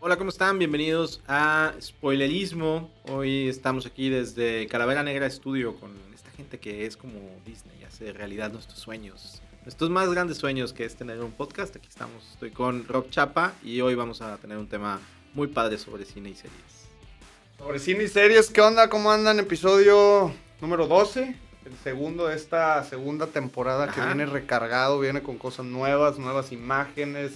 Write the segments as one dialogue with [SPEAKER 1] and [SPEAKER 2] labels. [SPEAKER 1] Hola, ¿cómo están? Bienvenidos a Spoilerismo. Hoy estamos aquí desde Calavera Negra Studio con esta gente que es como Disney, hace realidad nuestros sueños. Nuestros más grandes sueños que es tener un podcast. Aquí estamos, estoy con Rob Chapa y hoy vamos a tener un tema muy padre sobre cine y series.
[SPEAKER 2] Sobre cine y series, ¿qué onda? ¿Cómo andan? Episodio número 12, el segundo de esta segunda temporada que
[SPEAKER 1] Ajá.
[SPEAKER 2] viene recargado, viene con cosas nuevas, nuevas imágenes.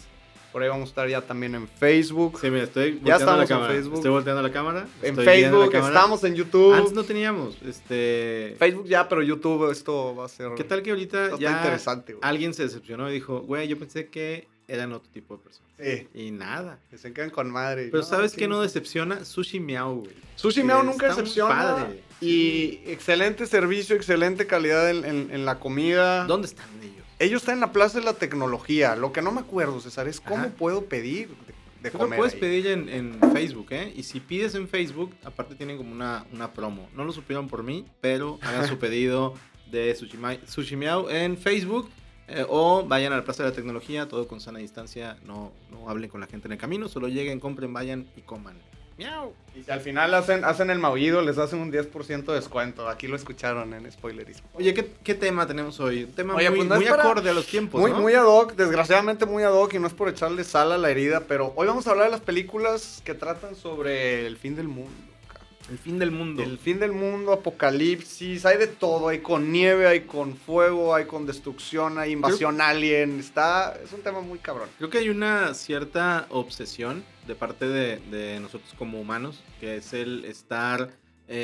[SPEAKER 2] Por ahí vamos a estar ya también en Facebook.
[SPEAKER 1] Sí, mira, estoy volteando
[SPEAKER 2] Ya
[SPEAKER 1] la
[SPEAKER 2] estamos en
[SPEAKER 1] cámara.
[SPEAKER 2] Facebook.
[SPEAKER 1] Estoy volteando la cámara.
[SPEAKER 2] en
[SPEAKER 1] estoy viendo la
[SPEAKER 2] Facebook,
[SPEAKER 1] cámara.
[SPEAKER 2] estamos en YouTube.
[SPEAKER 1] Antes no teníamos, este...
[SPEAKER 2] Facebook ya, pero YouTube esto va a ser...
[SPEAKER 1] ¿Qué tal que
[SPEAKER 2] esto
[SPEAKER 1] ahorita
[SPEAKER 2] está
[SPEAKER 1] ya
[SPEAKER 2] interesante, güey.
[SPEAKER 1] alguien se decepcionó y dijo, güey, yo pensé que eran otro tipo de personas?
[SPEAKER 2] Sí,
[SPEAKER 1] Y nada.
[SPEAKER 2] que se quedan con madre.
[SPEAKER 1] Pero ¿sabes
[SPEAKER 2] que
[SPEAKER 1] qué no decepciona? Sushi Miau, güey.
[SPEAKER 2] Sushi
[SPEAKER 1] Eh,
[SPEAKER 2] Meow nunca
[SPEAKER 1] está muy
[SPEAKER 2] decepciona.
[SPEAKER 1] padre.
[SPEAKER 2] Y excelente servicio, excelente calidad en, en- en la comida.
[SPEAKER 1] ¿Dónde están ellos?
[SPEAKER 2] Ellos están en la Plaza de la Tecnología. Lo que no me acuerdo, César, es cómo
[SPEAKER 1] Ajá.
[SPEAKER 2] puedo pedir de, de
[SPEAKER 1] Creo que
[SPEAKER 2] comer.
[SPEAKER 1] puedes
[SPEAKER 2] ahí.
[SPEAKER 1] pedir en, en Facebook, ¿eh? Y si pides en Facebook, aparte tienen como una, una promo. No lo supieron por mí, pero hagan su pedido de Sushi, Mai- Sushi Miau en Facebook. eh, o vayan a la Plaza de la Tecnología, todo con sana distancia. No, no hablen con la gente en el camino, solo lleguen, compren, vayan y coman. ¡Miau!
[SPEAKER 2] Y si al final hacen, hacen el maullido, les hacen un 10% de descuento. Aquí lo escucharon en Spoilerismo.
[SPEAKER 1] Oye, ¿qué, qué tema tenemos hoy? Un tema
[SPEAKER 2] Oye,
[SPEAKER 1] muy,
[SPEAKER 2] pues no es
[SPEAKER 1] muy
[SPEAKER 2] para-
[SPEAKER 1] acorde a los tiempos,
[SPEAKER 2] muy,
[SPEAKER 1] ¿no?
[SPEAKER 2] muy ad hoc, desgraciadamente muy ad hoc, y no es por echarle sal a la herida, pero hoy vamos a hablar de las películas que tratan sobre el fin del mundo. cabrón.
[SPEAKER 1] El fin del mundo.
[SPEAKER 2] El fin del mundo, apocalipsis, hay de todo, hay con nieve, hay con fuego, hay con destrucción, hay invasión alien, está, es un tema muy cabrón.
[SPEAKER 1] Creo que hay una cierta obsesión de parte de, de nosotros como humanos, que es el estar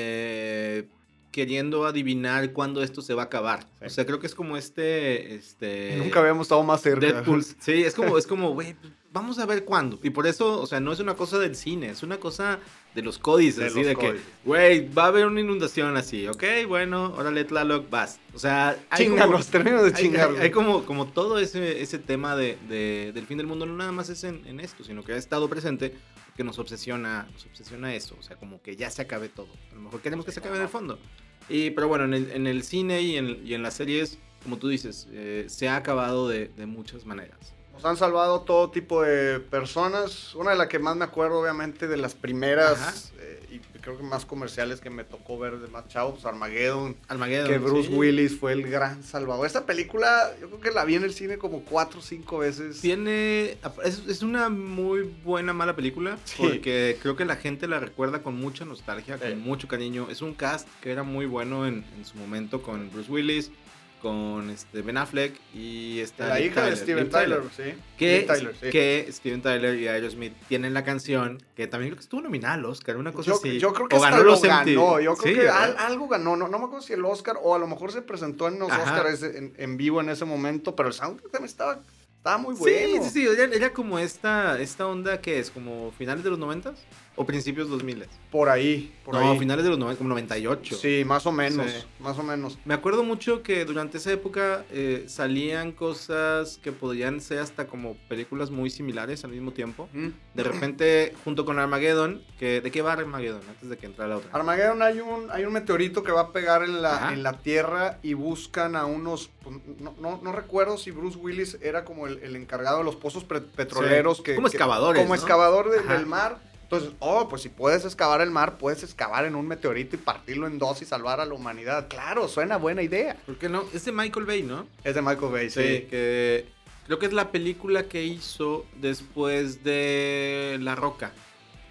[SPEAKER 1] eh, queriendo adivinar cuándo esto se va a acabar.
[SPEAKER 2] Sí.
[SPEAKER 1] O sea, creo que es como este... este
[SPEAKER 2] Nunca habíamos estado más cerca.
[SPEAKER 1] Deadpool. Sí, es como, es como, güey, pues, vamos a ver cuándo. Y por eso, o sea, no es una cosa del cine, es una cosa de los códices,
[SPEAKER 2] De
[SPEAKER 1] así
[SPEAKER 2] los
[SPEAKER 1] de
[SPEAKER 2] códices.
[SPEAKER 1] que, güey, va a haber una inundación así, ok, bueno, órale, Tlaloc, vas. O sea, hay como-
[SPEAKER 2] Chinganos, termino de
[SPEAKER 1] hay, hay-
[SPEAKER 2] chingarlos.
[SPEAKER 1] hay como, como todo ese, ese tema de, de- del fin del mundo, no nada más es en, en esto, sino que ha estado presente, que nos obsesiona, nos obsesiona eso, o sea, como que ya se acabe todo. A lo mejor queremos que se acabe en el fondo. Y, pero bueno, en el, en el cine y en, y en las series, como tú dices, eh, se ha acabado de, de muchas maneras.
[SPEAKER 2] Nos han salvado todo tipo de personas. Una de las que más me acuerdo, obviamente, de las
[SPEAKER 1] Ajá.
[SPEAKER 2] primeras eh, y creo que más comerciales que me tocó ver de más chavos, pues, Armageddon.
[SPEAKER 1] Armageddon.
[SPEAKER 2] Que Bruce
[SPEAKER 1] sí.
[SPEAKER 2] Willis fue el gran salvador. Esta película, yo creo que la vi en el cine como cuatro o cinco veces.
[SPEAKER 1] Tiene. Es, es una muy buena, mala película.
[SPEAKER 2] Sí. Eh.
[SPEAKER 1] Porque creo que la gente la recuerda con mucha nostalgia,
[SPEAKER 2] Sí.
[SPEAKER 1] con mucho cariño. Es un cast que era muy bueno en, en su momento con Bruce Willis, con este Ben Affleck y esta.
[SPEAKER 2] La
[SPEAKER 1] Liv
[SPEAKER 2] hija de
[SPEAKER 1] Tyler,
[SPEAKER 2] Steven
[SPEAKER 1] Liv
[SPEAKER 2] Tyler, sí.
[SPEAKER 1] Que,
[SPEAKER 2] Liv Tyler, sí.
[SPEAKER 1] que Steven Tyler y Aerosmith tienen la canción, que también creo que estuvo nominada al Oscar, una cosa
[SPEAKER 2] yo,
[SPEAKER 1] así.
[SPEAKER 2] yo creo que
[SPEAKER 1] O
[SPEAKER 2] hasta
[SPEAKER 1] ganó
[SPEAKER 2] lo
[SPEAKER 1] los MTV.
[SPEAKER 2] ganó. Yo creo
[SPEAKER 1] Sí,
[SPEAKER 2] que
[SPEAKER 1] ¿verdad?
[SPEAKER 2] al- algo ganó. No, no me acuerdo si el Oscar o a lo mejor se presentó en los
[SPEAKER 1] Ajá.
[SPEAKER 2] Oscars en, en vivo en ese momento. Pero el soundtrack también estaba, estaba muy
[SPEAKER 1] Sí,
[SPEAKER 2] bueno.
[SPEAKER 1] sí, sí. Era, era como esta, esta onda que es como finales de los 90 o principios 2000
[SPEAKER 2] Por ahí. Por
[SPEAKER 1] no,
[SPEAKER 2] ahí.
[SPEAKER 1] finales de los 90, como 98.
[SPEAKER 2] Sí, más o menos.
[SPEAKER 1] Sí.
[SPEAKER 2] Más o menos.
[SPEAKER 1] Me acuerdo mucho que durante esa época eh, salían cosas que podrían ser hasta como películas muy similares al mismo tiempo. De repente, junto con Armageddon, que, ¿de qué va Armageddon? Antes de que entrara la otra.
[SPEAKER 2] Armageddon hay un, hay un meteorito que va a pegar en la,
[SPEAKER 1] Ajá.
[SPEAKER 2] en la Tierra y buscan a unos... pues, No, no, no recuerdo si Bruce Willis era como el, el encargado de los pozos pre- petroleros que...
[SPEAKER 1] como
[SPEAKER 2] que-
[SPEAKER 1] excavadores. ¿no?
[SPEAKER 2] como excavador de-
[SPEAKER 1] Ajá.
[SPEAKER 2] del mar. Entonces, oh, pues si puedes excavar el mar, puedes excavar en un meteorito y partirlo en dos y salvar a la humanidad. Claro, suena buena idea.
[SPEAKER 1] ¿Por qué no? Es de Michael Bay, ¿no?
[SPEAKER 2] Es de Michael Bay, sí.
[SPEAKER 1] Que creo que es la película que hizo después de La Roca.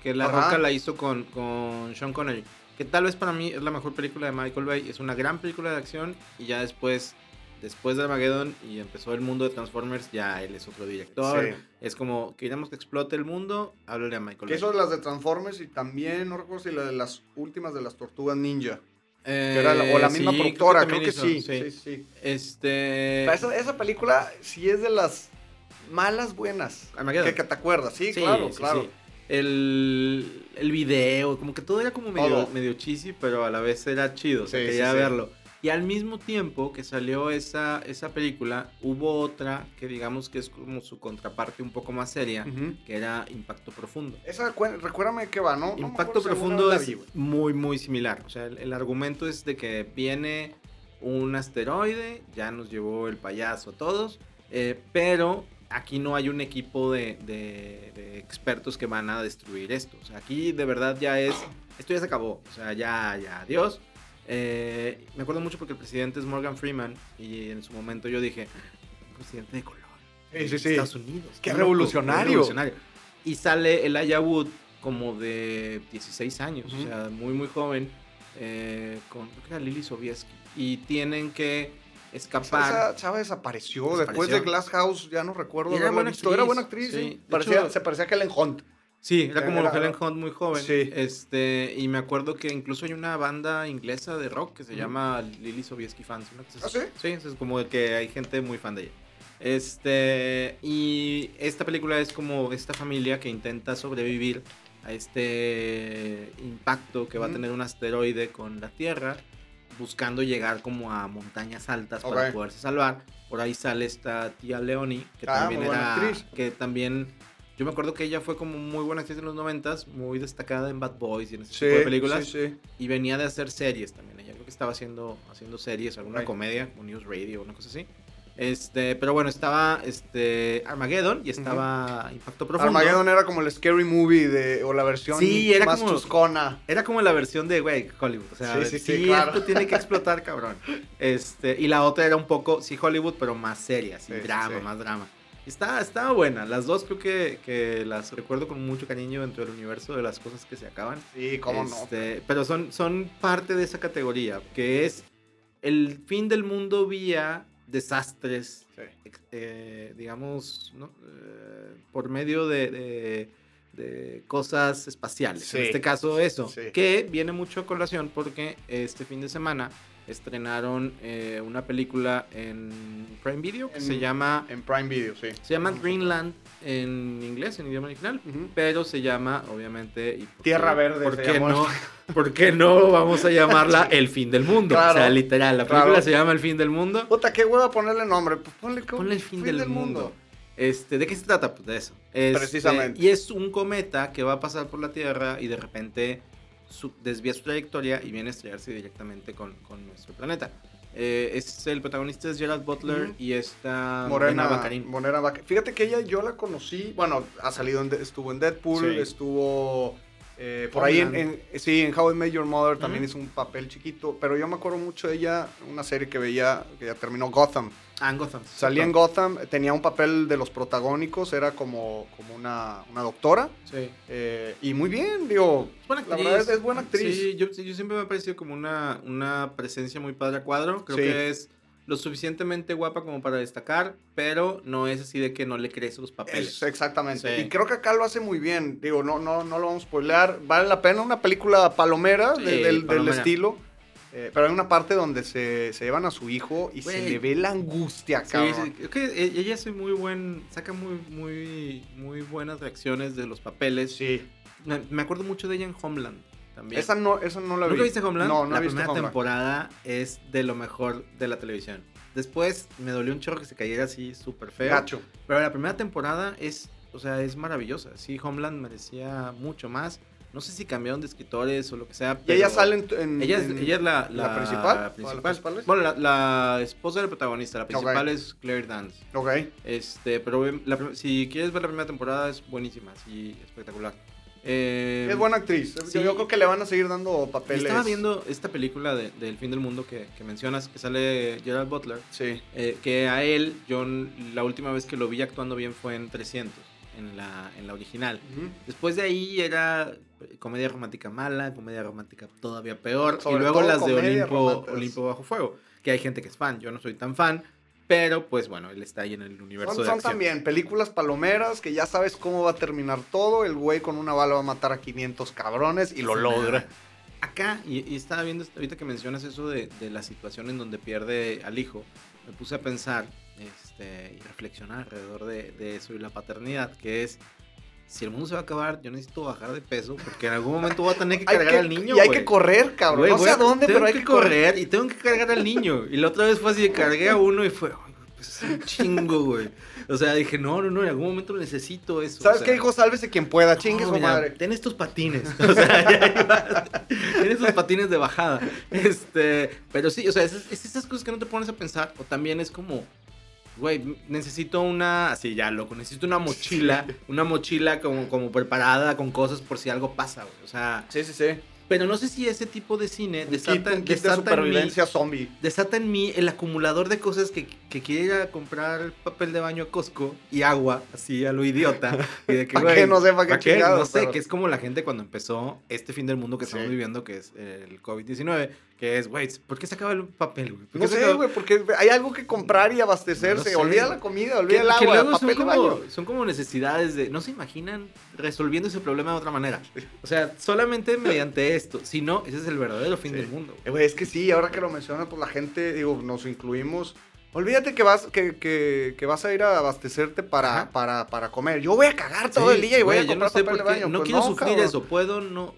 [SPEAKER 1] Que La
[SPEAKER 2] Ajá.
[SPEAKER 1] Roca la hizo con, con Sean Connery. Que tal vez para mí es la mejor película de Michael Bay. Es una gran película de acción. Y ya después, después de Armageddon y empezó el mundo de Transformers, ya él es otro director.
[SPEAKER 2] Sí.
[SPEAKER 1] Es como, queremos que explote el mundo, háblale a Michael
[SPEAKER 2] Que
[SPEAKER 1] Bay.
[SPEAKER 2] hizo las de Transformers y también, no recuerdo si la de las últimas de las Tortugas Ninja.
[SPEAKER 1] Eh,
[SPEAKER 2] Que era la- o la misma
[SPEAKER 1] sí, creo que
[SPEAKER 2] productora, creo
[SPEAKER 1] también
[SPEAKER 2] que,
[SPEAKER 1] hizo,
[SPEAKER 2] sí. Sí, sí.
[SPEAKER 1] Este...
[SPEAKER 2] Esa, esa película sí es de las malas buenas.
[SPEAKER 1] Armageddon.
[SPEAKER 2] Que, que te acuerdas, sí,
[SPEAKER 1] Sí,
[SPEAKER 2] claro,
[SPEAKER 1] sí,
[SPEAKER 2] claro.
[SPEAKER 1] sí. El, el video, como que todo era como medio,
[SPEAKER 2] Todo.
[SPEAKER 1] medio cheesy, pero a la vez era chido, se
[SPEAKER 2] Sí,
[SPEAKER 1] quería
[SPEAKER 2] sí, sí.
[SPEAKER 1] verlo. Y al mismo tiempo que salió esa, esa película, hubo otra que digamos que es como su contraparte un poco más seria,
[SPEAKER 2] Ujú.
[SPEAKER 1] que era Impacto Profundo.
[SPEAKER 2] Esa, cu- recuérdame qué va, ¿no? No me
[SPEAKER 1] Impacto
[SPEAKER 2] acuerdo si alguna
[SPEAKER 1] Profundo
[SPEAKER 2] vez la
[SPEAKER 1] es
[SPEAKER 2] vi, güey.
[SPEAKER 1] muy, muy similar. O sea, el, el argumento es de que viene un asteroide, ya nos llevó el payaso a todos, eh, pero aquí no hay un equipo de, de- de expertos que van a destruir esto. O sea, aquí de verdad ya es, esto ya se acabó. O sea, ya, ya, adiós. Eh, me acuerdo mucho porque el presidente es Morgan Freeman y en su momento yo dije, "Un presidente de color.
[SPEAKER 2] Sí, sí,
[SPEAKER 1] de
[SPEAKER 2] sí.
[SPEAKER 1] Estados Unidos.
[SPEAKER 2] Qué
[SPEAKER 1] loco,
[SPEAKER 2] revolucionario.
[SPEAKER 1] revolucionario". Y sale el Wood como de 16 años,
[SPEAKER 2] Ujú.
[SPEAKER 1] o sea, muy, muy joven, eh, con, creo que era Lily Sobieski. Y tienen que escapar.
[SPEAKER 2] Esa chava desapareció. Después
[SPEAKER 1] Desapareció.
[SPEAKER 2] de Glass House, ya no recuerdo
[SPEAKER 1] Y era
[SPEAKER 2] haberla
[SPEAKER 1] buena
[SPEAKER 2] visto.
[SPEAKER 1] actriz.
[SPEAKER 2] Era buena actriz, sí.
[SPEAKER 1] Sí. De
[SPEAKER 2] Parecía-
[SPEAKER 1] hecho-
[SPEAKER 2] se parecía a Helen Hunt.
[SPEAKER 1] Sí, era como
[SPEAKER 2] Era-
[SPEAKER 1] Helen Hunt muy joven.
[SPEAKER 2] Sí.
[SPEAKER 1] Este, y me acuerdo que incluso hay una banda inglesa de rock que se
[SPEAKER 2] Ujú.
[SPEAKER 1] llama Lily Sobieski Fans. una cosa
[SPEAKER 2] ¿Ah,
[SPEAKER 1] así.
[SPEAKER 2] sí?
[SPEAKER 1] eso es como que hay gente muy fan de ella. Este, y esta película es como esta familia que intenta sobrevivir a este impacto que va a
[SPEAKER 2] Ujú.
[SPEAKER 1] tener un asteroide con la Tierra, buscando llegar como a montañas altas para
[SPEAKER 2] Ok.
[SPEAKER 1] poderse salvar. Por ahí sale esta tía Leoni, que
[SPEAKER 2] Ah,
[SPEAKER 1] también
[SPEAKER 2] muy buena
[SPEAKER 1] era,
[SPEAKER 2] actriz.
[SPEAKER 1] que también yo me acuerdo que ella fue como muy buena actriz en los noventas, muy destacada en Bad Boys y en ese tipo de películas.
[SPEAKER 2] sí, sí.
[SPEAKER 1] Y venía de hacer series también. Ella creo que estaba haciendo, haciendo series, alguna
[SPEAKER 2] Right.
[SPEAKER 1] comedia, como News Radio, una cosa así. Este, pero bueno, estaba este, Armageddon y estaba Impacto Profundo.
[SPEAKER 2] Armageddon era como el scary movie de, o la versión
[SPEAKER 1] Sí, era
[SPEAKER 2] más
[SPEAKER 1] como-
[SPEAKER 2] chuscona.
[SPEAKER 1] Era como la versión de, güey, Hollywood. O sea,
[SPEAKER 2] Sí,
[SPEAKER 1] sí,
[SPEAKER 2] sí, sí, claro.
[SPEAKER 1] esto tiene que explotar, cabrón. Este, y la otra era un poco, sí, Hollywood, pero más seria, sí,
[SPEAKER 2] Sí, sí,
[SPEAKER 1] drama,
[SPEAKER 2] sí.
[SPEAKER 1] más drama. Y Estaba, estaba buena. Las dos creo que, que las recuerdo con mucho cariño dentro del universo de las cosas que se acaban.
[SPEAKER 2] Sí, cómo no.
[SPEAKER 1] Este, Pero son, son parte de esa categoría, que es el fin del mundo vía desastres
[SPEAKER 2] Sí.
[SPEAKER 1] ex- eh, digamos, ¿no? Eh, por medio de, de- de cosas espaciales.
[SPEAKER 2] Sí.
[SPEAKER 1] En este caso, eso.
[SPEAKER 2] Sí.
[SPEAKER 1] Que viene mucho a colación porque este fin de semana estrenaron eh, una película en Prime Video que
[SPEAKER 2] En-
[SPEAKER 1] se llama,
[SPEAKER 2] En Prime Video, sí.
[SPEAKER 1] se llama Greenland en inglés, en idioma original.
[SPEAKER 2] Ujú.
[SPEAKER 1] Pero se llama, obviamente. y por
[SPEAKER 2] Tierra
[SPEAKER 1] qué-
[SPEAKER 2] Verde se
[SPEAKER 1] ¿por qué,
[SPEAKER 2] llamó.
[SPEAKER 1] no, ¿Por qué no vamos a llamarla El Fin del Mundo? O sea,
[SPEAKER 2] Claro.
[SPEAKER 1] literal, la película
[SPEAKER 2] Claro.
[SPEAKER 1] se llama El Fin del Mundo.
[SPEAKER 2] Puta, qué hueva ponerle nombre. Pues ponle,
[SPEAKER 1] Ponle el fin, del, mundo. Este, ¿De qué se trata? Pues de eso. Este,
[SPEAKER 2] Precisamente.
[SPEAKER 1] Y es un cometa que va a pasar por la Tierra y de repente su- desvía su trayectoria y viene a estrellarse directamente con, con nuestro planeta. Eh, es el protagonista es Gerald Butler
[SPEAKER 2] Ujú.
[SPEAKER 1] y esta
[SPEAKER 2] Morena,
[SPEAKER 1] Morena Baccarin.
[SPEAKER 2] Morena Bac- Fíjate que ella yo la conocí. Bueno, ha salido en de- estuvo en Deadpool,
[SPEAKER 1] Sí.
[SPEAKER 2] estuvo eh, por ahí en,
[SPEAKER 1] Homeland.
[SPEAKER 2] en- sí, en How I Met Your Mother también
[SPEAKER 1] Ujú.
[SPEAKER 2] hizo un papel chiquito, pero yo me acuerdo mucho de ella, una serie que veía que ya terminó Gotham.
[SPEAKER 1] Ah, en Gotham.
[SPEAKER 2] Salía en Gotham, tenía un papel de los protagónicos, era como, como una, una doctora
[SPEAKER 1] Sí.
[SPEAKER 2] eh, y muy bien, digo,
[SPEAKER 1] Es buena
[SPEAKER 2] La
[SPEAKER 1] actriz.
[SPEAKER 2] verdad es- es buena actriz.
[SPEAKER 1] Sí, yo, sí, yo siempre me ha parecido como una, una presencia muy padre a cuadro. Creo
[SPEAKER 2] Sí.
[SPEAKER 1] que es lo suficientemente guapa como para destacar, pero no es así de que no le crees los papeles.
[SPEAKER 2] Es- exactamente.
[SPEAKER 1] Sí.
[SPEAKER 2] Y creo que acá lo hace muy bien. Digo, no, no, no lo vamos a spoilear. Vale la pena una película palomera de-
[SPEAKER 1] Sí,
[SPEAKER 2] del, del
[SPEAKER 1] palomera.
[SPEAKER 2] estilo. Eh, pero hay una parte donde se, se llevan a su hijo y se
[SPEAKER 1] Güey.
[SPEAKER 2] le ve la angustia,
[SPEAKER 1] Sí,
[SPEAKER 2] cabrón.
[SPEAKER 1] sí, creo que e- ella hace muy buen, saca muy, muy, muy buenas reacciones de los papeles.
[SPEAKER 2] Sí.
[SPEAKER 1] Me, me acuerdo mucho de ella en Homeland también.
[SPEAKER 2] Esa no, esa no la vi.
[SPEAKER 1] ¿Nunca viste Homeland?
[SPEAKER 2] No, no
[SPEAKER 1] la
[SPEAKER 2] he visto
[SPEAKER 1] primera
[SPEAKER 2] Homeland.
[SPEAKER 1] temporada es de lo mejor de la televisión. Después me dolió un chorro que se cayera así súper feo.
[SPEAKER 2] Gacho.
[SPEAKER 1] Pero la primera temporada es, o sea, es maravillosa. Sí, Homeland merecía mucho más. No sé si cambiaron de escritores o lo que sea.
[SPEAKER 2] Y ella
[SPEAKER 1] pero-
[SPEAKER 2] sale en... en-
[SPEAKER 1] ella es,
[SPEAKER 2] en-
[SPEAKER 1] ella es la, la,
[SPEAKER 2] ¿la principal? ¿O la
[SPEAKER 1] principal.
[SPEAKER 2] principal es?
[SPEAKER 1] Bueno, la, la esposa del protagonista. La principal
[SPEAKER 2] Ok.
[SPEAKER 1] es Claire Dance.
[SPEAKER 2] Ok.
[SPEAKER 1] Este, pero ve- la prim- si quieres ver la primera temporada es buenísima, sí, espectacular. Eh,
[SPEAKER 2] Es buena actriz. Yo-
[SPEAKER 1] sí.
[SPEAKER 2] Yo creo que le van a seguir dando
[SPEAKER 1] y
[SPEAKER 2] papeles.
[SPEAKER 1] Estaba viendo esta película de, del fin del mundo que, que mencionas, que sale Gerald Butler,
[SPEAKER 2] Sí.
[SPEAKER 1] eh, que a él, yo n- la última vez que lo vi actuando bien fue en 300, en la, en la original.
[SPEAKER 2] Ujú.
[SPEAKER 1] Después de ahí era eh, comedia romántica mala, comedia romántica todavía peor.
[SPEAKER 2] Sobre
[SPEAKER 1] y luego
[SPEAKER 2] todo
[SPEAKER 1] las de
[SPEAKER 2] comedias
[SPEAKER 1] Olimpo,
[SPEAKER 2] románticas.
[SPEAKER 1] Olimpo Bajo Fuego, que hay gente que es fan, yo no soy tan fan, pero pues bueno, él está ahí en el universo
[SPEAKER 2] Son,
[SPEAKER 1] de
[SPEAKER 2] son
[SPEAKER 1] acción.
[SPEAKER 2] también películas palomeras que ya sabes cómo va a terminar todo. El güey con una bala va a matar a 500 cabrones y lo logra.
[SPEAKER 1] Acá, y, y estaba viendo esto- ahorita que mencionas eso de, de la situación en donde pierde al hijo, me puse a pensar este, y reflexionar alrededor de, de eso y la paternidad, que es, si el mundo se va a acabar, yo necesito bajar de peso porque en algún momento voy a tener que
[SPEAKER 2] Hay
[SPEAKER 1] cargar
[SPEAKER 2] que-
[SPEAKER 1] al niño.
[SPEAKER 2] y hay
[SPEAKER 1] güey.
[SPEAKER 2] que correr, cabrón.
[SPEAKER 1] Güey,
[SPEAKER 2] no
[SPEAKER 1] voy
[SPEAKER 2] sé
[SPEAKER 1] a-
[SPEAKER 2] a dónde,
[SPEAKER 1] tengo
[SPEAKER 2] pero hay que correr.
[SPEAKER 1] y tengo que cargar al niño. Y la otra vez fue así, cargué a uno y fue, "Ay, güey, pues es un chingo, güey. O sea, dije, no, no, no, en algún momento necesito eso.
[SPEAKER 2] ¿Sabes
[SPEAKER 1] o sea,
[SPEAKER 2] qué, hijo? Sálvese quien pueda. Chingue
[SPEAKER 1] no,
[SPEAKER 2] su
[SPEAKER 1] mira,
[SPEAKER 2] madre.
[SPEAKER 1] Ten estos patines. O sea, ya iba- ten estos patines de bajada. Este, pero sí, o sea, es, es esas cosas que no te pones a pensar. O también es como, Güey, necesito una, así ya loco, necesito una mochila, una mochila como, como preparada con cosas por si algo pasa, güey. O sea,
[SPEAKER 2] Sí, sí, sí.
[SPEAKER 1] pero no sé si ese tipo de cine
[SPEAKER 2] Un kit,
[SPEAKER 1] desata,
[SPEAKER 2] un kit de
[SPEAKER 1] desata en mí-
[SPEAKER 2] supervivencia zombie.
[SPEAKER 1] desata en mí el acumulador de cosas que, que quiere ir a comprar papel de baño a Costco y agua, así a lo idiota. Y de que,
[SPEAKER 2] Pa'
[SPEAKER 1] güey,
[SPEAKER 2] qué, no sé, pa' qué
[SPEAKER 1] pa'
[SPEAKER 2] chingados,
[SPEAKER 1] No sé,
[SPEAKER 2] pero-
[SPEAKER 1] que es como la gente cuando empezó este fin del mundo que estamos
[SPEAKER 2] Sí.
[SPEAKER 1] viviendo, que es el COVID-19, que es, güey, ¿por qué se acaba el papel, güey? ¿Por
[SPEAKER 2] No
[SPEAKER 1] qué se
[SPEAKER 2] sé,
[SPEAKER 1] acaba-
[SPEAKER 2] güey, porque hay algo que comprar y
[SPEAKER 1] No
[SPEAKER 2] abastecerse.
[SPEAKER 1] sé.
[SPEAKER 2] Olvida la comida,
[SPEAKER 1] Que,
[SPEAKER 2] olvida el agua,
[SPEAKER 1] que luego son
[SPEAKER 2] papel de
[SPEAKER 1] como,
[SPEAKER 2] baño.
[SPEAKER 1] son como necesidades de. No se imaginan resolviendo ese problema de otra manera. O sea, solamente mediante esto. Si no, ese es el verdadero fin
[SPEAKER 2] Sí.
[SPEAKER 1] del mundo. güey.
[SPEAKER 2] Eh, güey, es que sí, ahora que lo mencionas, pues la gente, digo, nos incluimos. Olvídate que vas, que, que- que vas a ir a abastecerte para,
[SPEAKER 1] Ajá.
[SPEAKER 2] para, para comer. Yo voy a cagar todo
[SPEAKER 1] Sí,
[SPEAKER 2] el día y voy
[SPEAKER 1] güey,
[SPEAKER 2] a
[SPEAKER 1] yo no
[SPEAKER 2] comprar
[SPEAKER 1] sé
[SPEAKER 2] papel de
[SPEAKER 1] por qué-
[SPEAKER 2] baño.
[SPEAKER 1] No
[SPEAKER 2] Pues
[SPEAKER 1] quiero sufrir
[SPEAKER 2] cabrón.
[SPEAKER 1] eso. Puedo, no.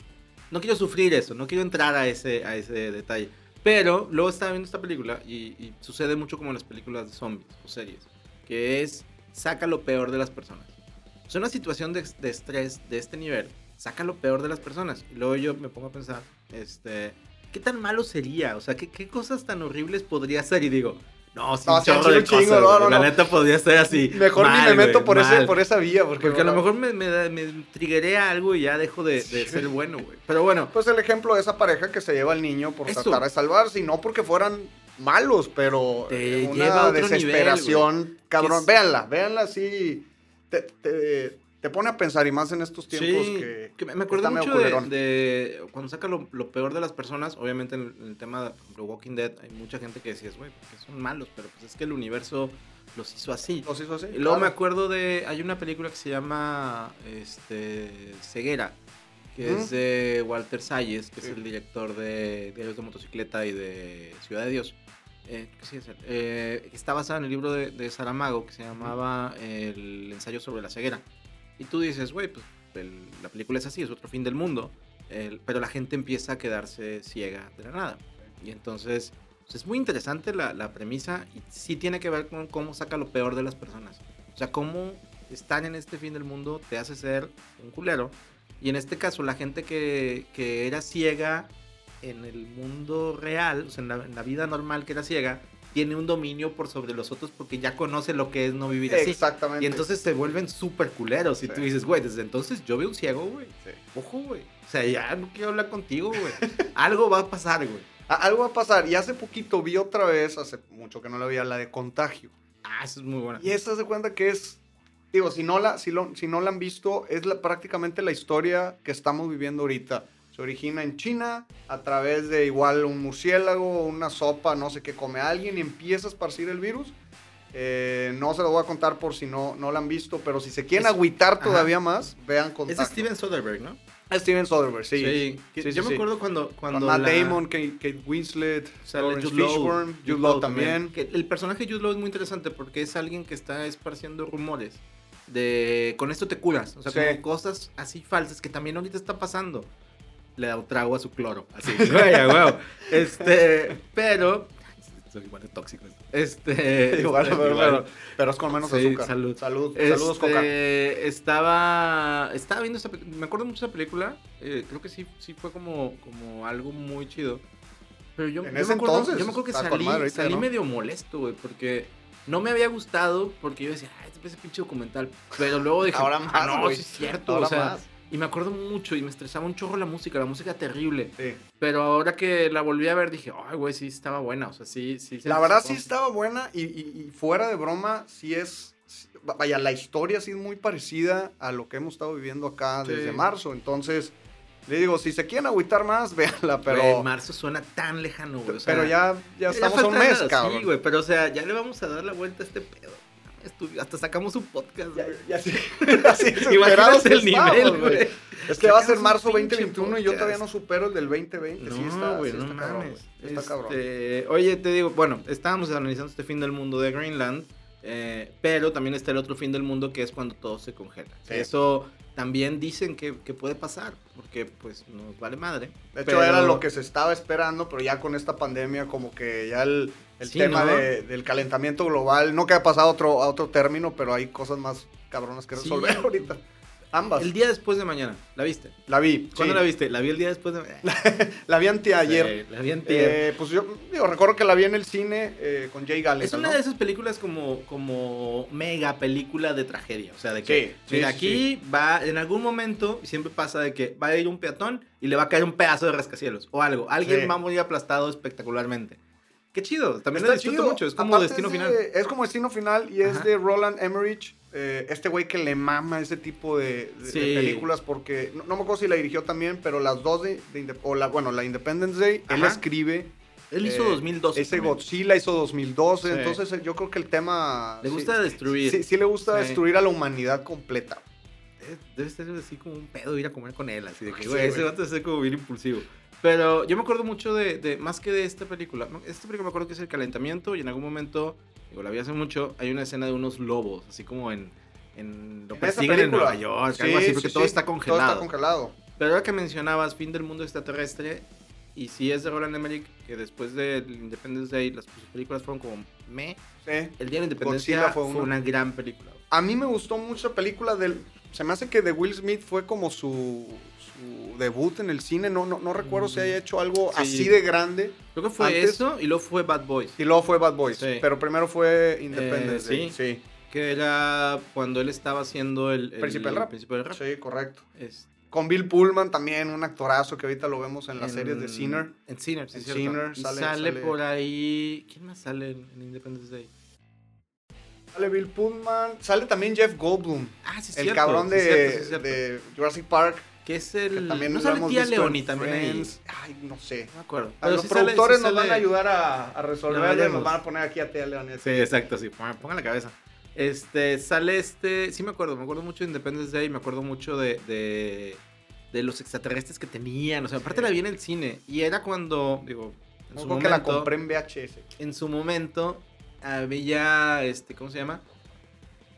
[SPEAKER 1] No quiero sufrir eso. No quiero entrar a ese, a ese detalle. Pero luego estaba viendo esta película y, y sucede mucho como en las películas de zombies o series. Que es saca lo peor de las personas. O sea, una situación de, de estrés de este nivel saca lo peor de las personas. Y luego yo me pongo a pensar, este, ¿qué tan malo sería? O sea, ¿qué, qué cosas tan horribles podría ser? Y digo, no, sí,
[SPEAKER 2] No,
[SPEAKER 1] un
[SPEAKER 2] sí,
[SPEAKER 1] chorro
[SPEAKER 2] sí, un
[SPEAKER 1] de
[SPEAKER 2] chingo,
[SPEAKER 1] cosas,
[SPEAKER 2] no,
[SPEAKER 1] güey.
[SPEAKER 2] no,
[SPEAKER 1] La
[SPEAKER 2] no.
[SPEAKER 1] neta podría ser así.
[SPEAKER 2] Mejor ni
[SPEAKER 1] mal,
[SPEAKER 2] me meto
[SPEAKER 1] güey,
[SPEAKER 2] por, ese,
[SPEAKER 1] mal.
[SPEAKER 2] por esa vía. Porque,
[SPEAKER 1] Porque a lo
[SPEAKER 2] bueno,
[SPEAKER 1] mejor me, me, da- me triggeré a algo y ya dejo de, de ser bueno, güey. Pero bueno,
[SPEAKER 2] Pues el ejemplo de esa pareja que se lleva al niño por
[SPEAKER 1] Eso.
[SPEAKER 2] tratar de salvarse, y no porque fueran malos, pero
[SPEAKER 1] Te
[SPEAKER 2] eh, una
[SPEAKER 1] lleva a otro
[SPEAKER 2] desesperación, cabrón.
[SPEAKER 1] es-
[SPEAKER 2] Véanla, véanla así. Te, te- te pone a pensar, y más en estos tiempos
[SPEAKER 1] sí,
[SPEAKER 2] que,
[SPEAKER 1] que me- me acuerdo
[SPEAKER 2] está medio
[SPEAKER 1] mucho de,
[SPEAKER 2] culerón.
[SPEAKER 1] de cuando saca lo, lo peor de las personas, obviamente en, en el tema de por ejemplo, Walking Dead hay mucha gente que decía, güey, porque son malos, pero pues es que el universo los hizo así.
[SPEAKER 2] los hizo así.
[SPEAKER 1] Y luego me
[SPEAKER 2] claro.
[SPEAKER 1] acuerdo de, hay una película que se llama este, Ceguera, que
[SPEAKER 2] ¿Mm?
[SPEAKER 1] es de Walter Salles, que
[SPEAKER 2] Sí.
[SPEAKER 1] es el director de Diarios de Motocicleta y de Ciudad de Dios. Eh, creo que sí es él. Eh, está basada en el libro de, de Saramago que se llamaba El ensayo sobre la ceguera. Y tú dices, güey, pues el- la película es así, es otro fin del mundo, el- pero la gente empieza a quedarse ciega de la nada. Y entonces pues, es muy interesante la, la premisa y sí tiene que ver con cómo saca lo peor de las personas. O sea, cómo están en este fin del mundo te hace ser un culero. Y en este caso, la gente que, que era ciega en el mundo real, o sea, en la, en la vida normal que era ciega, tiene un dominio por sobre los otros porque ya conoce lo que es no vivir así.
[SPEAKER 2] Exactamente.
[SPEAKER 1] Y entonces se vuelven súper culeros. Y
[SPEAKER 2] Sí.
[SPEAKER 1] tú dices, güey, desde entonces yo veo un ciego, güey.
[SPEAKER 2] Sí.
[SPEAKER 1] Ojo, güey. O sea, ya no quiero hablar contigo, güey. Algo va a pasar, güey.
[SPEAKER 2] A- algo va a pasar. Y hace poquito vi otra vez, hace mucho que no la veía, la de contagio.
[SPEAKER 1] Ah, eso es muy bueno.
[SPEAKER 2] Y esta se cuenta que es, digo, si no la, si lo- si no la han visto, es la, prácticamente la historia que estamos viviendo ahorita. Se origina en China a través de igual un murciélago, una sopa, no sé qué come alguien y empieza a esparcir el virus. Eh, no se lo voy a contar por si no, no la han visto, pero si se quieren
[SPEAKER 1] Es-
[SPEAKER 2] agüitar
[SPEAKER 1] ajá.
[SPEAKER 2] todavía más, vean
[SPEAKER 1] Es
[SPEAKER 2] contagio.
[SPEAKER 1] de Steven Soderbergh, ¿no?
[SPEAKER 2] Es Steven Soderbergh, sí.
[SPEAKER 1] Que-
[SPEAKER 2] Sí, sí,
[SPEAKER 1] yo me
[SPEAKER 2] sí.
[SPEAKER 1] acuerdo cuando. cuando
[SPEAKER 2] Con Matt
[SPEAKER 1] la-
[SPEAKER 2] Damon, Kate, Kate Winslet,
[SPEAKER 1] sale
[SPEAKER 2] Lawrence
[SPEAKER 1] Jude Law.
[SPEAKER 2] Fishburne, Jude Law también.
[SPEAKER 1] Que el personaje de Jude Law es muy interesante porque es alguien que está esparciendo rumores de con esto te curas. O sea,
[SPEAKER 2] Sí.
[SPEAKER 1] como cosas así falsas que también ahorita está pasando. Le da un trago a su cloro. Así, güey, a huevo. Este, pero. Soy igual de tóxico. Este.
[SPEAKER 2] Igual,
[SPEAKER 1] este,
[SPEAKER 2] pero,
[SPEAKER 1] igual.
[SPEAKER 2] pero- pero es con menos
[SPEAKER 1] Sí,
[SPEAKER 2] azúcar.
[SPEAKER 1] salud.
[SPEAKER 2] Salud,
[SPEAKER 1] Este,
[SPEAKER 2] saludos, Coca.
[SPEAKER 1] Estaba, estaba viendo esta película. Me acuerdo mucho de esa película. eh, creo que sí, sí fue como, como algo muy chido. Pero yo,
[SPEAKER 2] En
[SPEAKER 1] yo
[SPEAKER 2] ese
[SPEAKER 1] me acuerdo,
[SPEAKER 2] entonces,
[SPEAKER 1] yo me acuerdo que
[SPEAKER 2] está con
[SPEAKER 1] salí,
[SPEAKER 2] madre ahorita,
[SPEAKER 1] salí
[SPEAKER 2] ¿no?
[SPEAKER 1] medio molesto, güey, porque no me había gustado. Porque yo decía, ah, este ese pinche documental. Pero luego dije,
[SPEAKER 2] Ahora
[SPEAKER 1] "Ah,
[SPEAKER 2] más,
[SPEAKER 1] no,
[SPEAKER 2] güey.
[SPEAKER 1] sí es cierto.
[SPEAKER 2] Ahora
[SPEAKER 1] o sea,
[SPEAKER 2] más.
[SPEAKER 1] Y me acuerdo mucho y me estresaba un chorro la música, la música terrible.
[SPEAKER 2] Sí.
[SPEAKER 1] Pero ahora que la volví a ver, dije, ay, güey, sí estaba buena. O sea, sí, sí. se
[SPEAKER 2] La verdad sí
[SPEAKER 1] anticipó.
[SPEAKER 2] estaba buena y, y- y fuera de broma, sí es. Vaya, la historia sí es muy parecida a lo que hemos estado viviendo acá
[SPEAKER 1] Sí.
[SPEAKER 2] desde marzo. Entonces, le digo, si se quieren agüitar más, véanla, pero.
[SPEAKER 1] Güey, marzo suena tan lejano, güey. o sea,
[SPEAKER 2] pero ya, ya estamos a un
[SPEAKER 1] falta
[SPEAKER 2] mes,
[SPEAKER 1] nada,
[SPEAKER 2] cabrón.
[SPEAKER 1] Sí, güey, pero o sea, ya le vamos a dar la vuelta a este pedo. Estu- Hasta sacamos un podcast,
[SPEAKER 2] Ya-
[SPEAKER 1] güey.
[SPEAKER 2] ya sí- así desesperados
[SPEAKER 1] Imagínate el
[SPEAKER 2] estamos,
[SPEAKER 1] nivel, güey.
[SPEAKER 2] Es que va a
[SPEAKER 1] Sacamos
[SPEAKER 2] ser
[SPEAKER 1] un
[SPEAKER 2] marzo
[SPEAKER 1] pinche
[SPEAKER 2] 2021 y yo todavía no
[SPEAKER 1] podcast.
[SPEAKER 2] supero el del 2020. sí está,
[SPEAKER 1] No, güey,
[SPEAKER 2] sí
[SPEAKER 1] no
[SPEAKER 2] está cabrón,
[SPEAKER 1] mames.
[SPEAKER 2] güey. Está cabrón.
[SPEAKER 1] Este, Oye, te digo, bueno, estábamos analizando este fin del mundo de Greenland, eh, pero también está el otro fin del mundo que es cuando todo se congela.
[SPEAKER 2] Sí.
[SPEAKER 1] Eso también dicen que, que puede pasar, porque pues nos vale madre.
[SPEAKER 2] De hecho,
[SPEAKER 1] Pero-
[SPEAKER 2] era lo que se estaba esperando, pero ya con esta pandemia, como que ya el, el
[SPEAKER 1] Sí,
[SPEAKER 2] tema
[SPEAKER 1] ¿no?
[SPEAKER 2] de- del calentamiento global, no que ha pasado a otro, a otro término, pero hay cosas más cabronas que
[SPEAKER 1] Sí.
[SPEAKER 2] resolver ahorita. Ambas.
[SPEAKER 1] El día después de mañana, ¿la viste?
[SPEAKER 2] La vi.
[SPEAKER 1] ¿Cuándo
[SPEAKER 2] sí.
[SPEAKER 1] la viste? La vi el día después de mañana.
[SPEAKER 2] La vi anteayer.
[SPEAKER 1] La vi antier.
[SPEAKER 2] Eh, pues yo digo, recuerdo que la vi en el cine eh, con Jay Gallagher.
[SPEAKER 1] Es una
[SPEAKER 2] ¿no?
[SPEAKER 1] de esas películas como, como mega película de tragedia. O sea, de que
[SPEAKER 2] Sí, sí,
[SPEAKER 1] mira,
[SPEAKER 2] sí,
[SPEAKER 1] aquí va, en algún momento, y siempre pasa de que va a ir un peatón y le va a caer un pedazo de rascacielos o algo. Alguien
[SPEAKER 2] Sí.
[SPEAKER 1] va a morir aplastado espectacularmente. Qué chido, también
[SPEAKER 2] Está
[SPEAKER 1] la disfruto
[SPEAKER 2] chido.
[SPEAKER 1] mucho. Es como
[SPEAKER 2] Aparte
[SPEAKER 1] destino
[SPEAKER 2] es de-
[SPEAKER 1] final.
[SPEAKER 2] Es como destino final y es
[SPEAKER 1] Ajá.
[SPEAKER 2] de Roland Emmerich. eh, este güey que le mama ese tipo de, de- de
[SPEAKER 1] Sí.
[SPEAKER 2] películas porque no, no me acuerdo si la dirigió también, pero las dos de, de Inde- o la, bueno, la Independence Day, él
[SPEAKER 1] Ajá.
[SPEAKER 2] escribe.
[SPEAKER 1] Él hizo
[SPEAKER 2] eh,
[SPEAKER 1] 2012.
[SPEAKER 2] Ese
[SPEAKER 1] también.
[SPEAKER 2] Godzilla hizo 2012,
[SPEAKER 1] Sí.
[SPEAKER 2] entonces eh, yo creo que el tema...
[SPEAKER 1] Le
[SPEAKER 2] sí-
[SPEAKER 1] gusta destruir.
[SPEAKER 2] Sí, sí le gusta
[SPEAKER 1] Sí.
[SPEAKER 2] destruir a la humanidad completa.
[SPEAKER 1] Eh, Debe ser así como un pedo ir a comer con él, así de que,
[SPEAKER 2] Ah, Sí,
[SPEAKER 1] güey, ese
[SPEAKER 2] güey.
[SPEAKER 1] vato es como bien impulsivo. Pero yo me acuerdo mucho de, de- más que de esta película, ¿no? esta película me acuerdo que es El Calentamiento y en algún momento, digo, la vi hace mucho, hay una escena de unos lobos, así como en, en lo
[SPEAKER 2] En esa
[SPEAKER 1] persiguen en
[SPEAKER 2] película.
[SPEAKER 1] Nueva York, algo
[SPEAKER 2] Sí,
[SPEAKER 1] así, porque
[SPEAKER 2] sí,
[SPEAKER 1] todo
[SPEAKER 2] sí,
[SPEAKER 1] está
[SPEAKER 2] Todo
[SPEAKER 1] congelado.
[SPEAKER 2] está congelado.
[SPEAKER 1] Pero ahora que mencionabas Fin del Mundo Extraterrestre, y si es de Roland Emmerich, que después del Independence Day las sus películas fueron como me,
[SPEAKER 2] Sí.
[SPEAKER 1] el Día de la Independencia
[SPEAKER 2] Godzilla
[SPEAKER 1] fue
[SPEAKER 2] fue
[SPEAKER 1] una,
[SPEAKER 2] una.
[SPEAKER 1] gran película.
[SPEAKER 2] A mí me gustó mucho la película del. Se me hace que de Will Smith fue como su, su debut en el cine. No, no, no recuerdo si
[SPEAKER 1] Mm.
[SPEAKER 2] haya hecho algo
[SPEAKER 1] Sí.
[SPEAKER 2] así de grande.
[SPEAKER 1] Creo que fue
[SPEAKER 2] Antes-
[SPEAKER 1] eso y luego fue Bad Boys.
[SPEAKER 2] Y luego fue Bad Boys.
[SPEAKER 1] Sí.
[SPEAKER 2] Pero primero fue Independence
[SPEAKER 1] Eh,
[SPEAKER 2] Day. Sí.
[SPEAKER 1] Que era cuando él estaba haciendo el... el-
[SPEAKER 2] Príncipe del rap.
[SPEAKER 1] Príncipe del rap. Este,
[SPEAKER 2] Sí, correcto.
[SPEAKER 1] Es-
[SPEAKER 2] Con Bill Pullman también, un actorazo que ahorita lo vemos en las series de Sinner.
[SPEAKER 1] En Sinner, sí,
[SPEAKER 2] En
[SPEAKER 1] cierto.
[SPEAKER 2] Sinner,
[SPEAKER 1] Y sale,
[SPEAKER 2] sale- sale-
[SPEAKER 1] por ahí... ¿Quién más sale en, en Independence Day?
[SPEAKER 2] Sale Bill Pullman. Sale también Jeff Goldblum.
[SPEAKER 1] Ah, sí, es
[SPEAKER 2] El
[SPEAKER 1] cierto,
[SPEAKER 2] cabrón
[SPEAKER 1] sí,
[SPEAKER 2] de,
[SPEAKER 1] es cierto, sí, es cierto.
[SPEAKER 2] de Jurassic Park.
[SPEAKER 1] Que es el...
[SPEAKER 2] Que también
[SPEAKER 1] no
[SPEAKER 2] lo
[SPEAKER 1] sale
[SPEAKER 2] hemos
[SPEAKER 1] Tía
[SPEAKER 2] visto en
[SPEAKER 1] Leoni también ahí.
[SPEAKER 2] Friends. Ay, no sé.
[SPEAKER 1] No me acuerdo.
[SPEAKER 2] A
[SPEAKER 1] Pero
[SPEAKER 2] los
[SPEAKER 1] sí sale-
[SPEAKER 2] productores
[SPEAKER 1] sí
[SPEAKER 2] nos
[SPEAKER 1] sale-
[SPEAKER 2] van a ayudar a, a
[SPEAKER 1] Lo
[SPEAKER 2] resolverlo. y
[SPEAKER 1] veremos.
[SPEAKER 2] Nos van a poner aquí a Tía León.
[SPEAKER 1] Sí, exacto, sí. Pongan pongan la cabeza. Este, sale este... Sí me acuerdo, me acuerdo mucho de Independence Day, me acuerdo mucho de... de de los extraterrestres que tenían, o sea, aparte
[SPEAKER 2] Sí.
[SPEAKER 1] la vi en el cine y era cuando, digo, en su
[SPEAKER 2] Supongo que la
[SPEAKER 1] momento-
[SPEAKER 2] compré en VHS.
[SPEAKER 1] en su momento había, este, ¿cómo se llama?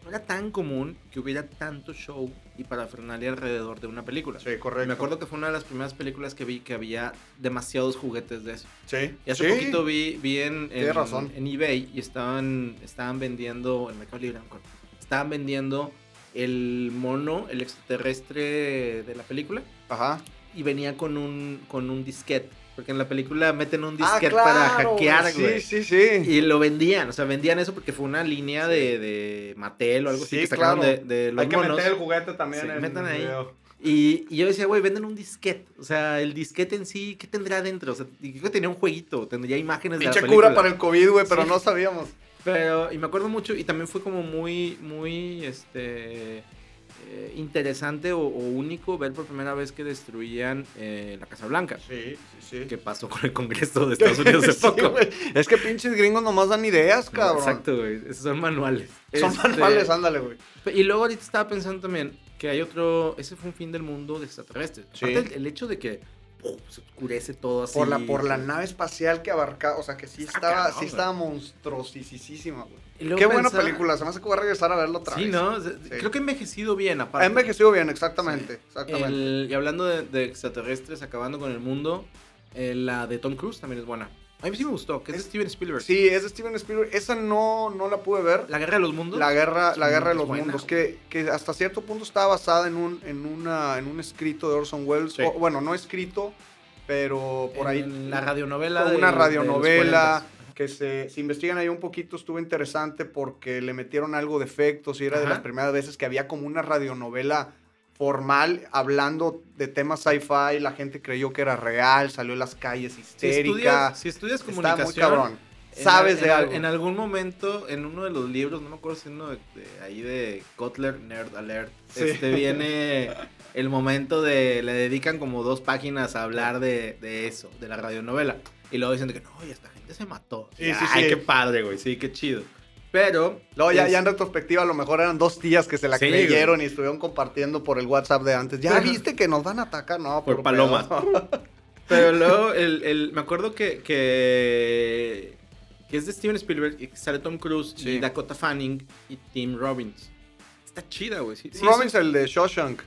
[SPEAKER 1] No era tan común que hubiera tanto show y parafernalia alrededor de una película.
[SPEAKER 2] Sí, correcto.
[SPEAKER 1] Me acuerdo que fue una de las primeras películas que vi que había demasiados juguetes de eso.
[SPEAKER 2] Sí.
[SPEAKER 1] Y hace
[SPEAKER 2] sí.
[SPEAKER 1] poquito vi, vi en, en,
[SPEAKER 2] Tienes razón.
[SPEAKER 1] en eBay y estaban, estaban vendiendo, en Mercado Libre, no me acuerdo, estaban vendiendo el mono, el extraterrestre de la película
[SPEAKER 2] Ajá.
[SPEAKER 1] y venía con un, con un disquete. Porque en la película meten un
[SPEAKER 2] Ah,
[SPEAKER 1] disquete para
[SPEAKER 2] claro,
[SPEAKER 1] hackear,
[SPEAKER 2] sí,
[SPEAKER 1] güey.
[SPEAKER 2] Sí, sí,
[SPEAKER 1] Y lo vendían, o sea, vendían eso porque fue una línea de, de Mattel o algo así
[SPEAKER 2] Sí,
[SPEAKER 1] que sacaron de,
[SPEAKER 2] claro.
[SPEAKER 1] de los
[SPEAKER 2] Hay que
[SPEAKER 1] monos.
[SPEAKER 2] meter el juguete también
[SPEAKER 1] Sí,
[SPEAKER 2] en
[SPEAKER 1] metan
[SPEAKER 2] el
[SPEAKER 1] ahí.
[SPEAKER 2] video.
[SPEAKER 1] Y, y yo decía, güey, venden un disquete. O sea, el disquete en sí, ¿qué tendrá dentro? O sea, y creo que tenía un jueguito, tendría imágenes de la
[SPEAKER 2] Pinche
[SPEAKER 1] película.
[SPEAKER 2] cura para el COVID, güey, pero
[SPEAKER 1] Sí.
[SPEAKER 2] no sabíamos.
[SPEAKER 1] Pero, y me acuerdo mucho, y también fue como muy, muy, este, eh, interesante o, o único ver por primera vez que destruían eh, la Casa Blanca.
[SPEAKER 2] Sí, sí, sí.
[SPEAKER 1] Que pasó con el Congreso de Estados Unidos hace poco.
[SPEAKER 2] güey. es que pinches gringos nomás dan ideas,
[SPEAKER 1] No,
[SPEAKER 2] cabrón.
[SPEAKER 1] Exacto, güey. Esos son manuales.
[SPEAKER 2] Son
[SPEAKER 1] Este,
[SPEAKER 2] manuales, ándale, güey.
[SPEAKER 1] Y luego ahorita estaba pensando también que hay otro. Ese fue un fin del mundo de extraterrestres.
[SPEAKER 2] Sí.
[SPEAKER 1] Aparte, el, el hecho de que ¡pum! se oscurece todo así.
[SPEAKER 2] Por, la, por la nave espacial que abarcaba, o sea, que sí
[SPEAKER 1] Está
[SPEAKER 2] estaba,
[SPEAKER 1] Ah, cabrón,
[SPEAKER 2] sí
[SPEAKER 1] güey.
[SPEAKER 2] estaba monstruosísima, güey.
[SPEAKER 1] Y luego
[SPEAKER 2] Qué buena
[SPEAKER 1] pensaba-
[SPEAKER 2] película, se me hace que voy a regresar a verlo otra
[SPEAKER 1] Sí,
[SPEAKER 2] vez.
[SPEAKER 1] ¿no? O sea, Creo que ha envejecido bien,
[SPEAKER 2] Ha
[SPEAKER 1] aparte.
[SPEAKER 2] envejecido bien, exactamente, exactamente.
[SPEAKER 1] El- y hablando de, de extraterrestres acabando con el mundo, eh, la de Tom Cruise también es buena. A mí sí me gustó, que es, de
[SPEAKER 2] Es-
[SPEAKER 1] Steven Spielberg.
[SPEAKER 2] Sí, es de Steven Spielberg. Esa no, no la pude ver. La,
[SPEAKER 1] La guerra de los mundos.
[SPEAKER 2] guerra, la
[SPEAKER 1] Es
[SPEAKER 2] guerra de
[SPEAKER 1] muy
[SPEAKER 2] los
[SPEAKER 1] buena,
[SPEAKER 2] mundos,
[SPEAKER 1] güey.
[SPEAKER 2] que, que hasta cierto punto está basada en un, en una, en un escrito de Orson Welles.
[SPEAKER 1] Sí.
[SPEAKER 2] O, bueno, no escrito, pero por
[SPEAKER 1] En
[SPEAKER 2] ahí.
[SPEAKER 1] La radionovela.
[SPEAKER 2] Una
[SPEAKER 1] del-
[SPEAKER 2] radionovela.
[SPEAKER 1] de los 40s.
[SPEAKER 2] Que se, se investigan ahí un poquito, estuvo interesante porque le metieron algo de efectos y era de
[SPEAKER 1] Ajá.
[SPEAKER 2] las primeras veces que había como una radionovela formal hablando de temas sci-fi. La gente creyó que era real, salió a las calles
[SPEAKER 1] Si
[SPEAKER 2] histérica.
[SPEAKER 1] estudias, si estudias
[SPEAKER 2] está muy
[SPEAKER 1] comunicación.
[SPEAKER 2] cabrón.
[SPEAKER 1] En-
[SPEAKER 2] Sabes
[SPEAKER 1] en,
[SPEAKER 2] de
[SPEAKER 1] en-
[SPEAKER 2] algo.
[SPEAKER 1] En algún momento, en uno de los libros, no me acuerdo si uno de, de ahí de Kotler, Nerd Alert,
[SPEAKER 2] Sí.
[SPEAKER 1] este viene el momento de. Le dedican como dos páginas a hablar de, de eso, de la radionovela. Y luego dicen de que no, y esta gente se mató.
[SPEAKER 2] Sí,
[SPEAKER 1] Y,
[SPEAKER 2] sí,
[SPEAKER 1] Ay,
[SPEAKER 2] sí.
[SPEAKER 1] qué padre, güey. Sí, qué chido. Pero.
[SPEAKER 2] Luego ya,
[SPEAKER 1] es-
[SPEAKER 2] ya en retrospectiva a lo mejor eran dos tías que se la
[SPEAKER 1] Sí,
[SPEAKER 2] creyeron y estuvieron compartiendo por el WhatsApp de antes. Ya viste que nos van a atacar, no,
[SPEAKER 1] Por
[SPEAKER 2] puro
[SPEAKER 1] palomas.
[SPEAKER 2] pedo.
[SPEAKER 1] Pero luego, el, el- me acuerdo que, que, que es de Steven Spielberg y que sale Tom Cruise y
[SPEAKER 2] Sí.
[SPEAKER 1] Dakota Fanning y Tim Robbins. Está chida, güey. Sí, sí,
[SPEAKER 2] Robbins, el de Shawshank.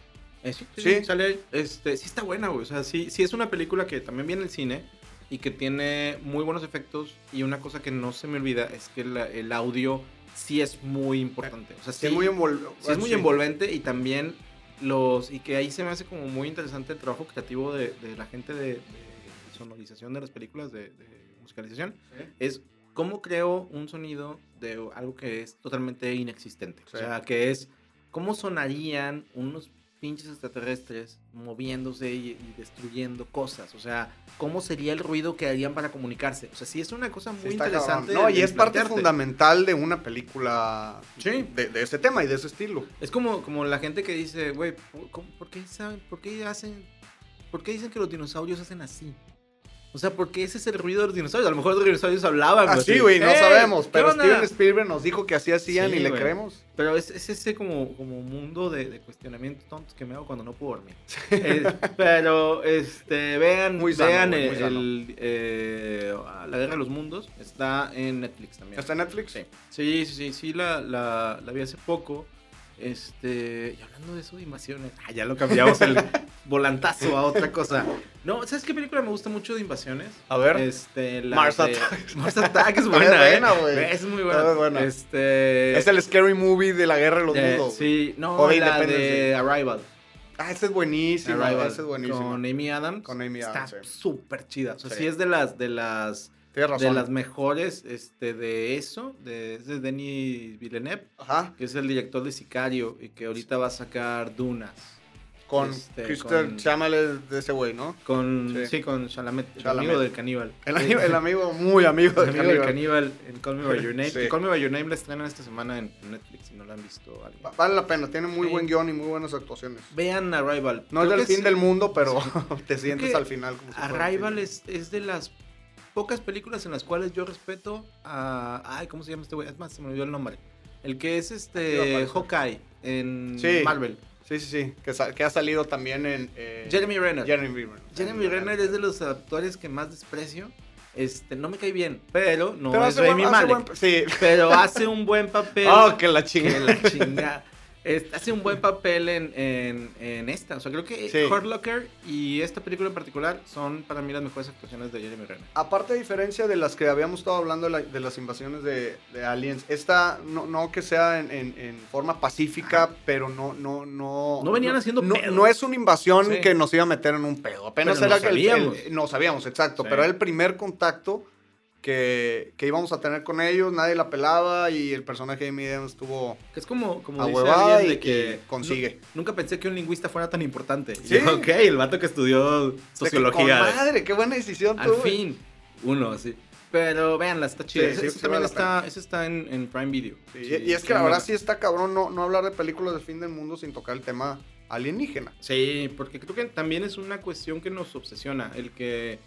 [SPEAKER 1] Eh, sí, sí,
[SPEAKER 2] Sí.
[SPEAKER 1] sí, sale ahí. Este, sí está buena, güey. O sea, sí, sí es una película que también viene el cine y que tiene muy buenos efectos. Y una cosa que no se me olvida es que la- el audio sí es muy importante. O sea, sí,
[SPEAKER 2] Sí, es muy envol-
[SPEAKER 1] sí es muy
[SPEAKER 2] sí.
[SPEAKER 1] envolvente y también los y que ahí se me hace como muy interesante el trabajo creativo de, de la gente de, de sonorización de las películas, de, de musicalización,
[SPEAKER 2] Sí.
[SPEAKER 1] es cómo creo un sonido de algo que es totalmente inexistente.
[SPEAKER 2] Sí.
[SPEAKER 1] O sea, que es cómo sonarían unos pinches extraterrestres moviéndose y, y destruyendo cosas. O sea, cómo sería el ruido que harían para comunicarse. O sea, sí es una cosa muy
[SPEAKER 2] Sí, está
[SPEAKER 1] interesante.
[SPEAKER 2] cabrón. No,
[SPEAKER 1] de-
[SPEAKER 2] y
[SPEAKER 1] de
[SPEAKER 2] es parte
[SPEAKER 1] plantearte.
[SPEAKER 2] fundamental de una película
[SPEAKER 1] Sí.
[SPEAKER 2] de, de ese tema y de ese estilo.
[SPEAKER 1] Es como, como la gente que dice, güey, ¿por, cómo- por qué saben, por qué hacen, por qué dicen que los dinosaurios hacen así? O sea, porque ese es el ruido de los dinosaurios. A lo mejor los dinosaurios hablaban.
[SPEAKER 2] Así, Ah, güey, no
[SPEAKER 1] "Ey, pues
[SPEAKER 2] sabemos.
[SPEAKER 1] Eh, ¿qué
[SPEAKER 2] Pero
[SPEAKER 1] onda?".
[SPEAKER 2] Steven Spielberg nos dijo que así hacían
[SPEAKER 1] Sí,
[SPEAKER 2] y le
[SPEAKER 1] güey.
[SPEAKER 2] creemos.
[SPEAKER 1] Pero es, es ese como, como mundo de, de cuestionamientos tontos que me hago cuando no puedo dormir. Es- pero este vean,
[SPEAKER 2] Muy sano,
[SPEAKER 1] vean
[SPEAKER 2] güey, muy
[SPEAKER 1] el,
[SPEAKER 2] sano.
[SPEAKER 1] el, eh, La Guerra de los Mundos. Está en Netflix también.
[SPEAKER 2] ¿Está en Netflix?
[SPEAKER 1] Sí, sí, sí, sí, sí, la, la, la vi hace poco. Este, y hablando de eso de invasiones, ah, ya lo cambiamos el volantazo a otra cosa. No, ¿sabes qué película me gusta mucho de invasiones?
[SPEAKER 2] A ver.
[SPEAKER 1] Este, la
[SPEAKER 2] Mars
[SPEAKER 1] de-
[SPEAKER 2] Attacks.
[SPEAKER 1] Mars Attacks es
[SPEAKER 2] Está
[SPEAKER 1] buena,
[SPEAKER 2] buena,
[SPEAKER 1] eh.
[SPEAKER 2] güey.
[SPEAKER 1] Es muy buena.
[SPEAKER 2] Está buena.
[SPEAKER 1] Este,
[SPEAKER 2] Es el scary movie de la guerra de los
[SPEAKER 1] de-
[SPEAKER 2] mundos. güey.
[SPEAKER 1] Eh, Sí, no,
[SPEAKER 2] O de
[SPEAKER 1] la de
[SPEAKER 2] Independence
[SPEAKER 1] Arrival.
[SPEAKER 2] Ah, ese es buenísimo.
[SPEAKER 1] Arrival
[SPEAKER 2] Ese es buenísimo.
[SPEAKER 1] Con Amy Adams.
[SPEAKER 2] Con Amy Adams,
[SPEAKER 1] Está
[SPEAKER 2] sí.
[SPEAKER 1] súper chida. O sea,
[SPEAKER 2] Sí.
[SPEAKER 1] sí. es de las, de las,
[SPEAKER 2] Tienes razón.
[SPEAKER 1] de las mejores, este, de eso, de, es de Denis Villeneuve
[SPEAKER 2] Ajá.
[SPEAKER 1] que es el director de Sicario y que ahorita va a sacar Dunas.
[SPEAKER 2] Con
[SPEAKER 1] Este,
[SPEAKER 2] Christian
[SPEAKER 1] con-
[SPEAKER 2] Chamales de ese güey, ¿no?
[SPEAKER 1] Con,
[SPEAKER 2] Sí.
[SPEAKER 1] sí. con Chalamet, el
[SPEAKER 2] Chalamet.
[SPEAKER 1] amigo del caníbal.
[SPEAKER 2] El,
[SPEAKER 1] Sí,
[SPEAKER 2] ami- el amigo, muy amigo
[SPEAKER 1] el
[SPEAKER 2] de
[SPEAKER 1] amigo del
[SPEAKER 2] Caníbal.
[SPEAKER 1] caníbal en Call Me By Your Name.
[SPEAKER 2] Sí.
[SPEAKER 1] Que Call Me By Your Name la estrenan esta semana en en Netflix si no la han visto. alguien.
[SPEAKER 2] Va- Vale la pena, tiene muy
[SPEAKER 1] Sí.
[SPEAKER 2] buen guión y muy buenas actuaciones.
[SPEAKER 1] Vean Arrival.
[SPEAKER 2] No es
[SPEAKER 1] Creo
[SPEAKER 2] del
[SPEAKER 1] que
[SPEAKER 2] fin del mundo, pero te sientes
[SPEAKER 1] que
[SPEAKER 2] al final como si fuera un
[SPEAKER 1] Arrival
[SPEAKER 2] film.
[SPEAKER 1] es, es de las pocas películas en las cuales yo respeto a... Ay, ¿cómo se llama este güey? Es más, se me olvidó el nombre. El que es
[SPEAKER 2] Aquí va a
[SPEAKER 1] este
[SPEAKER 2] aparecer.
[SPEAKER 1] Hawkeye en
[SPEAKER 2] Sí.
[SPEAKER 1] Marvel.
[SPEAKER 2] Sí, sí, sí. Que, sa- que ha salido también en. eh,
[SPEAKER 1] Jeremy Renner.
[SPEAKER 2] Jeremy Renner.
[SPEAKER 1] Jeremy Renner es de los actores que más desprecio. Este, no me cae bien, pero no
[SPEAKER 2] Pero
[SPEAKER 1] es
[SPEAKER 2] hace
[SPEAKER 1] Rami
[SPEAKER 2] buen- hace
[SPEAKER 1] Malek.
[SPEAKER 2] buen- Sí.
[SPEAKER 1] Pero hace un buen papel.
[SPEAKER 2] Oh, que la chingue.
[SPEAKER 1] que la chinga. Este, hace un buen papel en, en- en esta. O sea, creo que
[SPEAKER 2] Sí.
[SPEAKER 1] Hurt Locker y esta película en particular son para mí las mejores actuaciones de Jeremy Renner.
[SPEAKER 2] Aparte, a diferencia de las que habíamos estado hablando de, la- de las invasiones de, de aliens, esta no, no que sea en, en- en forma pacífica, pero no, no, no.
[SPEAKER 1] No venían haciendo
[SPEAKER 2] no,
[SPEAKER 1] pedos.
[SPEAKER 2] no es una invasión
[SPEAKER 1] Sí.
[SPEAKER 2] que nos iba a meter en un pedo. Apenas
[SPEAKER 1] Pero
[SPEAKER 2] era
[SPEAKER 1] nos
[SPEAKER 2] que el-
[SPEAKER 1] sabíamos.
[SPEAKER 2] el- no sabíamos, exacto.
[SPEAKER 1] Sí.
[SPEAKER 2] Pero era el primer contacto que, que íbamos a tener con ellos, nadie la pelaba y el personaje de Amy Adams estuvo
[SPEAKER 1] Que es como, como dice
[SPEAKER 2] ahuevada
[SPEAKER 1] alguien
[SPEAKER 2] y
[SPEAKER 1] de que
[SPEAKER 2] que consigue.
[SPEAKER 1] "Nu- nunca pensé que un lingüista fuera tan importante. Y
[SPEAKER 2] Sí.
[SPEAKER 1] yo, ok, el vato que estudió sociología.
[SPEAKER 2] De que,
[SPEAKER 1] de-
[SPEAKER 2] "Con madre, qué buena decisión
[SPEAKER 1] Al
[SPEAKER 2] tuve".
[SPEAKER 1] fin, uno, sí. Pero véanla, está chida.
[SPEAKER 2] Sí,
[SPEAKER 1] Ese-
[SPEAKER 2] sí,
[SPEAKER 1] ese
[SPEAKER 2] sí
[SPEAKER 1] también
[SPEAKER 2] vale la
[SPEAKER 1] está, ese está en, en Prime Video.
[SPEAKER 2] Sí,
[SPEAKER 1] Sí,
[SPEAKER 2] y es que la
[SPEAKER 1] sí,
[SPEAKER 2] verdad
[SPEAKER 1] no-
[SPEAKER 2] sí está cabrón no, no hablar de películas del fin del mundo sin tocar el tema alienígena.
[SPEAKER 1] Sí, porque creo que también es una cuestión que nos obsesiona, el que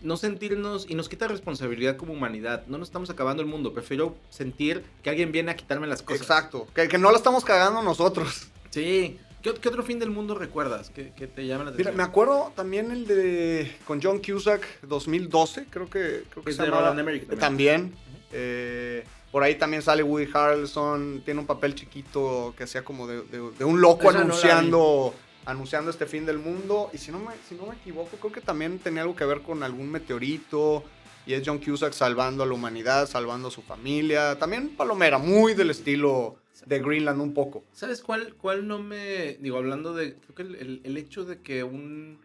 [SPEAKER 1] no sentirnos y nos quita responsabilidad como humanidad. No nos estamos acabando el mundo, prefiero sentir que alguien viene a quitarme las cosas.
[SPEAKER 2] Exacto. Que, que no la estamos cagando nosotros.
[SPEAKER 1] Sí. ¿Qué, qué otro fin del mundo recuerdas que, que te llama la
[SPEAKER 2] Mira,
[SPEAKER 1] atención?
[SPEAKER 2] me acuerdo también el de con John Cusack 2012, creo que, creo que
[SPEAKER 1] Es
[SPEAKER 2] se
[SPEAKER 1] de
[SPEAKER 2] llamaba.
[SPEAKER 1] Roland Emmerich también.
[SPEAKER 2] Eh, por ahí también sale Woody Harrelson, tiene un papel chiquito que hacía como de, de- de un loco
[SPEAKER 1] Esa no la
[SPEAKER 2] anunciando anunciando este fin del mundo. Y si no, me, si no me equivoco, creo que también tenía algo que ver con algún meteorito. Y es John Cusack salvando a la humanidad, salvando a su familia. También Palomera, muy del estilo de Greenland un poco.
[SPEAKER 1] ¿Sabes cuál, cuál no me. Digo, hablando de. Creo que el, el- el hecho de que un.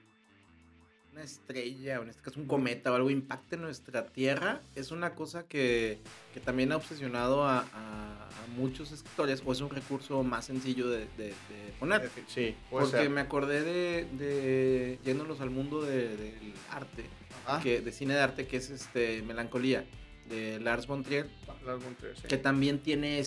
[SPEAKER 1] Una estrella, o en este caso un cometa o algo, impacte nuestra Tierra, es una cosa que, que también ha obsesionado a, a- a muchos escritores, o es un recurso más sencillo de, de- de poner.
[SPEAKER 2] Sí, Eh, puede
[SPEAKER 1] Porque
[SPEAKER 2] ser.
[SPEAKER 1] me acordé de, de yéndonos al mundo de- del arte,
[SPEAKER 2] Ah,
[SPEAKER 1] que, de cine de arte, que es este Melancolía, de Lars von Trier,
[SPEAKER 2] Lars von Trier, sí.
[SPEAKER 1] que también tiene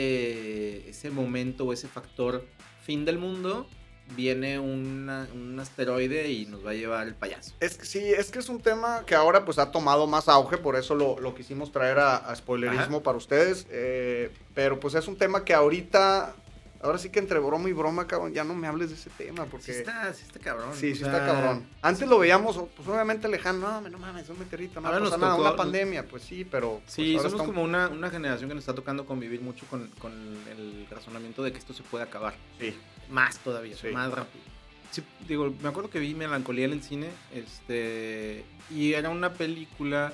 [SPEAKER 1] ese, ese momento o ese factor fin del mundo. Viene una- un asteroide y nos va a llevar el payaso.
[SPEAKER 2] Es que sí, es que es un tema que ahora pues ha tomado más auge, por eso lo, lo quisimos traer a, a spoilerismo para ustedes. eh, pero pues es un tema que ahorita, ahora sí que entre broma y broma, cabrón, ya no me hables de ese tema
[SPEAKER 1] Sí
[SPEAKER 2] porque...
[SPEAKER 1] está, sí está cabrón.
[SPEAKER 2] Sí,
[SPEAKER 1] o
[SPEAKER 2] sí
[SPEAKER 1] sea,
[SPEAKER 2] está cabrón. Antes lo veíamos, pues obviamente lejano, no, hombre, no mames, un meteorito, no
[SPEAKER 1] Ahora
[SPEAKER 2] pasa
[SPEAKER 1] nos
[SPEAKER 2] nada,
[SPEAKER 1] tocó-
[SPEAKER 2] una pandemia, pues sí, pero... pues,
[SPEAKER 1] Sí,
[SPEAKER 2] ahora
[SPEAKER 1] somos
[SPEAKER 2] está un-
[SPEAKER 1] como una, una generación que nos está tocando convivir mucho con, con el razonamiento de que esto se puede acabar.
[SPEAKER 2] Sí,
[SPEAKER 1] Más todavía,
[SPEAKER 2] Sí.
[SPEAKER 1] más rápido. Sí, digo, me acuerdo que vi Melancolía en el cine, este, y era una película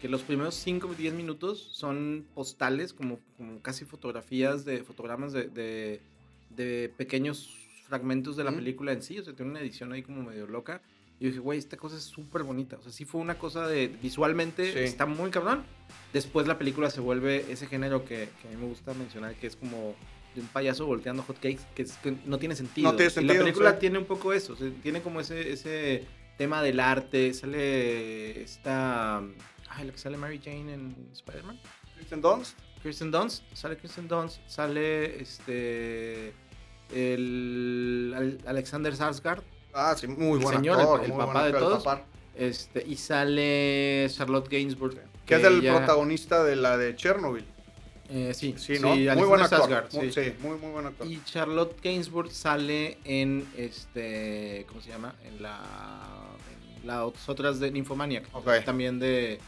[SPEAKER 1] que los primeros 5 o 10 minutos son postales, como, como casi fotografías de fotogramas de, de, de pequeños fragmentos de la
[SPEAKER 2] Ujú.
[SPEAKER 1] película en sí, o sea, tiene una edición ahí como medio loca. Y yo dije, güey, esta cosa es súper bonita. O sea, sí fue una cosa de. Visualmente
[SPEAKER 2] Sí.
[SPEAKER 1] está muy cabrón. Después la película se vuelve ese género que, que a mí me gusta mencionar, que es como de un payaso volteando hotcakes, que, es- que no tiene sentido.
[SPEAKER 2] No tiene
[SPEAKER 1] Y
[SPEAKER 2] sentido,
[SPEAKER 1] la película
[SPEAKER 2] sí.
[SPEAKER 1] tiene un poco eso. o sea, tiene como ese, ese tema del arte. Sale esta. Ay, la que sale Mary Jane en Spider-Man.
[SPEAKER 2] Kristen Dunst.
[SPEAKER 1] Kirsten Dunst, sale Kirsten Dunst, sale este el Al- Alexander Sarsgaard,
[SPEAKER 2] Ah, sí, muy
[SPEAKER 1] El
[SPEAKER 2] buen
[SPEAKER 1] señor, el-
[SPEAKER 2] actor.
[SPEAKER 1] el
[SPEAKER 2] muy
[SPEAKER 1] papá
[SPEAKER 2] buen
[SPEAKER 1] de
[SPEAKER 2] actor, el
[SPEAKER 1] todos.
[SPEAKER 2] papá.
[SPEAKER 1] este y sale Charlotte Gainsbourg,
[SPEAKER 2] Que es el
[SPEAKER 1] ella-
[SPEAKER 2] protagonista de la de Chernobyl.
[SPEAKER 1] eh, sí,
[SPEAKER 2] Sí, ¿no? muy
[SPEAKER 1] Alexander
[SPEAKER 2] buen actor.
[SPEAKER 1] Sarsgaard,
[SPEAKER 2] muy,
[SPEAKER 1] sí.
[SPEAKER 2] sí. muy, muy buen actor.
[SPEAKER 1] Y Charlotte Gainsbourg sale en este ¿cómo se llama? En la en las otras de Nymphomaniac,
[SPEAKER 2] Ok.
[SPEAKER 1] también de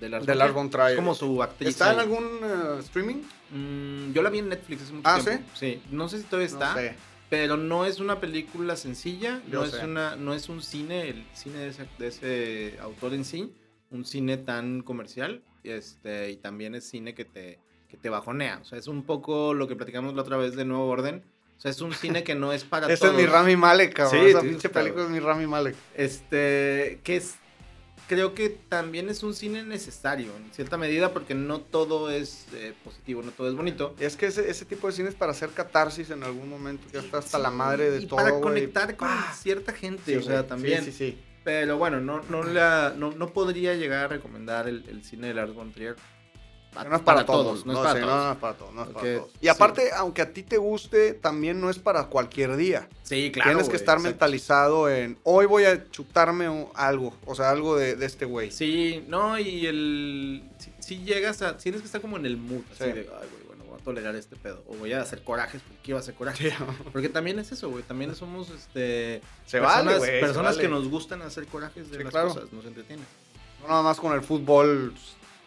[SPEAKER 1] de Lars
[SPEAKER 2] de
[SPEAKER 1] von
[SPEAKER 2] Lars
[SPEAKER 1] Trier.
[SPEAKER 2] von Trier.
[SPEAKER 1] Es como su actriz.
[SPEAKER 2] ¿Está en
[SPEAKER 1] ahí.
[SPEAKER 2] algún eh, streaming?
[SPEAKER 1] Mm, yo la vi en Netflix hace mucho
[SPEAKER 2] Ah,
[SPEAKER 1] tiempo. ¿sí? Sí, no sé si todavía está.
[SPEAKER 2] No sé.
[SPEAKER 1] pero no es una película sencilla,
[SPEAKER 2] Yo
[SPEAKER 1] no es,
[SPEAKER 2] sé.
[SPEAKER 1] una, no es un cine, el cine de ese, de ese autor en sí, un cine tan comercial, este, y también es cine que te, que te bajonea, o sea, es un poco lo que platicamos la otra vez de Nuevo Orden, o sea, es un cine que no es para
[SPEAKER 2] Este
[SPEAKER 1] todos.
[SPEAKER 2] es mi Rami Malek, cabrón.
[SPEAKER 1] Sí,
[SPEAKER 2] Esa
[SPEAKER 1] sí,
[SPEAKER 2] pinche
[SPEAKER 1] está,
[SPEAKER 2] película es mi Rami Malek.
[SPEAKER 1] Este, que es, creo que también es un cine necesario, en cierta medida, porque no todo es eh, positivo, no todo es bonito.
[SPEAKER 2] Es que ese, ese tipo de cine es para hacer catarsis en algún momento. Ya está hasta la madre de
[SPEAKER 1] y
[SPEAKER 2] todo.
[SPEAKER 1] para
[SPEAKER 2] güey.
[SPEAKER 1] conectar con
[SPEAKER 2] ¡Pah!
[SPEAKER 1] cierta gente,
[SPEAKER 2] Sí,
[SPEAKER 1] o sea,
[SPEAKER 2] güey.
[SPEAKER 1] también.
[SPEAKER 2] Sí, sí, sí.
[SPEAKER 1] Pero bueno, no, no, la, no, no podría llegar a recomendar el, el cine de Lars von Trier. Pa-
[SPEAKER 2] No es Ah, para, todos,
[SPEAKER 1] no es para
[SPEAKER 2] sí,
[SPEAKER 1] todos.
[SPEAKER 2] No, no es para todos, no es para
[SPEAKER 1] Porque
[SPEAKER 2] todos.
[SPEAKER 1] sí.
[SPEAKER 2] Y aparte, aunque a ti te guste, también no es para cualquier día.
[SPEAKER 1] Sí, claro.
[SPEAKER 2] Tienes que
[SPEAKER 1] güey,
[SPEAKER 2] estar
[SPEAKER 1] exacto.
[SPEAKER 2] mentalizado en hoy voy a chutarme un- algo, o sea, algo de, de este güey.
[SPEAKER 1] Sí, no, y el. Si, si llegas a. Tienes que estar como en el mood. Así
[SPEAKER 2] Sí.
[SPEAKER 1] de, ay, güey, bueno, voy a tolerar este pedo. O voy a hacer corajes porque iba a hacer
[SPEAKER 2] Sí,
[SPEAKER 1] corajes. Porque también es eso, güey. También somos este,
[SPEAKER 2] se
[SPEAKER 1] personas,
[SPEAKER 2] vale, güey. se
[SPEAKER 1] personas
[SPEAKER 2] vale.
[SPEAKER 1] que nos gustan hacer corajes de
[SPEAKER 2] Sí,
[SPEAKER 1] las
[SPEAKER 2] claro.
[SPEAKER 1] cosas. Nos entretienen.
[SPEAKER 2] No nada más con el fútbol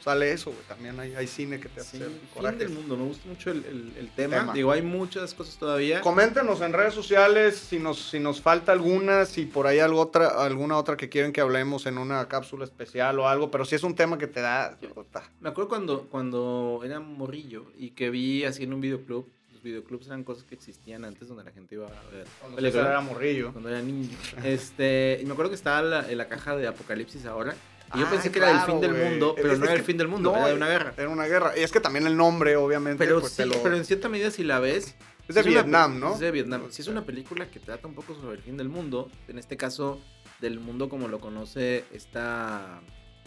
[SPEAKER 2] sale eso, güey. También hay, hay cine que te hace
[SPEAKER 1] Sí, fin
[SPEAKER 2] corajes.
[SPEAKER 1] del mundo. Me gusta mucho el, el- el tema.
[SPEAKER 2] Tema.
[SPEAKER 1] Digo, hay muchas cosas todavía.
[SPEAKER 2] Coméntenos en redes sociales si nos, si nos falta alguna, si por ahí algo otra, alguna otra que quieren que hablemos en una cápsula especial o algo, pero si es un tema que te da... pues, puta.
[SPEAKER 1] Me acuerdo cuando, cuando era morrillo y que vi así en un videoclub. Los videoclubs eran cosas que existían antes donde la gente iba a ver.
[SPEAKER 2] Cuando
[SPEAKER 1] películas,
[SPEAKER 2] César era morrillo.
[SPEAKER 1] cuando era niño. Este, y me acuerdo que estaba la, en la caja de Apocalipsis ahora. Y yo
[SPEAKER 2] Ah,
[SPEAKER 1] pensé que era el
[SPEAKER 2] claro,
[SPEAKER 1] fin del
[SPEAKER 2] güey.
[SPEAKER 1] mundo, pero
[SPEAKER 2] Es-
[SPEAKER 1] no
[SPEAKER 2] es
[SPEAKER 1] era el
[SPEAKER 2] que-
[SPEAKER 1] fin del mundo, era de una guerra.
[SPEAKER 2] Era una guerra. Y es que también el nombre, obviamente,
[SPEAKER 1] Pero,
[SPEAKER 2] pues,
[SPEAKER 1] sí,
[SPEAKER 2] te lo-
[SPEAKER 1] pero en cierta medida si la ves...
[SPEAKER 2] Es de
[SPEAKER 1] una pe-
[SPEAKER 2] Vietnam, ¿no?
[SPEAKER 1] Es de Vietnam.
[SPEAKER 2] O
[SPEAKER 1] Si es
[SPEAKER 2] sea.
[SPEAKER 1] una película que trata un poco sobre el fin del mundo, en este caso del mundo como lo conoce esta,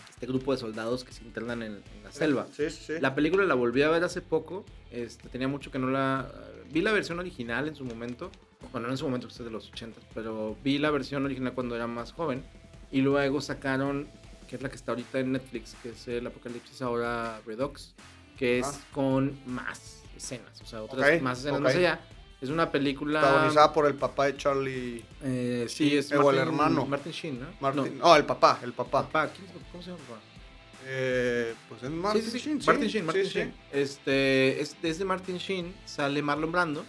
[SPEAKER 1] este grupo de soldados que se internan en, en la selva.
[SPEAKER 2] Sí, sí, sí.
[SPEAKER 1] La película la volví a ver hace poco. Este, tenía mucho que no la. Vi la versión original en su momento. Bueno, no en su momento, pues es de los 80, pero vi la versión original cuando era más joven. Y luego sacaron, que es la que está ahorita en Netflix, que es el Apocalipsis ahora Redux, que es
[SPEAKER 2] Ah.
[SPEAKER 1] con más escenas, o sea, otras
[SPEAKER 2] Ok,
[SPEAKER 1] más escenas
[SPEAKER 2] ok.
[SPEAKER 1] más allá. Es una película.
[SPEAKER 2] Protagonizada por el papá de Charlie
[SPEAKER 1] eh, sí, es
[SPEAKER 2] Eh, o el hermano.
[SPEAKER 1] Martin Sheen, ¿no?
[SPEAKER 2] Martin.
[SPEAKER 1] No,
[SPEAKER 2] No, el papá, el papá.
[SPEAKER 1] papá, ¿quién es- ¿cómo se llama? el papá?
[SPEAKER 2] Eh, pues es Martin
[SPEAKER 1] sí, sí, sí.
[SPEAKER 2] Sheen. sí.
[SPEAKER 1] Martin Sheen, Martin
[SPEAKER 2] Sí, sí.
[SPEAKER 1] Sheen. Este, es, es de Martin Sheen sale Marlon Brando,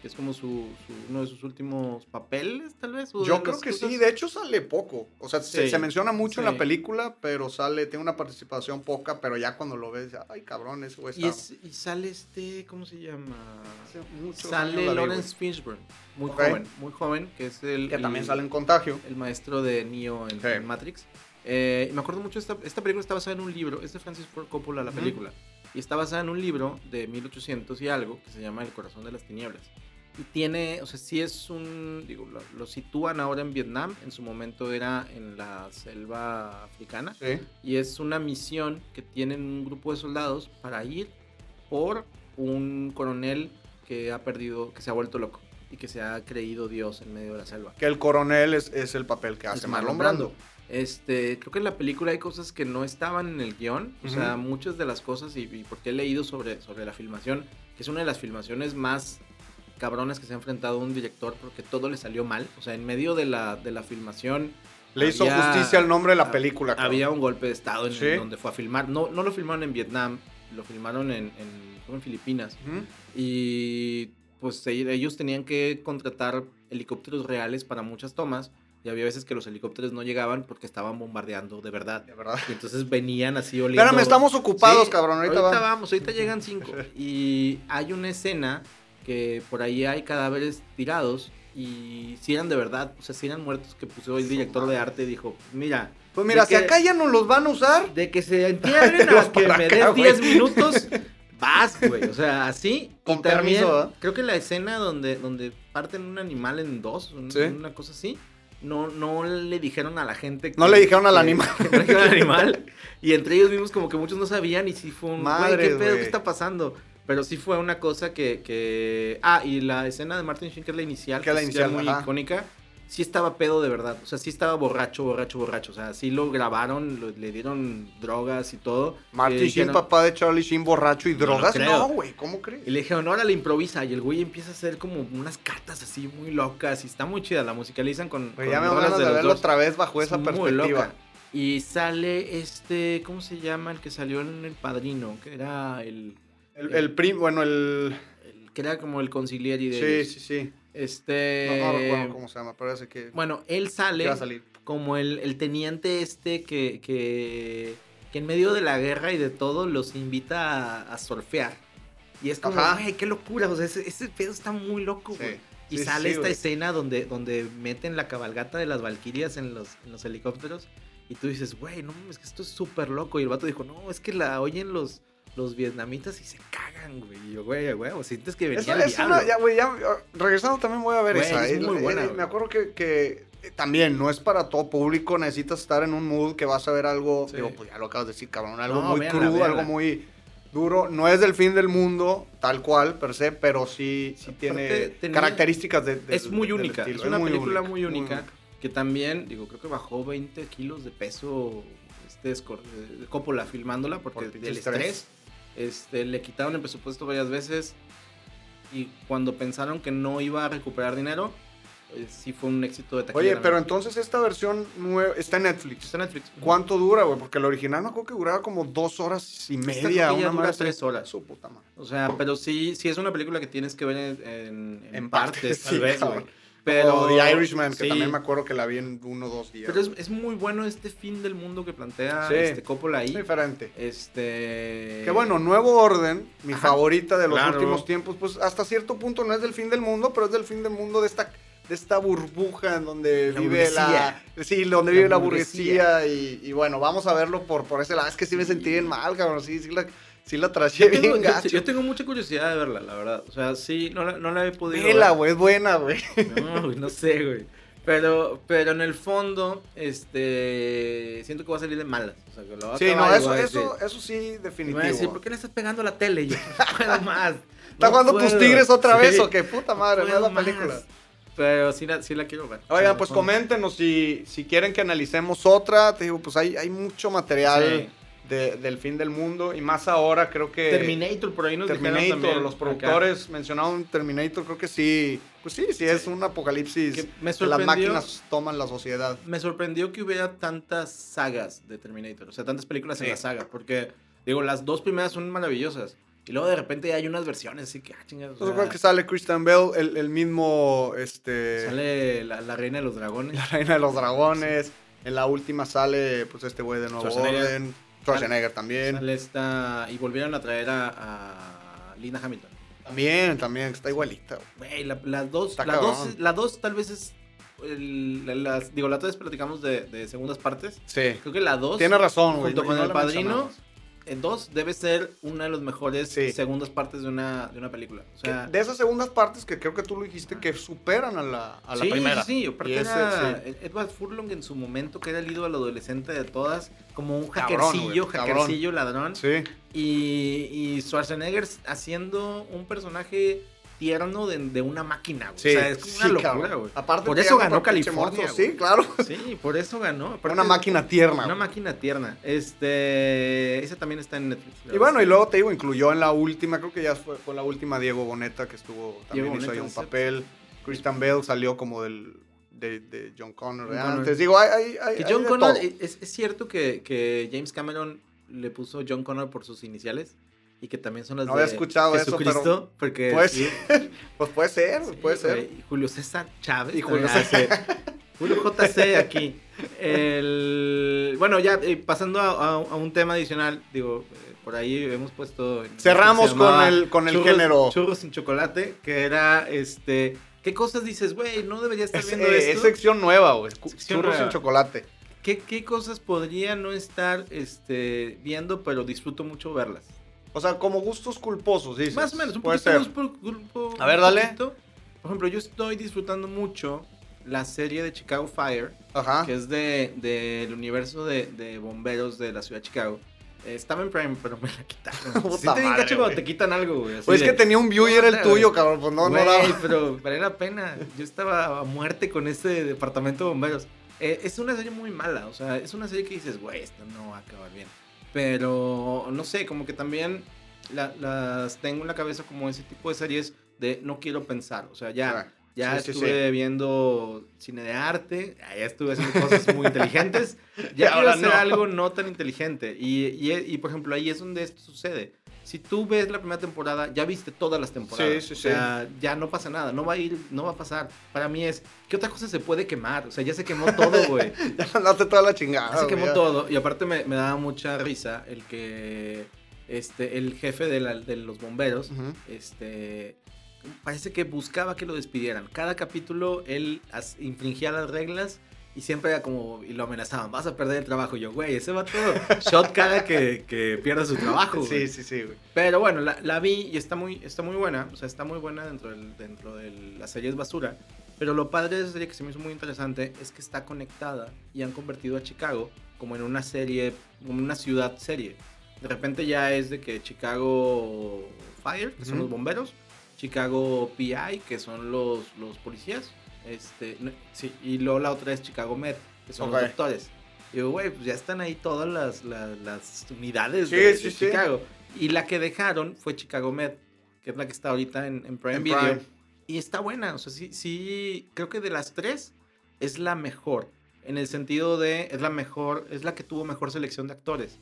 [SPEAKER 1] que es como su, su- uno de sus últimos papeles, tal vez. o de
[SPEAKER 2] Yo
[SPEAKER 1] las
[SPEAKER 2] creo que
[SPEAKER 1] cosas-
[SPEAKER 2] sí, de hecho sale poco. O sea, se,
[SPEAKER 1] Sí,
[SPEAKER 2] se menciona mucho en
[SPEAKER 1] sí.
[SPEAKER 2] la película, pero sale, tiene una participación poca, pero ya cuando lo ves, ya, ay cabrón, ese güey
[SPEAKER 1] Y,
[SPEAKER 2] está.
[SPEAKER 1] es- y sale este, ¿cómo se llama?
[SPEAKER 2] hace muchos años
[SPEAKER 1] Sale
[SPEAKER 2] la vi,
[SPEAKER 1] Lawrence Fishburne, muy
[SPEAKER 2] Ok.
[SPEAKER 1] joven, muy joven, que es el...
[SPEAKER 2] güey. Que también
[SPEAKER 1] el-
[SPEAKER 2] sale en contagio.
[SPEAKER 1] el maestro de Neo en,
[SPEAKER 2] Sí.
[SPEAKER 1] en Matrix. Eh, y me acuerdo mucho, esta, esta película está basada en un libro, es de Francis Ford Coppola la
[SPEAKER 2] Ujú.
[SPEAKER 1] película, y está basada en un libro de 1800 y algo que se llama El corazón de las tinieblas. Y tiene, o sea, sí es un, digo, lo, lo sitúan ahora en Vietnam, en su momento era en la selva africana,
[SPEAKER 2] Sí.
[SPEAKER 1] y es una misión que tienen un grupo de soldados para ir por un coronel que ha perdido, que se ha vuelto loco y que se ha creído Dios en medio de la selva.
[SPEAKER 2] Que el coronel es, es el papel que hace
[SPEAKER 1] Es
[SPEAKER 2] Marlon
[SPEAKER 1] Marlon
[SPEAKER 2] Brando.
[SPEAKER 1] Este, creo que en la película hay cosas que no estaban en el guión. O sea,
[SPEAKER 2] Ujú.
[SPEAKER 1] muchas de las cosas, y, y porque he leído sobre, sobre la filmación, que es una de las filmaciones más cabronas que se ha enfrentado un director porque todo le salió mal. O sea, en medio de la, de la filmación
[SPEAKER 2] Le hizo
[SPEAKER 1] Había-
[SPEAKER 2] justicia al nombre de la
[SPEAKER 1] ha-
[SPEAKER 2] película. Ah, cabrón.
[SPEAKER 1] había un golpe de estado en,
[SPEAKER 2] Sí.
[SPEAKER 1] en donde fue a filmar. No, no lo filmaron en Vietnam, lo filmaron en, en, creo en Filipinas.
[SPEAKER 2] Ujú.
[SPEAKER 1] Y pues e- ellos tenían que contratar helicópteros reales para muchas tomas. Y había veces que los helicópteros no llegaban porque estaban bombardeando de verdad.
[SPEAKER 2] De verdad.
[SPEAKER 1] Y entonces venían así oliendo.
[SPEAKER 2] Espérame, estamos ocupados,
[SPEAKER 1] Sí,
[SPEAKER 2] cabrón. Ahorita, va.
[SPEAKER 1] vamos, ahorita llegan cinco. Y hay una escena que por ahí hay cadáveres tirados y si eran de verdad, o sea, si eran muertos que puso el director de arte, dijo, mira,
[SPEAKER 2] Pues mira,
[SPEAKER 1] de
[SPEAKER 2] si
[SPEAKER 1] que-
[SPEAKER 2] acá ya no los van a usar,
[SPEAKER 1] de que se entierren
[SPEAKER 2] Tráetelos
[SPEAKER 1] a que
[SPEAKER 2] para
[SPEAKER 1] me
[SPEAKER 2] acá,
[SPEAKER 1] des 10
[SPEAKER 2] güey.
[SPEAKER 1] minutos, vas, güey. O sea, así. y
[SPEAKER 2] Con
[SPEAKER 1] también,
[SPEAKER 2] permiso, ¿ah? ¿verdad?
[SPEAKER 1] Creo que la escena donde, donde parten un animal en dos, un-
[SPEAKER 2] Sí.
[SPEAKER 1] una cosa así, no, no le dijeron a la gente.
[SPEAKER 2] No
[SPEAKER 1] que-
[SPEAKER 2] le dijeron al
[SPEAKER 1] que-
[SPEAKER 2] animal.
[SPEAKER 1] que no le dijeron al animal. Y entre ellos mismos, como que muchos no sabían. Y sí fue un. Madre,
[SPEAKER 2] Madres,
[SPEAKER 1] ¿qué pedo?
[SPEAKER 2] güey.
[SPEAKER 1] ¿Qué está pasando? Pero sí fue una cosa que, que- Ah, y la escena de Martin Sheen, que es la inicial,
[SPEAKER 2] Que es la
[SPEAKER 1] sí era
[SPEAKER 2] inicial,
[SPEAKER 1] muy
[SPEAKER 2] ajá.
[SPEAKER 1] icónica sí estaba pedo de verdad. O sea, sí estaba borracho, borracho, borracho. O sea, sí lo grabaron, lo- le dieron drogas y todo.
[SPEAKER 2] Martin
[SPEAKER 1] Y le
[SPEAKER 2] Sheen,
[SPEAKER 1] dijeron-
[SPEAKER 2] papá de Charlie Sheen, borracho y
[SPEAKER 1] No lo
[SPEAKER 2] drogas.
[SPEAKER 1] creo.
[SPEAKER 2] No, güey, ¿cómo
[SPEAKER 1] Y
[SPEAKER 2] crees?
[SPEAKER 1] le dijeron, órale, improvisa. Y el güey empieza a hacer como unas cartas así muy locas. Y está muy chida. La musicalizan con.
[SPEAKER 2] Güey,
[SPEAKER 1] con
[SPEAKER 2] Pues ya me
[SPEAKER 1] rolas
[SPEAKER 2] van a
[SPEAKER 1] de los
[SPEAKER 2] verlo
[SPEAKER 1] Doors.
[SPEAKER 2] otra vez bajo
[SPEAKER 1] Es
[SPEAKER 2] esa
[SPEAKER 1] muy
[SPEAKER 2] perspectiva.
[SPEAKER 1] loca. Y sale este. ¿Cómo se llama? El que salió en El Padrino. Que era el.
[SPEAKER 2] El, el prim, bueno, el.
[SPEAKER 1] el- que era como el conciliar Eh, y de.
[SPEAKER 2] Sí,
[SPEAKER 1] ellos.
[SPEAKER 2] sí, sí. No,
[SPEAKER 1] Este.
[SPEAKER 2] no recuerdo cómo se llama, pero ese que
[SPEAKER 1] Bueno, él
[SPEAKER 2] que
[SPEAKER 1] sale.
[SPEAKER 2] va a salir.
[SPEAKER 1] como el, el teniente este que, que, que en medio de la guerra y de todo los invita a, a surfear. Y es como,
[SPEAKER 2] Ajá.
[SPEAKER 1] güey, qué locura, o sea, ese, ese pedo está muy loco, güey.
[SPEAKER 2] Sí.
[SPEAKER 1] Y
[SPEAKER 2] sí,
[SPEAKER 1] sale
[SPEAKER 2] sí,
[SPEAKER 1] esta
[SPEAKER 2] güey.
[SPEAKER 1] escena donde, donde meten la cabalgata de las valquirias en los, en los helicópteros. Y tú dices, güey, no mames, que esto es súper loco. Y el vato dijo, no, es que la oyen los, los vietnamitas y se cagan, güey. Y yo, güey, a huevo, sientes que venía
[SPEAKER 2] Esa-
[SPEAKER 1] el
[SPEAKER 2] es una-
[SPEAKER 1] diablo.
[SPEAKER 2] ya, güey, ya, ah, regresando también voy a ver
[SPEAKER 1] Güey,
[SPEAKER 2] esa.
[SPEAKER 1] es
[SPEAKER 2] eh,
[SPEAKER 1] muy
[SPEAKER 2] eh,
[SPEAKER 1] buena,
[SPEAKER 2] eh,
[SPEAKER 1] güey.
[SPEAKER 2] me acuerdo que, que, eh, también no es para todo público. Necesitas estar en un mood que vas a ver algo.
[SPEAKER 1] Sí.
[SPEAKER 2] Digo, pues ya lo acabas de decir, cabrón. Algo
[SPEAKER 1] No,
[SPEAKER 2] muy
[SPEAKER 1] véanla,
[SPEAKER 2] crudo,
[SPEAKER 1] véanla.
[SPEAKER 2] algo muy duro. No es del fin del mundo, tal cual, per se, pero sí, sí tiene
[SPEAKER 1] tenía-
[SPEAKER 2] características de, de-
[SPEAKER 1] es muy
[SPEAKER 2] del
[SPEAKER 1] única.
[SPEAKER 2] estilo,
[SPEAKER 1] Es una película
[SPEAKER 2] única,
[SPEAKER 1] muy única, que también, digo, creo que bajó 20 kilos de peso este Scor- eh, Coppola filmándola porque
[SPEAKER 2] Por pinche
[SPEAKER 1] del estrés. Este, le quitaron el presupuesto varias veces y cuando pensaron que no iba a recuperar dinero, eh, sí fue un éxito de taquilla.
[SPEAKER 2] Oye,
[SPEAKER 1] la
[SPEAKER 2] pero
[SPEAKER 1] verdad.
[SPEAKER 2] entonces esta versión nueva está en Netflix.
[SPEAKER 1] Está en Netflix.
[SPEAKER 2] ¿Cuánto dura, güey? Porque el original no creo que duraba como dos horas y
[SPEAKER 1] Esta
[SPEAKER 2] media.
[SPEAKER 1] taquilla
[SPEAKER 2] Una
[SPEAKER 1] dura
[SPEAKER 2] más
[SPEAKER 1] tres horas.
[SPEAKER 2] Su puta madre.
[SPEAKER 1] O sea, pero sí, sí es una película que tienes que ver en, en, en
[SPEAKER 2] En
[SPEAKER 1] partes,
[SPEAKER 2] partes,
[SPEAKER 1] tal
[SPEAKER 2] sí,
[SPEAKER 1] vez,
[SPEAKER 2] cabrón.
[SPEAKER 1] güey. Pero
[SPEAKER 2] O The Irishman, que
[SPEAKER 1] sí.
[SPEAKER 2] también me acuerdo que la vi en uno o dos días.
[SPEAKER 1] Pero es, es muy bueno este fin del mundo que plantea
[SPEAKER 2] Sí.
[SPEAKER 1] este Coppola ahí.
[SPEAKER 2] Es diferente.
[SPEAKER 1] Este.
[SPEAKER 2] que bueno, Nuevo Orden, mi
[SPEAKER 1] Ajá.
[SPEAKER 2] favorita de los
[SPEAKER 1] Claro.
[SPEAKER 2] últimos tiempos, pues hasta cierto punto no es del fin del mundo, pero es del fin del mundo de esta, de esta burbuja en donde
[SPEAKER 1] La
[SPEAKER 2] vive
[SPEAKER 1] burguesía.
[SPEAKER 2] la. Sí, donde
[SPEAKER 1] La
[SPEAKER 2] vive la
[SPEAKER 1] burguesía.
[SPEAKER 2] burguesía. y, y bueno, vamos a verlo por, por ese lado. Es que sí me sentí bien mal, cabrón. Sí, sí la, sí la trashé
[SPEAKER 1] Yo tengo,
[SPEAKER 2] bien
[SPEAKER 1] yo-
[SPEAKER 2] gacho.
[SPEAKER 1] yo tengo mucha curiosidad de verla, la verdad. O sea, sí, no la, no la he podido.
[SPEAKER 2] Vela,
[SPEAKER 1] ver.
[SPEAKER 2] güey, es buena, güey.
[SPEAKER 1] No, güey, no sé, güey. Pero, pero en el fondo, este. Siento que va a salir de malas. O sea, que lo va a
[SPEAKER 2] Sí,
[SPEAKER 1] acabar
[SPEAKER 2] no,
[SPEAKER 1] y
[SPEAKER 2] eso,
[SPEAKER 1] Ah, voy a
[SPEAKER 2] eso,
[SPEAKER 1] decir-
[SPEAKER 2] eso sí,
[SPEAKER 1] y voy a decir, ¿por
[SPEAKER 2] definitivo.
[SPEAKER 1] qué le estás pegando a la tele? Yo no puedo más.
[SPEAKER 2] ¿Está
[SPEAKER 1] No
[SPEAKER 2] jugando tus
[SPEAKER 1] puedo.
[SPEAKER 2] tigres otra vez
[SPEAKER 1] Sí,
[SPEAKER 2] o qué? Puta madre, no es
[SPEAKER 1] puedo
[SPEAKER 2] la
[SPEAKER 1] más.
[SPEAKER 2] película.
[SPEAKER 1] Pero sí la, sí la quiero ver.
[SPEAKER 2] Oigan,
[SPEAKER 1] Sí,
[SPEAKER 2] pues
[SPEAKER 1] no.
[SPEAKER 2] coméntenos si, si quieren que analicemos otra. Te digo, pues hay, hay mucho material de- del fin del mundo. Y más ahora creo que
[SPEAKER 1] Terminator, por ahí nos dejaron
[SPEAKER 2] eh, Terminator,
[SPEAKER 1] también
[SPEAKER 2] los
[SPEAKER 1] acá.
[SPEAKER 2] productores mencionaron Terminator, creo que sí. Pues sí, sí, es un apocalipsis.
[SPEAKER 1] Que me
[SPEAKER 2] que las
[SPEAKER 1] sorprendió.
[SPEAKER 2] máquinas toman la sociedad.
[SPEAKER 1] me sorprendió que hubiera tantas sagas de Terminator, o sea, tantas películas
[SPEAKER 2] Sí.
[SPEAKER 1] en la saga, porque, digo, las dos primeras son maravillosas, y luego de repente hay unas versiones, así que, ah, chingados.
[SPEAKER 2] Entonces Pues, creo que sale Christian Bell, el, el mismo, este,
[SPEAKER 1] sale la, la reina de los dragones.
[SPEAKER 2] la reina de los dragones. En la última sale, pues este güey de nuevo
[SPEAKER 1] Schwarzenegger.
[SPEAKER 2] orden. Schwarzenegger también.
[SPEAKER 1] Sale esta, y volvieron a traer a, a Linda Hamilton.
[SPEAKER 2] También, también, está igualita. güey.
[SPEAKER 1] Güey, la- las dos,
[SPEAKER 2] Está
[SPEAKER 1] la dos,
[SPEAKER 2] cabrón.
[SPEAKER 1] la dos tal vez es, el- la- las, digo, la otra vez platicamos de, de segundas partes,
[SPEAKER 2] Sí.
[SPEAKER 1] creo que la dos,
[SPEAKER 2] Tiene razón, güey.
[SPEAKER 1] junto
[SPEAKER 2] no-
[SPEAKER 1] con
[SPEAKER 2] no
[SPEAKER 1] El
[SPEAKER 2] la
[SPEAKER 1] Padrino,
[SPEAKER 2] mencionamos.
[SPEAKER 1] en dos debe ser una de las mejores
[SPEAKER 2] Sí.
[SPEAKER 1] segundas partes de una, de una película. O
[SPEAKER 2] que
[SPEAKER 1] sea,
[SPEAKER 2] de esas segundas partes que creo que tú lo dijiste que superan a la, a la
[SPEAKER 1] sí,
[SPEAKER 2] primera.
[SPEAKER 1] Sí, sí, aparte
[SPEAKER 2] Y ese,
[SPEAKER 1] era Edward Furlong en su momento, que era el ídolo adolescente de todas, como un
[SPEAKER 2] Cabrón,
[SPEAKER 1] hackercillo,
[SPEAKER 2] güey, cabrón.
[SPEAKER 1] hackercillo, ladrón.
[SPEAKER 2] Sí.
[SPEAKER 1] Y, y Schwarzenegger haciendo un personaje tierno de, de una máquina, güey.
[SPEAKER 2] Sí,
[SPEAKER 1] o sea, es como una
[SPEAKER 2] sí,
[SPEAKER 1] locura,
[SPEAKER 2] cabrón.
[SPEAKER 1] güey.
[SPEAKER 2] Aparte
[SPEAKER 1] Por
[SPEAKER 2] te
[SPEAKER 1] eso
[SPEAKER 2] llaman
[SPEAKER 1] ganó
[SPEAKER 2] por pinche
[SPEAKER 1] California,
[SPEAKER 2] monstruo,
[SPEAKER 1] güey.
[SPEAKER 2] Sí, claro.
[SPEAKER 1] Sí, por eso ganó. aparte
[SPEAKER 2] Una
[SPEAKER 1] es
[SPEAKER 2] máquina tierna.
[SPEAKER 1] Una
[SPEAKER 2] güey.
[SPEAKER 1] máquina tierna. Este. Esa también está en Netflix. la
[SPEAKER 2] Y bueno,
[SPEAKER 1] verdad.
[SPEAKER 2] y luego te digo, incluyó en la última, creo que ya fue, fue la última Diego Boneta que estuvo, también
[SPEAKER 1] Diego
[SPEAKER 2] hizo ahí
[SPEAKER 1] Boneta,
[SPEAKER 2] un
[SPEAKER 1] sí.
[SPEAKER 2] papel. Christian Bale salió como del de, de John Connor de
[SPEAKER 1] John Connor.
[SPEAKER 2] antes. Digo, hay, hay, hay-
[SPEAKER 1] Que
[SPEAKER 2] hay
[SPEAKER 1] John
[SPEAKER 2] de
[SPEAKER 1] Connor,
[SPEAKER 2] todo.
[SPEAKER 1] es, es cierto que, que James Cameron le puso John Connor por sus iniciales y que también son las
[SPEAKER 2] No
[SPEAKER 1] de
[SPEAKER 2] había escuchado eso,
[SPEAKER 1] Jesucristo, porque
[SPEAKER 2] Puede
[SPEAKER 1] sí,
[SPEAKER 2] Pues puede ser,
[SPEAKER 1] sí,
[SPEAKER 2] puede ser.
[SPEAKER 1] güey, y Julio César Chávez.
[SPEAKER 2] Y Julio
[SPEAKER 1] también hace- Julio JC aquí. El- bueno, ya eh, pasando a, a- a un tema adicional, digo, eh, por ahí hemos puesto...
[SPEAKER 2] Cerramos
[SPEAKER 1] se
[SPEAKER 2] con
[SPEAKER 1] llamaba
[SPEAKER 2] el, con el
[SPEAKER 1] Churros-
[SPEAKER 2] género.
[SPEAKER 1] Churros sin chocolate, que era este ¿Qué cosas dices, güey? No debería estar
[SPEAKER 2] Es,
[SPEAKER 1] viendo
[SPEAKER 2] eh, es
[SPEAKER 1] esto.
[SPEAKER 2] sección nueva, güey. cu-
[SPEAKER 1] Sección
[SPEAKER 2] Churros
[SPEAKER 1] nueva.
[SPEAKER 2] en chocolate.
[SPEAKER 1] ¿Qué, qué cosas podría no estar este, viendo, pero disfruto mucho verlas?
[SPEAKER 2] O sea, como gustos culposos, dices.
[SPEAKER 1] Más o menos, un
[SPEAKER 2] Puede
[SPEAKER 1] poquito
[SPEAKER 2] ser.
[SPEAKER 1] más por grupo.
[SPEAKER 2] A ver,
[SPEAKER 1] un
[SPEAKER 2] dale.
[SPEAKER 1] poquito. Por ejemplo, yo estoy disfrutando mucho la serie de Chicago Fire,
[SPEAKER 2] Ajá.
[SPEAKER 1] que es de- del universo de, de bomberos de la ciudad de Chicago. Eh, estaba en Prime, pero me la quitaron.
[SPEAKER 2] Puta
[SPEAKER 1] sí te
[SPEAKER 2] madre,
[SPEAKER 1] engacho cuando
[SPEAKER 2] güey.
[SPEAKER 1] te quitan algo, güey. así
[SPEAKER 2] Pues es
[SPEAKER 1] de-
[SPEAKER 2] que tenía un viewer el
[SPEAKER 1] Puta,
[SPEAKER 2] tuyo,
[SPEAKER 1] güey.
[SPEAKER 2] cabrón. Pues no,
[SPEAKER 1] Güey,
[SPEAKER 2] no daba.
[SPEAKER 1] pero vale la pena. Yo estaba a muerte con este departamento de bomberos. Eh, es una serie muy mala, o sea, es una serie que dices, güey, esto no va a acabar bien. Pero, no sé, como que también la- las tengo en la cabeza como ese tipo de series de no quiero pensar. O sea, ya,
[SPEAKER 2] Ah,
[SPEAKER 1] ya
[SPEAKER 2] sí, sí,
[SPEAKER 1] estuve viendo cine de arte, ya ya estuve haciendo cosas muy inteligentes.
[SPEAKER 2] Y
[SPEAKER 1] Ya quiero
[SPEAKER 2] ahora
[SPEAKER 1] hacer
[SPEAKER 2] no.
[SPEAKER 1] algo no tan inteligente. Y, y, y, por ejemplo, ahí es donde esto sucede. Si tú ves la primera temporada, ya viste todas las temporadas.
[SPEAKER 2] Sí, sí,
[SPEAKER 1] o sea, ya no pasa nada, no va a ir, no va a pasar. Para mí es, ¿qué otra cosa se puede quemar? O sea, ya se quemó todo, güey.
[SPEAKER 2] Ya mandaste toda la
[SPEAKER 1] Ya
[SPEAKER 2] chingada.
[SPEAKER 1] se quemó
[SPEAKER 2] güey.
[SPEAKER 1] todo. Y aparte me, me daba mucha risa el que este, el jefe de, la- de los bomberos
[SPEAKER 2] Ujú.
[SPEAKER 1] este parece que buscaba que lo despidieran. Cada capítulo él as- infringía las reglas y siempre era como y lo amenazaban, vas a perder el trabajo. Y yo, güey, ese va todo shot cada que, que pierda su trabajo.
[SPEAKER 2] Sí,
[SPEAKER 1] güey".
[SPEAKER 2] sí, sí, güey.
[SPEAKER 1] Pero bueno, la, la vi y está muy, está muy buena. O sea, está muy buena dentro, del, dentro de la serie es basura. Pero lo padre de esa serie que se me hizo muy interesante es que está conectada y han convertido a Chicago como en una serie, como una ciudad serie. De repente ya es de que Chicago Fire, que son
[SPEAKER 2] Ujú.
[SPEAKER 1] los bomberos, Chicago PI, que son los, los policías, este, no- sí, y luego la otra es Chicago Med, que son
[SPEAKER 2] Ok.
[SPEAKER 1] los doctores. Y digo, güey, pues ya están ahí todas las, las, las unidades
[SPEAKER 2] Sí,
[SPEAKER 1] de,
[SPEAKER 2] sí,
[SPEAKER 1] de
[SPEAKER 2] sí.
[SPEAKER 1] Chicago. Y la que dejaron fue Chicago Med, que es la que está ahorita en, en Prime
[SPEAKER 2] En
[SPEAKER 1] Video.
[SPEAKER 2] Prime.
[SPEAKER 1] Y está buena, o sea, sí, sí, creo que de las tres es la mejor. En el sentido de, es la mejor, es la que tuvo mejor selección de actores.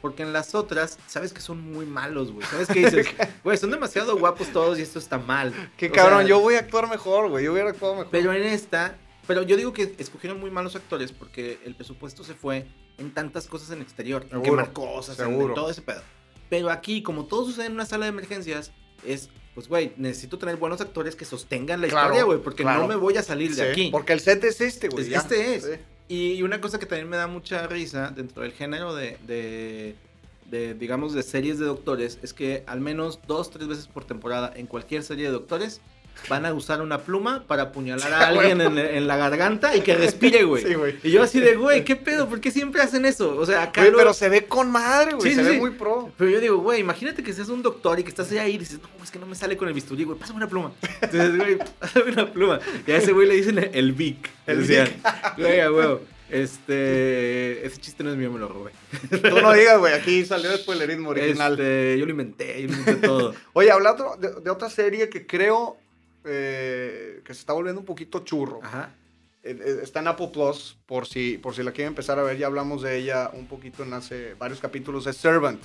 [SPEAKER 1] Porque en las otras, sabes que son muy malos, güey. Sabes que dices, güey, son demasiado guapos todos y esto está mal.
[SPEAKER 2] Qué
[SPEAKER 1] O
[SPEAKER 2] cabrón,
[SPEAKER 1] sea,
[SPEAKER 2] yo voy a actuar mejor, güey. Yo hubiera actuado mejor.
[SPEAKER 1] pero en esta, pero yo digo que escogieron muy malos actores porque el presupuesto se fue en tantas cosas en exterior, en
[SPEAKER 2] Seguro,
[SPEAKER 1] quemar cosas, en-
[SPEAKER 2] seguro.
[SPEAKER 1] en todo ese pedo. Pero aquí, como todo sucede en una sala de emergencias, es, pues, güey, necesito tener buenos actores que sostengan la
[SPEAKER 2] Claro,
[SPEAKER 1] historia, güey, porque
[SPEAKER 2] claro.
[SPEAKER 1] no me voy a salir
[SPEAKER 2] Sí,
[SPEAKER 1] de aquí.
[SPEAKER 2] Porque el set es este, güey.
[SPEAKER 1] Es-
[SPEAKER 2] ya.
[SPEAKER 1] este es.
[SPEAKER 2] Sí.
[SPEAKER 1] Y una cosa que también me da mucha risa dentro del género de, de, de, digamos, de series de doctores es que al menos dos, tres veces por temporada en cualquier serie de doctores van a usar una pluma para apuñalar a alguien en, en la garganta y que respire, güey.
[SPEAKER 2] Sí, güey.
[SPEAKER 1] Y yo así de, güey, ¿qué pedo? ¿Por qué siempre hacen eso? O sea, acá
[SPEAKER 2] Güey,
[SPEAKER 1] lo-
[SPEAKER 2] pero se ve con madre, güey.
[SPEAKER 1] Sí,
[SPEAKER 2] se
[SPEAKER 1] sí,
[SPEAKER 2] ve
[SPEAKER 1] sí.
[SPEAKER 2] muy pro.
[SPEAKER 1] pero yo digo, güey, imagínate que seas un doctor y que estás ahí y dices, no, es que no me sale con el bisturí, güey, pásame una pluma. Entonces, güey, pásame una pluma. Y a ese güey le dicen el Vic.
[SPEAKER 2] El
[SPEAKER 1] El Vic. Güey, a huevo. Este. Ese chiste no es mío, me lo robé.
[SPEAKER 2] Tú no digas, güey. Aquí salió el spoilerismo original.
[SPEAKER 1] Este, yo lo inventé, yo lo inventé todo.
[SPEAKER 2] Oye, habla otro- de, de otra serie que creo eh, que se está volviendo un poquito churro.
[SPEAKER 1] Ajá.
[SPEAKER 2] Eh, eh, Está en Apple Plus, por si, por si la quieren empezar a ver. Ya hablamos de ella un poquito en hace varios capítulos. Es Servant.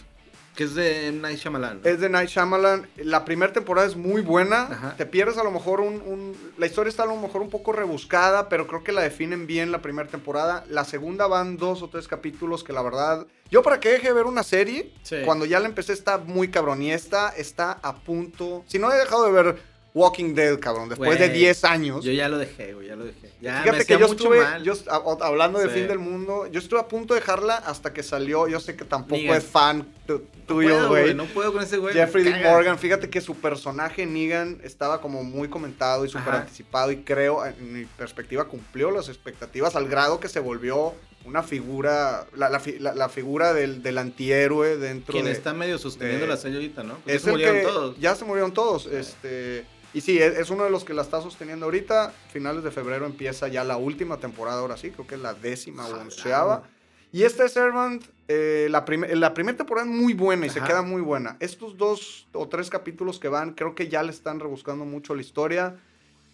[SPEAKER 1] Que es de Night Shyamalan. ¿no?
[SPEAKER 2] Es de Night Shyamalan. La primera temporada es muy buena.
[SPEAKER 1] Ajá.
[SPEAKER 2] Te pierdes a lo mejor un, un- La historia está a lo mejor un poco rebuscada, pero creo que la definen bien la primera temporada. La segunda van dos o tres capítulos que la verdad... Yo para que deje de ver una serie,
[SPEAKER 1] Sí.
[SPEAKER 2] cuando ya la empecé está muy cabrón. Y esta está a punto... Si no he dejado de ver Walking Dead, cabrón, después de
[SPEAKER 1] Güey,
[SPEAKER 2] 10 años...
[SPEAKER 1] Yo ya lo dejé, güey, ya lo dejé. Ya me
[SPEAKER 2] Fíjate
[SPEAKER 1] hacía
[SPEAKER 2] que yo
[SPEAKER 1] mucho
[SPEAKER 2] estuve,
[SPEAKER 1] mal.
[SPEAKER 2] yo, a- o- hablando de
[SPEAKER 1] Sí.
[SPEAKER 2] fin del mundo, yo estuve a punto de dejarla hasta que salió. Yo sé que tampoco
[SPEAKER 1] Negan.
[SPEAKER 2] es fan tu-
[SPEAKER 1] no
[SPEAKER 2] tuyo,
[SPEAKER 1] puedo,
[SPEAKER 2] güey.
[SPEAKER 1] No puedo con ese güey. me
[SPEAKER 2] Jeffrey Dean
[SPEAKER 1] caga.
[SPEAKER 2] Morgan, fíjate que su personaje Negan estaba como muy comentado y súper
[SPEAKER 1] Ajá.
[SPEAKER 2] anticipado y creo, en mi perspectiva, cumplió las expectativas al grado que se volvió una figura, la, la fi- la- la figura del, del antihéroe dentro
[SPEAKER 1] Quien
[SPEAKER 2] de...
[SPEAKER 1] está medio sosteniendo
[SPEAKER 2] de-
[SPEAKER 1] la serie ahorita, ¿no? Porque
[SPEAKER 2] es
[SPEAKER 1] se
[SPEAKER 2] el
[SPEAKER 1] murieron
[SPEAKER 2] que-
[SPEAKER 1] todos.
[SPEAKER 2] Ya se murieron todos. Este, y sí, es, es uno de los que la está sosteniendo ahorita. Finales de febrero empieza ya la última temporada, ahora sí, creo que es la décima o
[SPEAKER 1] Ojalá,
[SPEAKER 2] onceava.
[SPEAKER 1] güey.
[SPEAKER 2] Y esta es Servant, eh, la, prim- la primera temporada es muy buena y se
[SPEAKER 1] Ajá.
[SPEAKER 2] queda muy buena. Estos dos o tres capítulos que van, creo que ya le están rebuscando mucho la historia.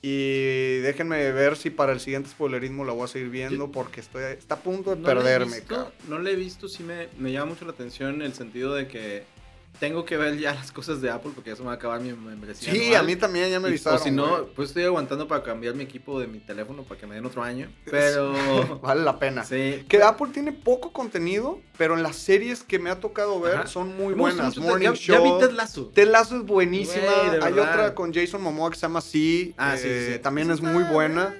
[SPEAKER 2] Y déjenme ver si para el siguiente spoilerismo la voy a seguir viendo porque estoy, está a punto de
[SPEAKER 1] No la he
[SPEAKER 2] perderme.
[SPEAKER 1] visto,
[SPEAKER 2] cabrón.
[SPEAKER 1] No la he visto, sí me, me llama mucho la atención en el sentido de que tengo que ver ya las cosas de Apple porque ya se me va a acabar mi membresía.
[SPEAKER 2] Sí,
[SPEAKER 1] anual.
[SPEAKER 2] a mí también ya me
[SPEAKER 1] Y,
[SPEAKER 2] avisaron.
[SPEAKER 1] O si no,
[SPEAKER 2] güey.
[SPEAKER 1] pues estoy aguantando para cambiar mi equipo de mi teléfono para que me den otro año. Pero.
[SPEAKER 2] Vale la pena.
[SPEAKER 1] sí.
[SPEAKER 2] Que Apple tiene poco contenido, pero en las series que me ha tocado ver
[SPEAKER 1] Ajá.
[SPEAKER 2] son muy
[SPEAKER 1] Me gusta
[SPEAKER 2] buenas.
[SPEAKER 1] mucho.
[SPEAKER 2] Morning
[SPEAKER 1] ya,
[SPEAKER 2] Show.
[SPEAKER 1] Ya vi Ted Lasso.
[SPEAKER 2] Ted Lasso es buenísima.
[SPEAKER 1] Güey, de
[SPEAKER 2] Hay
[SPEAKER 1] verdad.
[SPEAKER 2] otra con Jason Momoa que se llama Sí.
[SPEAKER 1] Ah, sí,
[SPEAKER 2] eh,
[SPEAKER 1] sí.
[SPEAKER 2] También es
[SPEAKER 1] Está-
[SPEAKER 2] muy buena.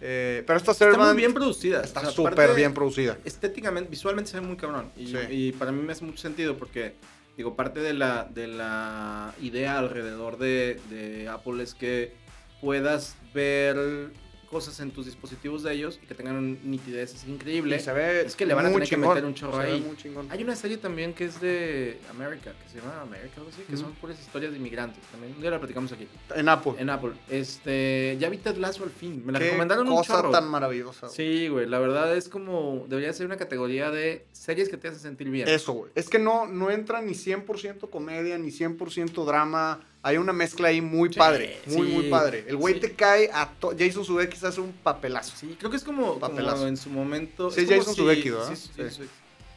[SPEAKER 2] Eh, pero esta
[SPEAKER 1] Está muy
[SPEAKER 2] Servant
[SPEAKER 1] bien producida.
[SPEAKER 2] está
[SPEAKER 1] O sea,
[SPEAKER 2] súper
[SPEAKER 1] aparte,
[SPEAKER 2] bien producida.
[SPEAKER 1] Estéticamente, visualmente se ve muy cabrón. Y,
[SPEAKER 2] Sí.
[SPEAKER 1] y para mí me hace mucho sentido porque, digo, parte de la, de la idea alrededor de, de Apple es que puedas ver cosas en tus dispositivos de ellos y que tengan nitidez. Es increíble.
[SPEAKER 2] Y se ve
[SPEAKER 1] Es que le van a
[SPEAKER 2] muy
[SPEAKER 1] tener que
[SPEAKER 2] chingón.
[SPEAKER 1] meter un chorro
[SPEAKER 2] Se ve
[SPEAKER 1] ahí.
[SPEAKER 2] muy chingón.
[SPEAKER 1] Hay una serie también que es de América, que se llama América, algo así, que son puras historias de inmigrantes. También un día la platicamos aquí,
[SPEAKER 2] En Apple.
[SPEAKER 1] en Apple. Este, ya vi Ted Lasso al fin, me la
[SPEAKER 2] Qué
[SPEAKER 1] recomendaron un
[SPEAKER 2] cosa
[SPEAKER 1] chorro.
[SPEAKER 2] tan maravillosa. güey.
[SPEAKER 1] Sí, güey, la verdad es como, debería ser una categoría de series que te hacen sentir bien.
[SPEAKER 2] Eso, güey. Es que no, no entra ni 100% comedia, ni 100% drama. Hay una mezcla ahí muy
[SPEAKER 1] Sí,
[SPEAKER 2] padre. Muy,
[SPEAKER 1] sí,
[SPEAKER 2] muy padre. El güey
[SPEAKER 1] sí.
[SPEAKER 2] te cae a todo. Jason Sudeikis hace un papelazo.
[SPEAKER 1] Sí, creo que es como, como
[SPEAKER 2] Papelazo.
[SPEAKER 1] en su momento...
[SPEAKER 2] Sí,
[SPEAKER 1] es como
[SPEAKER 2] Jason Sudeikis, ¿verdad?
[SPEAKER 1] sí, sí, sí,
[SPEAKER 2] Sí.
[SPEAKER 1] sí.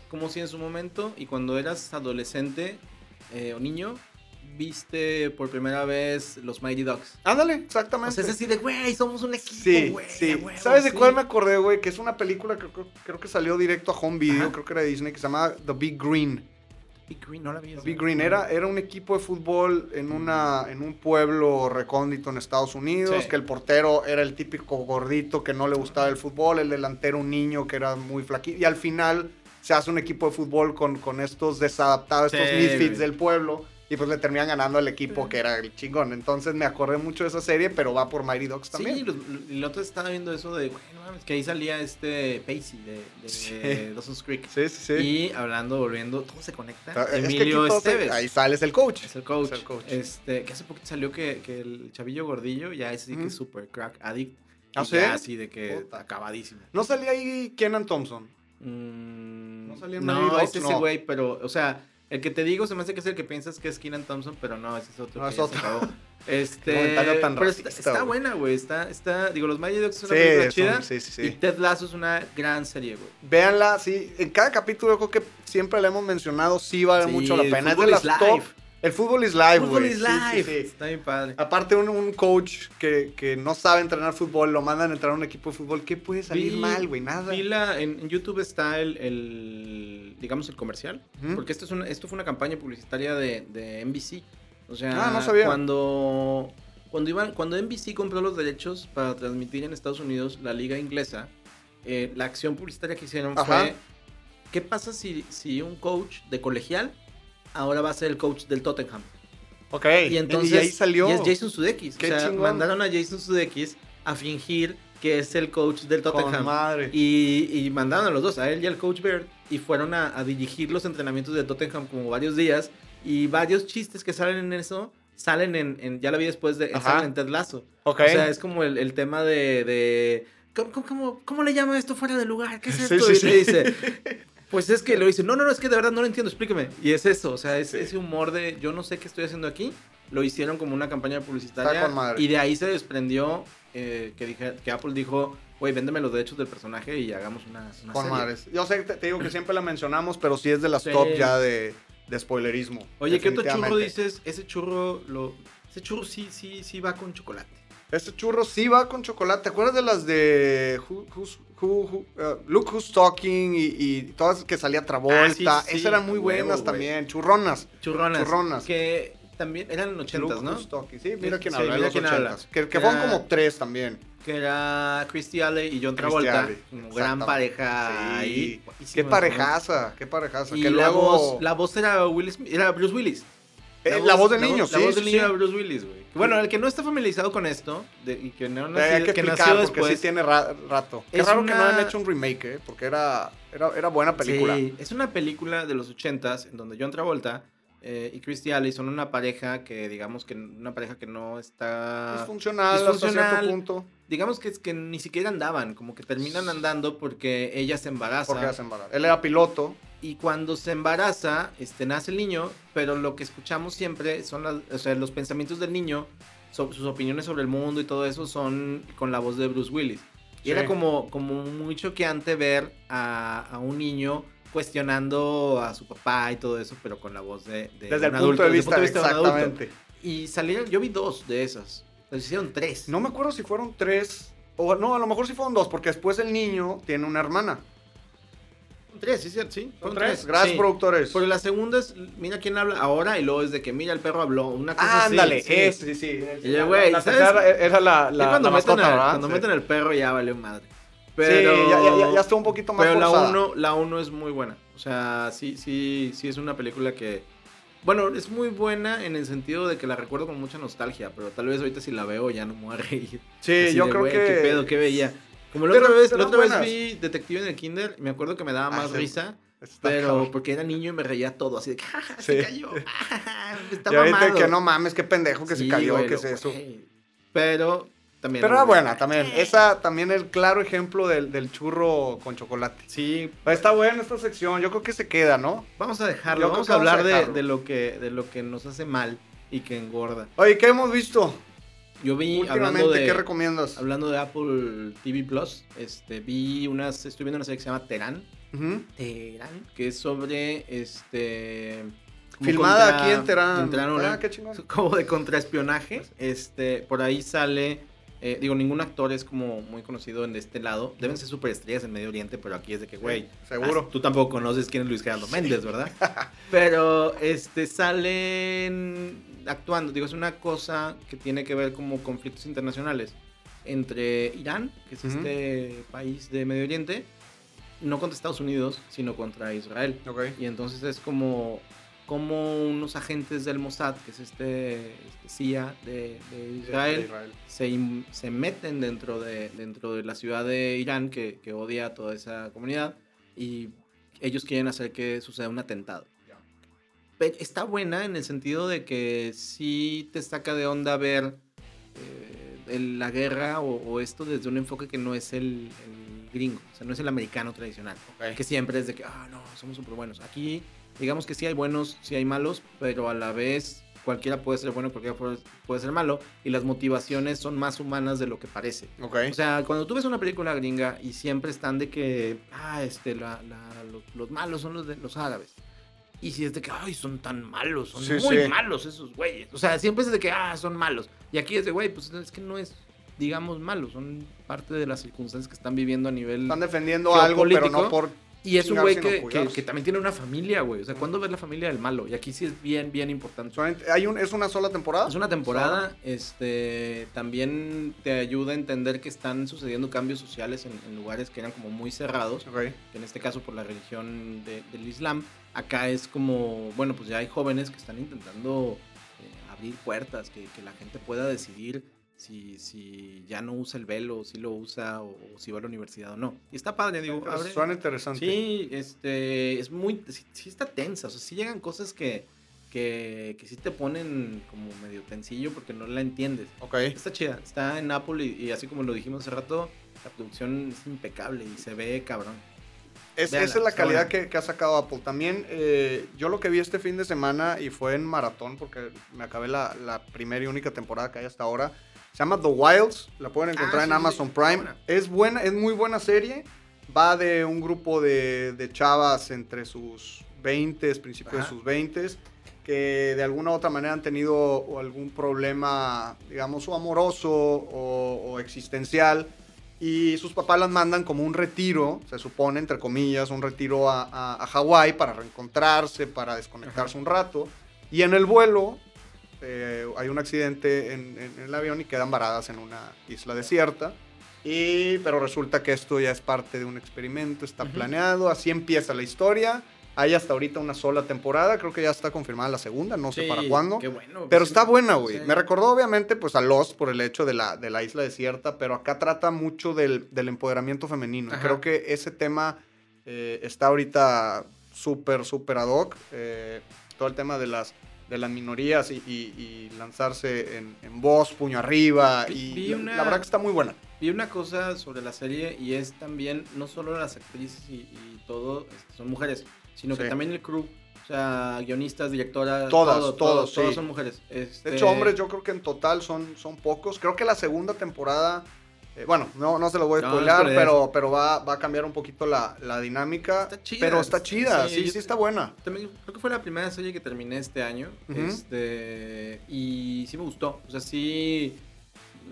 [SPEAKER 1] Como si en su momento y cuando eras adolescente eh, o niño, viste por primera vez los Mighty Ducks.
[SPEAKER 2] Ándale,
[SPEAKER 1] O
[SPEAKER 2] exactamente.
[SPEAKER 1] sea, es así de, güey, somos un equipo,
[SPEAKER 2] Sí,
[SPEAKER 1] güey,
[SPEAKER 2] sí.
[SPEAKER 1] a huevo,
[SPEAKER 2] ¿Sabes de
[SPEAKER 1] sí.
[SPEAKER 2] cuál me acordé, güey? Que es una película que creo, creo que salió directo a home video,
[SPEAKER 1] Ajá.
[SPEAKER 2] creo que era de Disney, que se llama The Big Green.
[SPEAKER 1] Big Green, no la vi.
[SPEAKER 2] The
[SPEAKER 1] esa.
[SPEAKER 2] Big Green era, era un equipo de fútbol en, una, en un pueblo recóndito en Estados Unidos,
[SPEAKER 1] Sí.
[SPEAKER 2] que el portero era el típico gordito que no le gustaba el fútbol, el delantero un niño que era muy flaquito, y al final se hace un equipo de fútbol con, con estos desadaptados, estos
[SPEAKER 1] Sí,
[SPEAKER 2] misfits
[SPEAKER 1] güey.
[SPEAKER 2] del pueblo, y pues le terminan ganando al equipo que era el chingón. Entonces me acordé mucho de esa serie, pero va por Mighty Dogs también.
[SPEAKER 1] Sí, los- los- el otro estaba viendo eso de, güey, no mames, que ahí salía este Pacey de, de
[SPEAKER 2] Sí.
[SPEAKER 1] Dawson's Creek.
[SPEAKER 2] sí, sí. sí.
[SPEAKER 1] Y hablando, volviendo, todo se conecta.
[SPEAKER 2] Está- Ah, es que aquí
[SPEAKER 1] Emilio
[SPEAKER 2] todo se-
[SPEAKER 1] Esteves.
[SPEAKER 2] ahí sales el coach.
[SPEAKER 1] Es el coach.
[SPEAKER 2] Es el coach.
[SPEAKER 1] Este, que hace poquito salió que, que el chavillo gordillo ya es así que
[SPEAKER 2] Mm.
[SPEAKER 1] es super crack addict.
[SPEAKER 2] Ah,
[SPEAKER 1] Y
[SPEAKER 2] ¿sí?
[SPEAKER 1] ya así de que
[SPEAKER 2] Puta.
[SPEAKER 1] acabadísimo.
[SPEAKER 2] No salía ahí Kenan Thompson.
[SPEAKER 1] Mm,
[SPEAKER 2] ¿No
[SPEAKER 1] no
[SPEAKER 2] salía en Mighty Ducks?
[SPEAKER 1] es ese
[SPEAKER 2] No.
[SPEAKER 1] güey, pero, o sea, el que te digo se me hace que es el que piensas que es Keenan Thompson, pero no, ese es otro.
[SPEAKER 2] No,
[SPEAKER 1] que ya
[SPEAKER 2] es
[SPEAKER 1] se
[SPEAKER 2] otro.
[SPEAKER 1] acabó. Este,
[SPEAKER 2] Qué comentario tan
[SPEAKER 1] pero está,
[SPEAKER 2] racista,
[SPEAKER 1] está
[SPEAKER 2] güey.
[SPEAKER 1] buena, güey. Está, está, digo, los Mighty Ducks es una película
[SPEAKER 2] Sí,
[SPEAKER 1] chida.
[SPEAKER 2] son- sí, sí,
[SPEAKER 1] Y
[SPEAKER 2] sí.
[SPEAKER 1] Ted Lasso es una gran serie, güey.
[SPEAKER 2] Véanla, sí. En cada capítulo yo creo que siempre la hemos mencionado, sí vale
[SPEAKER 1] Sí,
[SPEAKER 2] mucho la
[SPEAKER 1] el
[SPEAKER 2] pena. Es de
[SPEAKER 1] fútbol
[SPEAKER 2] las
[SPEAKER 1] is life.
[SPEAKER 2] top. El fútbol is live, güey.
[SPEAKER 1] Fútbol is
[SPEAKER 2] Sí, sí,
[SPEAKER 1] life.
[SPEAKER 2] sí.
[SPEAKER 1] Está bien padre.
[SPEAKER 2] Aparte, un, un coach que, que no sabe entrenar fútbol, lo mandan a entrenar a un equipo de fútbol. ¿Qué puede salir
[SPEAKER 1] Vi-
[SPEAKER 2] mal, güey? Nada.
[SPEAKER 1] vi la- en, en YouTube está el, el, digamos, el comercial.
[SPEAKER 2] Ujú.
[SPEAKER 1] Porque esto, es una- esto fue una campaña publicitaria de, de NBC. O sea,
[SPEAKER 2] Ah, no sabía.
[SPEAKER 1] cuando cuando iban cuando NBC compró los derechos para transmitir en Estados Unidos la liga inglesa, eh, la acción publicitaria que hicieron
[SPEAKER 2] Ajá.
[SPEAKER 1] fue, ¿qué pasa si, si un coach de colegial ahora va a ser el coach del Tottenham?
[SPEAKER 2] Ok.
[SPEAKER 1] Y entonces.
[SPEAKER 2] ahí salió.
[SPEAKER 1] y es Jason Sudeikis.
[SPEAKER 2] Qué
[SPEAKER 1] o sea,
[SPEAKER 2] chingón.
[SPEAKER 1] mandaron a Jason Sudeikis a fingir que es el coach del
[SPEAKER 2] con
[SPEAKER 1] Tottenham.
[SPEAKER 2] madre.
[SPEAKER 1] Y, y mandaron a los dos, a él y al coach Bird, y fueron a, a dirigir los entrenamientos de Tottenham como varios días. Y varios chistes que salen en eso salen en, en- ya la vi después de,
[SPEAKER 2] Ajá.
[SPEAKER 1] salen en Ted Lasso.
[SPEAKER 2] ok.
[SPEAKER 1] O sea, es como el, el tema de, de- ¿cómo, cómo- cómo, cómo le llama esto fuera de lugar? ¿Qué es
[SPEAKER 2] Sí,
[SPEAKER 1] esto?
[SPEAKER 2] sí,
[SPEAKER 1] y
[SPEAKER 2] sí.
[SPEAKER 1] le dice, pues es que lo dice, no, no, no, es que de verdad no lo entiendo, explíqueme. Y es eso, o sea, es
[SPEAKER 2] Sí.
[SPEAKER 1] ese humor de yo no sé qué estoy haciendo aquí. Lo hicieron como una campaña publicitaria.
[SPEAKER 2] Está con madre.
[SPEAKER 1] Y de ahí se desprendió eh, que, dije, que Apple dijo, güey, véndeme los derechos del personaje y hagamos una, una
[SPEAKER 2] con
[SPEAKER 1] serie".
[SPEAKER 2] madres. Yo sé que te, te digo que siempre la mencionamos, pero sí es de las
[SPEAKER 1] Sí.
[SPEAKER 2] top ya de, de spoilerismo.
[SPEAKER 1] Oye, ¿qué otro churro
[SPEAKER 2] definitivamente.
[SPEAKER 1] dices? Ese churro, lo, ese churro sí, sí, sí va con chocolate.
[SPEAKER 2] Este churro sí va con chocolate. ¿Te acuerdas de las de Who- Who's- Who- Who- eh, Look Who's Talking y, y todas que salía Travolta?
[SPEAKER 1] Ah, sí, sí,
[SPEAKER 2] Esas eran muy
[SPEAKER 1] huevo,
[SPEAKER 2] buenas
[SPEAKER 1] güey.
[SPEAKER 2] también. Churronas.
[SPEAKER 1] Churronas.
[SPEAKER 2] Churronas.
[SPEAKER 1] Que también eran en los ochentas,
[SPEAKER 2] Look
[SPEAKER 1] ¿no?
[SPEAKER 2] Who's Talking. Sí, mira quién
[SPEAKER 1] Sí,
[SPEAKER 2] habla.
[SPEAKER 1] mira
[SPEAKER 2] los
[SPEAKER 1] quién habla.
[SPEAKER 2] ochentas. Que, que fueron
[SPEAKER 1] Era-
[SPEAKER 2] como tres también.
[SPEAKER 1] Que era Christy Alley y John
[SPEAKER 2] Christy
[SPEAKER 1] Travolta.
[SPEAKER 2] Alley,
[SPEAKER 1] como gran
[SPEAKER 2] exactamente.
[SPEAKER 1] pareja
[SPEAKER 2] Sí.
[SPEAKER 1] ahí.
[SPEAKER 2] Qué
[SPEAKER 1] Guapísimas,
[SPEAKER 2] parejaza, qué parejaza.
[SPEAKER 1] ¿no? Y
[SPEAKER 2] que
[SPEAKER 1] la,
[SPEAKER 2] luego-
[SPEAKER 1] voz, la voz era, Will Smith- era Bruce Willis.
[SPEAKER 2] Eh, la voz del
[SPEAKER 1] la
[SPEAKER 2] niño,
[SPEAKER 1] voz-
[SPEAKER 2] sí.
[SPEAKER 1] La voz del
[SPEAKER 2] sí,
[SPEAKER 1] niño
[SPEAKER 2] sí.
[SPEAKER 1] era Bruce Willis, güey. Bueno, el que no está familiarizado con esto de- y que, no nació-
[SPEAKER 2] Hay que
[SPEAKER 1] que
[SPEAKER 2] explicar
[SPEAKER 1] nació
[SPEAKER 2] porque
[SPEAKER 1] después.
[SPEAKER 2] sí tiene ra- rato. Qué
[SPEAKER 1] Es
[SPEAKER 2] raro que no
[SPEAKER 1] una-
[SPEAKER 2] han hecho un remake, eh, porque era, era, era buena película.
[SPEAKER 1] Sí, es una película de los ochentas en donde John Travolta eh, y Christy Alley son una pareja que, digamos, que una pareja que no está...
[SPEAKER 2] Es funcional hasta cierto
[SPEAKER 1] Disfuncional.
[SPEAKER 2] punto.
[SPEAKER 1] Digamos que es que ni siquiera andaban, como que terminan andando porque ella se embaraza.
[SPEAKER 2] Porque ya se embarazó. Él era piloto.
[SPEAKER 1] Y cuando se embaraza, este, nace el niño, pero lo que escuchamos siempre son las- o sea, los pensamientos del niño, so- sus opiniones sobre el mundo y todo eso son con la voz de Bruce Willis. Y
[SPEAKER 2] Sí.
[SPEAKER 1] era como, como muy choqueante ver a, a un niño cuestionando a su papá y todo eso, pero con la voz de, de
[SPEAKER 2] Desde
[SPEAKER 1] un
[SPEAKER 2] el punto
[SPEAKER 1] adulto, desde
[SPEAKER 2] de
[SPEAKER 1] el
[SPEAKER 2] vista,
[SPEAKER 1] punto de vista de un adulto.
[SPEAKER 2] exactamente.
[SPEAKER 1] Y salieron, yo vi dos de esas. Les hicieron tres.
[SPEAKER 2] No me acuerdo si fueron tres. O no, a lo mejor sí fueron dos, porque después el niño tiene una hermana.
[SPEAKER 1] Fueron Tres, sí, sí, sí.
[SPEAKER 2] ¿Son
[SPEAKER 1] fueron
[SPEAKER 2] tres? Gracias,
[SPEAKER 1] sí.
[SPEAKER 2] productores.
[SPEAKER 1] Porque la segunda es, mira quién habla ahora, y luego es de que mira el perro habló, una cosa
[SPEAKER 2] Ah,
[SPEAKER 1] así.
[SPEAKER 2] ándale,
[SPEAKER 1] sí.
[SPEAKER 2] es, sí, sí.
[SPEAKER 1] Y yo, güey,
[SPEAKER 2] la
[SPEAKER 1] ¿sabes?
[SPEAKER 2] tercera era la, la,
[SPEAKER 1] Ya cuando
[SPEAKER 2] la
[SPEAKER 1] meten,
[SPEAKER 2] mascota,
[SPEAKER 1] al,
[SPEAKER 2] ¿verdad?
[SPEAKER 1] cuando
[SPEAKER 2] Sí.
[SPEAKER 1] meten al perro ya valió madre. Pero,
[SPEAKER 2] Pero... Sí, ya, ya- ya- ya estuvo un poquito más
[SPEAKER 1] pero la
[SPEAKER 2] forzada.
[SPEAKER 1] 1 la uno es muy buena. O sea, sí, sí, sí es una película que... Bueno, es muy buena en el sentido de que la recuerdo con mucha nostalgia, pero tal vez ahorita si la veo ya no me voy a reír.
[SPEAKER 2] Sí,
[SPEAKER 1] Así
[SPEAKER 2] yo
[SPEAKER 1] de,
[SPEAKER 2] creo
[SPEAKER 1] "Güey,
[SPEAKER 2] que...
[SPEAKER 1] ¿Qué pedo? ¿Qué veía? Como la
[SPEAKER 2] Pero-
[SPEAKER 1] otra, vez,
[SPEAKER 2] pero
[SPEAKER 1] la otra vez
[SPEAKER 2] buenas.
[SPEAKER 1] vi Detective en el Kinder y me acuerdo que me daba
[SPEAKER 2] Ah,
[SPEAKER 1] más
[SPEAKER 2] sí.
[SPEAKER 1] risa,
[SPEAKER 2] Está
[SPEAKER 1] pero
[SPEAKER 2] cabrón.
[SPEAKER 1] porque era niño y me reía todo, así de que, "Ja, ja,
[SPEAKER 2] Sí.
[SPEAKER 1] se cayó, ah, ja, ja, está
[SPEAKER 2] Y ahorita
[SPEAKER 1] mamado".
[SPEAKER 2] que no mames, qué pendejo que
[SPEAKER 1] Sí,
[SPEAKER 2] se cayó,
[SPEAKER 1] güey,
[SPEAKER 2] que
[SPEAKER 1] lo-
[SPEAKER 2] es eso.
[SPEAKER 1] güey. Pero también...
[SPEAKER 2] Pero era
[SPEAKER 1] muy
[SPEAKER 2] buena también. Esa también el claro ejemplo del, del churro con chocolate.
[SPEAKER 1] Sí,
[SPEAKER 2] Está buena esta sección, yo creo que se queda, ¿no?
[SPEAKER 1] vamos a
[SPEAKER 2] Yo
[SPEAKER 1] dejarlo,
[SPEAKER 2] creo
[SPEAKER 1] vamos
[SPEAKER 2] que
[SPEAKER 1] a
[SPEAKER 2] vamos a
[SPEAKER 1] hablar de,
[SPEAKER 2] dejarlo.
[SPEAKER 1] de lo que, de lo que nos hace mal y que engorda.
[SPEAKER 2] Oye, ¿qué hemos visto
[SPEAKER 1] Yo vi, hablando
[SPEAKER 2] últimamente? ¿Qué
[SPEAKER 1] de,
[SPEAKER 2] recomiendas?
[SPEAKER 1] hablando de Apple TV Plus, este, vi unas, estoy viendo una serie que se llama Terán,
[SPEAKER 2] Ujú.
[SPEAKER 1] Terán, que es sobre, este... como
[SPEAKER 2] Filmada
[SPEAKER 1] contra-
[SPEAKER 2] aquí en Terán.
[SPEAKER 1] en Terán, una-
[SPEAKER 2] Ah, qué chingón.
[SPEAKER 1] como de contraespionaje. Este, por ahí sale. eh, digo, ningún actor es como muy conocido en de este lado. Deben ser superestrellas en Medio Oriente, pero aquí es de que, güey.
[SPEAKER 2] Seguro.
[SPEAKER 1] ah, Tú tampoco conoces quién es Luis Gerardo Méndez, ¿verdad? Pero este salen actuando. Digo, es una cosa que tiene que ver como conflictos internacionales entre Irán, que es
[SPEAKER 2] Ujú.
[SPEAKER 1] este país de Medio Oriente, no contra Estados Unidos, sino contra Israel.
[SPEAKER 2] Ok.
[SPEAKER 1] Y entonces es como, como unos agentes del Mossad, que es este, este CIA de, de Israel, se, in- se meten dentro de, dentro de la ciudad de Irán, que, que odia a toda esa comunidad, y ellos quieren hacer que suceda un atentado.
[SPEAKER 2] Ya.
[SPEAKER 1] Pero está buena en el sentido de que sí te saca de onda ver eh, el- la guerra o, o esto desde un enfoque que no es el, el gringo, o sea, no es el americano tradicional
[SPEAKER 2] Ok.
[SPEAKER 1] que siempre es de que, ah, no, somos súper buenos. Aquí, digamos que sí hay buenos, sí hay malos, pero a la vez cualquiera puede ser bueno, cualquiera puede, puede ser malo, y las motivaciones son más humanas de lo que parece.
[SPEAKER 2] Ok.
[SPEAKER 1] O sea, cuando tú ves una película gringa y siempre están de que, ah, este, la- la- los, los malos son los, de, los árabes. Y si es de que, ay, son tan malos, son
[SPEAKER 2] Sí,
[SPEAKER 1] muy
[SPEAKER 2] sí.
[SPEAKER 1] malos esos güeyes. O sea, siempre es de que, ah, son malos. Y aquí es de, güey, pues es que no es, digamos, malos, son parte de las circunstancias que están viviendo a nivel...
[SPEAKER 2] Están defendiendo algo, pero no
[SPEAKER 1] geopolítico.
[SPEAKER 2] por...
[SPEAKER 1] Y es un
[SPEAKER 2] Chingar
[SPEAKER 1] güey
[SPEAKER 2] sin
[SPEAKER 1] que,
[SPEAKER 2] apoyarse.
[SPEAKER 1] que- que también tiene una familia, güey. O sea, ¿cuándo ves la familia del malo? Y aquí sí es bien, bien importante.
[SPEAKER 2] son- Hay un, ¿Es una sola temporada?
[SPEAKER 1] Es una temporada, este, también te ayuda a entender que están sucediendo cambios sociales en, en lugares que eran como muy cerrados,
[SPEAKER 2] Ok.
[SPEAKER 1] que en este caso por la religión de- del Islam. Acá es como, bueno, pues ya hay jóvenes que están intentando eh, abrir puertas, que, que la gente pueda decidir si, si ya no usa el velo, si lo usa o, o si va a la universidad o no. Y está padre, digo,
[SPEAKER 2] Pero
[SPEAKER 1] abre-
[SPEAKER 2] Suena interesante.
[SPEAKER 1] Sí, este, es muy, sí, sí está tensa, o sea, sí llegan cosas que, que, que sí te ponen como medio tensillo porque no la entiendes.
[SPEAKER 2] Ok.
[SPEAKER 1] Está chida, está en Apple y, y así como lo dijimos hace rato, la producción es impecable y se ve cabrón.
[SPEAKER 2] Es-
[SPEAKER 1] Véanla,
[SPEAKER 2] esa es la
[SPEAKER 1] está
[SPEAKER 2] calidad
[SPEAKER 1] buena.
[SPEAKER 2] que, que ha sacado Apple. También eh, yo lo que vi este fin de semana y fue en maratón porque me acabé la, la primera y única temporada que hay hasta ahora. Se llama The Wilds, la pueden
[SPEAKER 1] Ah,
[SPEAKER 2] encontrar en
[SPEAKER 1] sí, sí,
[SPEAKER 2] Amazon
[SPEAKER 1] sí,
[SPEAKER 2] Prime.
[SPEAKER 1] buena.
[SPEAKER 2] Es buena, es muy buena serie. Va de un grupo de, de chavas entre sus 20, principios de
[SPEAKER 1] Ajá.
[SPEAKER 2] sus 20, que de alguna u otra manera han tenido o algún problema, digamos, o amoroso o- o existencial y sus papás las mandan como un retiro, se supone, entre comillas, un retiro a, a- a Hawái para reencontrarse, para desconectarse un rato. Y en el vuelo eh, hay un accidente en, en- en el avión y quedan varadas en una isla desierta. Y, pero resulta que esto ya es parte de un experimento, está
[SPEAKER 1] Ujú.
[SPEAKER 2] planeado, así empieza la historia. Hay hasta ahorita una sola temporada, creo que ya está confirmada la segunda, no sé para cuándo.
[SPEAKER 1] Qué bueno.
[SPEAKER 2] Pero
[SPEAKER 1] sí,
[SPEAKER 2] está buena, güey.
[SPEAKER 1] sí.
[SPEAKER 2] Me recordó obviamente pues a Lost por el hecho de la, de la isla desierta, pero acá trata mucho del, del empoderamiento femenino.
[SPEAKER 1] Ajá.
[SPEAKER 2] Creo que ese tema eh, está ahorita súper, súper ad hoc. eh, todo el tema de las, de las minorías y, y- y lanzarse en, en voz, puño arriba.
[SPEAKER 1] Vi-
[SPEAKER 2] Y
[SPEAKER 1] vi
[SPEAKER 2] la-
[SPEAKER 1] una-
[SPEAKER 2] la verdad que está muy buena.
[SPEAKER 1] Vi una cosa sobre la serie y es también, no solo las actrices y, y todo, este, son mujeres, sino
[SPEAKER 2] Sí.
[SPEAKER 1] que también el crew, o sea, guionistas, directoras,
[SPEAKER 2] Todas,
[SPEAKER 1] todo,
[SPEAKER 2] todos,
[SPEAKER 1] todos
[SPEAKER 2] sí.
[SPEAKER 1] son mujeres.
[SPEAKER 2] De
[SPEAKER 1] Este,
[SPEAKER 2] hecho, hombres, yo creo que en total son, son pocos. Creo que la segunda temporada Eh, bueno, no, no se lo voy a
[SPEAKER 1] No,
[SPEAKER 2] spoilar,
[SPEAKER 1] no es por eso.
[SPEAKER 2] pero, pero va, va a cambiar un poquito la, la dinámica.
[SPEAKER 1] Está chida.
[SPEAKER 2] Pero está chida,
[SPEAKER 1] Sí,
[SPEAKER 2] sí, sí,
[SPEAKER 1] yo-
[SPEAKER 2] está buena.
[SPEAKER 1] También creo que fue la primera serie que terminé este año.
[SPEAKER 2] Ujú.
[SPEAKER 1] Este. Y sí me gustó. O sea, sí.